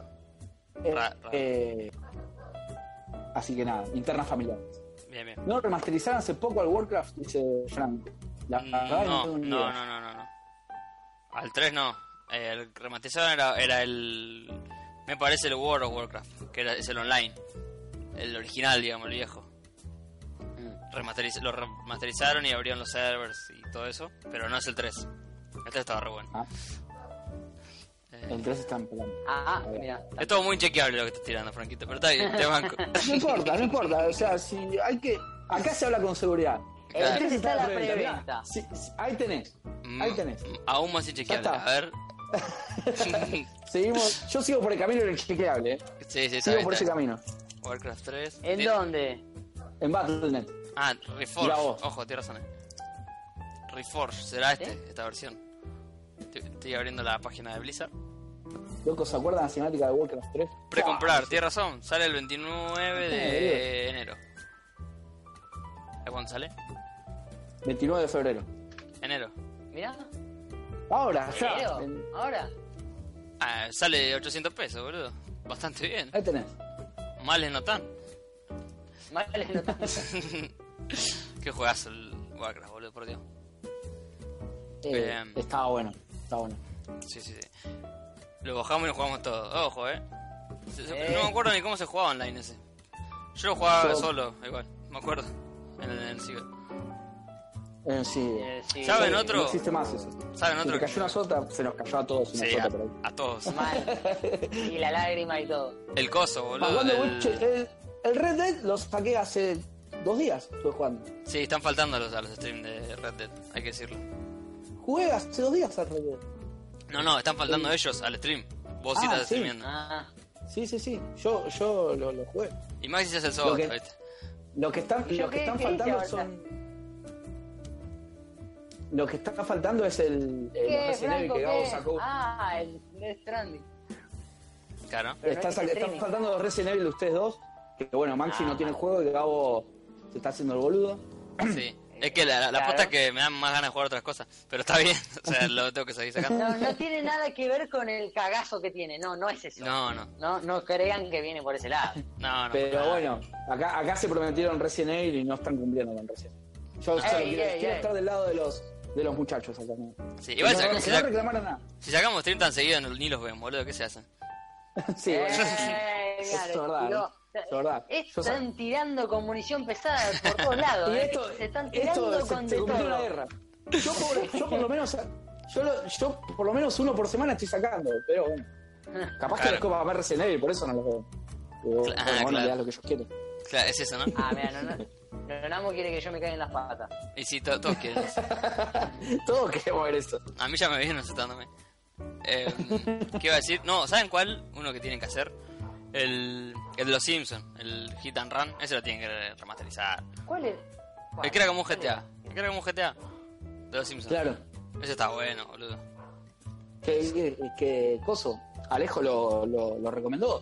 A: Eh,
B: Ra- ra-
A: eh, así que nada, interna familiar.
B: bien, bien.
A: ¿No remasterizaron hace poco al Warcraft? Dice Frank. La verdad
B: Mm, No,
A: tengo
B: no,
A: ni
B: no,
A: idea.
B: no, no, no. Al 3 no. Eh, El rematizado era, era el. Me parece el World of Warcraft, que era, es el online. El original, digamos, el viejo.
A: Mm.
B: Remasteriz- lo remasterizaron y abrieron los servers y todo eso, pero no es el 3. El 3 estaba re bueno.
A: Ah,
B: Eh,
A: el 3 está en plan.
C: Ah, ah, mira.
B: es todo muy inchequeable lo que estás tirando, Franquito, pero está bien, te banco.
A: No importa, no importa. O sea, si hay que. Acá se habla con seguridad.
C: Claro.
A: Este
C: Está la
A: preventa, mirá.
C: preventa.
A: Sí, sí, ahí tenés. [LAUGHS]
B: Mm,
A: Ahí tenés.
B: Aún más inchequeable.
A: Ya
B: A
A: está.
B: ver.
A: Seguimos. Yo sigo por el camino del chequeable. ¿eh?
B: sí, sí, está
A: Sigo
B: bien,
A: por
B: está
A: ese
B: bien.
A: camino.
B: Warcraft 3.
C: ¿En
A: Eh,
B: Ti-
C: dónde?
A: En Battle.net.
B: Ah,
A: Mirá
B: Reforge.
A: vos.
B: Ojo, tienes razón. eh. Reforge,
C: ¿Eh?
B: será este, esta versión. Estoy, estoy abriendo la página de Blizzard.
A: Loco, ¿se acuerdan la cinemática de Warcraft 3?
B: Precomprar, tienes razón. Sale el 29 de
A: Sí,
B: enero. ¿Es cuándo sale?
A: 29 de febrero.
B: Enero.
C: Mira.
A: Ahora, ya. En-
C: ¿Ahora?
B: Ah, sale 800 pesos, boludo. Bastante bien.
A: Ahí tenés.
B: Males no tan.
C: Mal no
A: [LAUGHS]
B: Qué juegazo el Warcraft, boludo, por Dios.
A: Eh,
B: Bien.
A: estaba bueno. Estaba bueno.
B: Sí, sí, sí. Lo bajamos y lo jugamos todo. Ojo, eh. Se- se- No me acuerdo ni cómo se jugaba online ese. Yo lo jugaba
A: Eh. Yo-
B: solo, igual. Me acuerdo. En el, en el ciber.
A: Eh, sí.
C: Eh, sí.
B: ¿Saben
C: Sí.
B: otro?
A: No existe más eso.
B: ¿Saben
A: Si
B: otro?
A: te cayó una sota, se nos cayó a todos una
B: Sí,
A: sota
B: a,
A: por ahí.
B: a todos.
C: Mal. Y la lágrima y todo.
B: El coso,
A: Más
B: boludo.
A: cuando
B: el-
A: Witcher- Ah, el, el Red Dead lo saqué hace dos días, estuve jugando.
B: Sí, están faltando a los, a los streams de Red Dead, hay que decirlo.
A: Jugué hace dos días al Red Dead.
B: No, no, están faltando ellos al stream. Vos sí
A: Ah,
B: estás
A: sí.
B: streameando.
C: Ah,
A: Sí, sí, sí. Yo, yo lo, lo jugué.
B: Y Maxi se hace el sábado,
A: Lo que-
B: ¿viste?
A: Lo que están,
C: ¿Y yo
A: lo que
C: qué-
A: están
C: qué hice
A: faltando
C: ahora?
A: son. Lo que está faltando es el, el
C: ¿Qué,
A: Resident Evil
C: Franco,
A: que Gabo
C: qué?
A: sacó.
C: Ah, el Death Stranding.
A: [COUGHS]
B: Claro.
C: pero no
A: Está
C: es
A: sa-
C: que se
A: están
C: estrene.
A: faltando los Resident Evil de ustedes dos. Que bueno, Maxi
C: Ah.
A: no tiene juego y Gabo se está haciendo el boludo.
B: Sí. Es que la, la
C: Claro.
B: posta es que me dan más ganas de jugar otras cosas. Pero está bien, [LAUGHS] o sea, lo tengo que seguir
A: [LAUGHS]
B: sacando.
C: No, no tiene nada que ver con el cagazo que tiene. No, no es eso.
B: No, no,
C: No, no crean que viene por ese lado.
B: no, no.
A: Pero
C: Ah,
B: nada.
A: bueno, acá, acá se prometieron Resident Evil y no están cumpliendo con Resident Evil. Yo
C: Ah.
A: solo
C: Ey,
A: quiero,
C: ey,
A: quiero
C: ey.
A: estar del lado de los, de los muchachos acá. ¿no?
B: Sí,
A: Que no,
B: igual saca-
A: que
B: si,
A: no
B: sac-
A: reclamaron nada. [LAUGHS]
B: si sacamos stream tan seguido, no- ni los ven, boludo, ¿qué se hacen?
A: [LAUGHS] Sí, bueno,
C: Eh,
A: es
C: claro,
A: verdad,
C: tiró.
A: es verdad.
C: Es-
A: Yo sa-
C: Están tirando con munición pesada por
A: [LAUGHS]
C: todos lados.
A: Y
C: eh.
A: esto,
C: se están
A: esto
C: tirando
A: se-
C: con
A: se
C: de
A: convirtió en
C: todo.
A: una guerra. Yo por, yo por lo menos yo, lo- yo por lo menos uno por semana estoy sacando, pero bueno. Capaz que
B: Claro.
A: la copa va a Resident Evil, por eso no lo veo. Pero,
B: Claro,
A: bueno, bueno,
B: claro.
A: le das lo que yo quiero.
B: Claro, es eso, ¿no?
C: [LAUGHS] Ah, mira, no, no, Nonamo quiere que yo me caiga en las patas.
B: Y sí, to- todos quieren eso.
A: Todos queremos ver eso.
B: A mí ya me vienen aceptándome. Eh, ¿Qué iba a decir? No, ¿saben cuál? Uno que tienen que hacer. El, el de los Simpsons, el Hit and Run, ese lo tienen que remasterizar.
C: ¿Cuál es?
B: El que era como un GTA. El que era como un GTA. De los Simpsons.
A: Claro.
B: Ese está bueno, boludo. [LAUGHS]
A: Que, que, que coso. Alejo lo, lo, lo recomendó.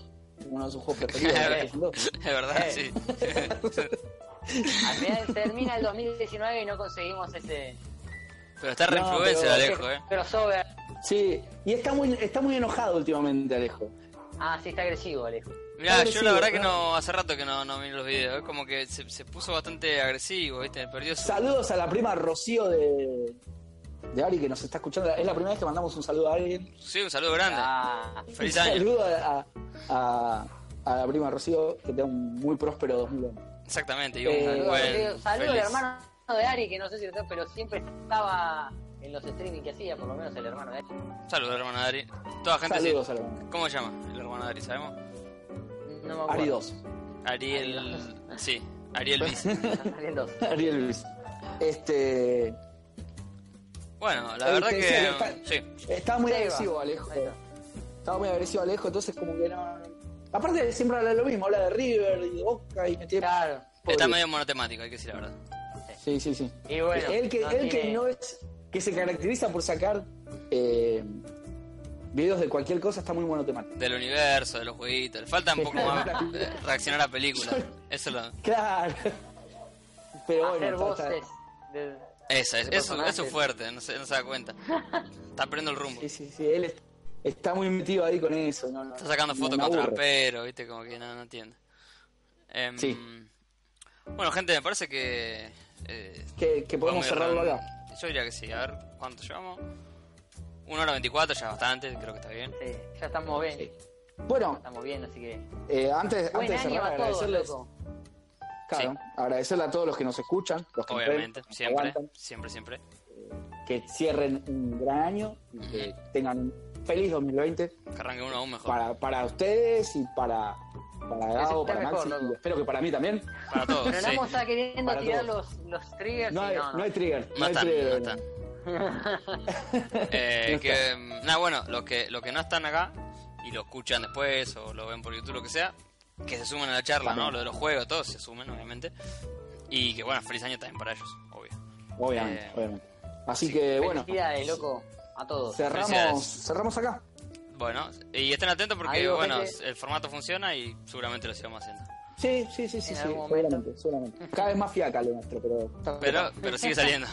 A: Uno de sus juegos preferidos. lo recomendó.
B: Es verdad,
C: Eh.
B: sí. [LAUGHS]
C: Al final termina el 2019 y no conseguimos ese
B: Pero está re
A: No,
B: influencer
A: pero-
B: Alejo, eh.
C: crossover.
A: Sí, y está muy, está muy enojado últimamente, Alejo.
C: Ah, sí, está agresivo, Alejo.
B: Mirá, yo la
A: agresivo,
B: verdad que
A: claro.
B: no, hace rato que no, no miro los videos. Es como que se, se puso bastante agresivo, viste, perdió su...
A: Saludos a la prima Rocío de, de Ari que nos está escuchando. Es la primera vez que mandamos un saludo a alguien.
B: Sí, un saludo grande.
C: Ah,
B: Feliz
A: un
B: año.
A: saludo a, a- a la prima Rocío que tenga un muy próspero 2020.
B: Exactamente, y un
A: Eh,
B: buen...
C: saludos saludos al
B: feliz-
C: hermano de Ari, que no sé si lo sabe, pero siempre estaba en los streaming que hacía, por lo menos el hermano de Ari.
B: Saludos, hermano Dari. Toda gente sí.
A: Saludos a la prima.
B: ¿Cómo se llama el hermano de Ari? ¿Sabemos?
C: No me acuerdo.
A: Ari [LAUGHS]
C: [LAUGHS]
A: 2.
B: Ariel. Sí, Ariel Liz.
A: [LAUGHS]
C: Ariel 2.
A: Ariel Luis. Este.
B: Bueno, la
A: Eh,
B: verdad
A: te decía que
B: que.
A: está-
B: Sí.
A: Estaba muy
C: Ahí va.
A: agresivo, Alejo.
C: Ahí está.
A: Estaba muy agresivo, Alejo, entonces como que no. Aparte, siempre habla de lo mismo, habla de River y de Boca y me tiene-
C: Claro.
B: Está medio monotemático, hay que decir la verdad.
A: Sí, sí, sí.
C: Y bueno,
A: el que,
C: no
A: el que
C: tiene-
A: no es. que se caracteriza por sacar eh, videos de cualquier cosa está muy monotemático.
B: Del universo, de los jueguitos. Le falta un poco más eh, reaccionar a películas. Eso lo.
A: Claro. Pero
C: hacer
A: bueno, está- está-
C: voces. de-
B: Eso, eso, eso,
C: personaje.
B: eso es fuerte, no se, no se da cuenta. Está perdiendo el rumbo.
A: sí, sí, sí, él es- está muy metido ahí con eso. No, no,
B: Está sacando
A: me-
B: fotos
A: me
B: con
A: aburre.
B: traperos, viste, como que no, no entiende. Em,
A: Sí.
B: Bueno, gente, me parece que. eh,
A: Que, que podemos
B: Vamos a ir
A: cerrarlo
B: cerrando.
A: acá.
B: Yo diría que sí, a ver cuánto llevamos. 1 hora 24, ya bastante, creo que está bien.
C: Sí, ya estamos bien.
A: Sí. Bueno,
C: Estamos bien, así que.
A: eh, antes,
C: Buen
A: antes de
C: año
A: cerrar,
C: a todos,
A: agradecerles.
C: loco.
A: Claro,
B: Sí.
A: agradecerle a todos los que nos escuchan, los que
B: Obviamente,
A: nos
B: siempre,
A: aguantan,
B: siempre, siempre.
A: que cierren un gran año y que tengan un feliz 2020
B: Que arranque uno aún mejor. Para,
A: para, para ustedes y para, para Gabo,
C: esté
A: para
C: mejor,
A: Maxi,
C: loco.
A: y espero que para mí también.
B: todos,
C: Pero
B: sí.
C: Namo está queriendo
A: Para
C: tirar
A: todos.
C: los, los triggers
A: No
C: y
A: hay,
C: no, no.
A: no hay trigger, no,
B: No
A: hay
B: están,
A: trigger. [LAUGHS]
B: no están. Eh,
A: No
B: que, mm, nada, bueno, los que, los que no están acá y lo escuchan después o lo ven por YouTube, lo que sea, que se sumen a la charla, ¿no?
A: También.
B: Lo de los juegos, todos se sumen, obviamente. Y que, bueno, feliz año también para ellos, obvio.
A: Obviamente,
B: Eh,
A: obviamente. Así
B: sí,
A: que bueno,
C: Felicidades, loco, a todos.
A: cerramos,
B: Felicidades.
A: cerramos acá.
B: Bueno, y estén atentos porque,
C: Adiós,
B: bueno,
C: gente.
B: el formato funciona y seguramente lo sigamos haciendo.
A: Sí, sí, sí, sí,
C: En
A: sí,
C: algún
A: seguramente, seguramente. Cada vez más fiaca lo nuestro, pero...
B: Pero, pero sigue saliendo.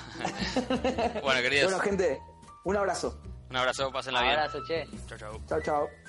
B: bueno, queridos,
A: Bueno, gente, un abrazo.
B: un abrazo, pasen la
C: Un
B: vida.
C: abrazo, che.
B: Chau, chau.
A: Chao, chao.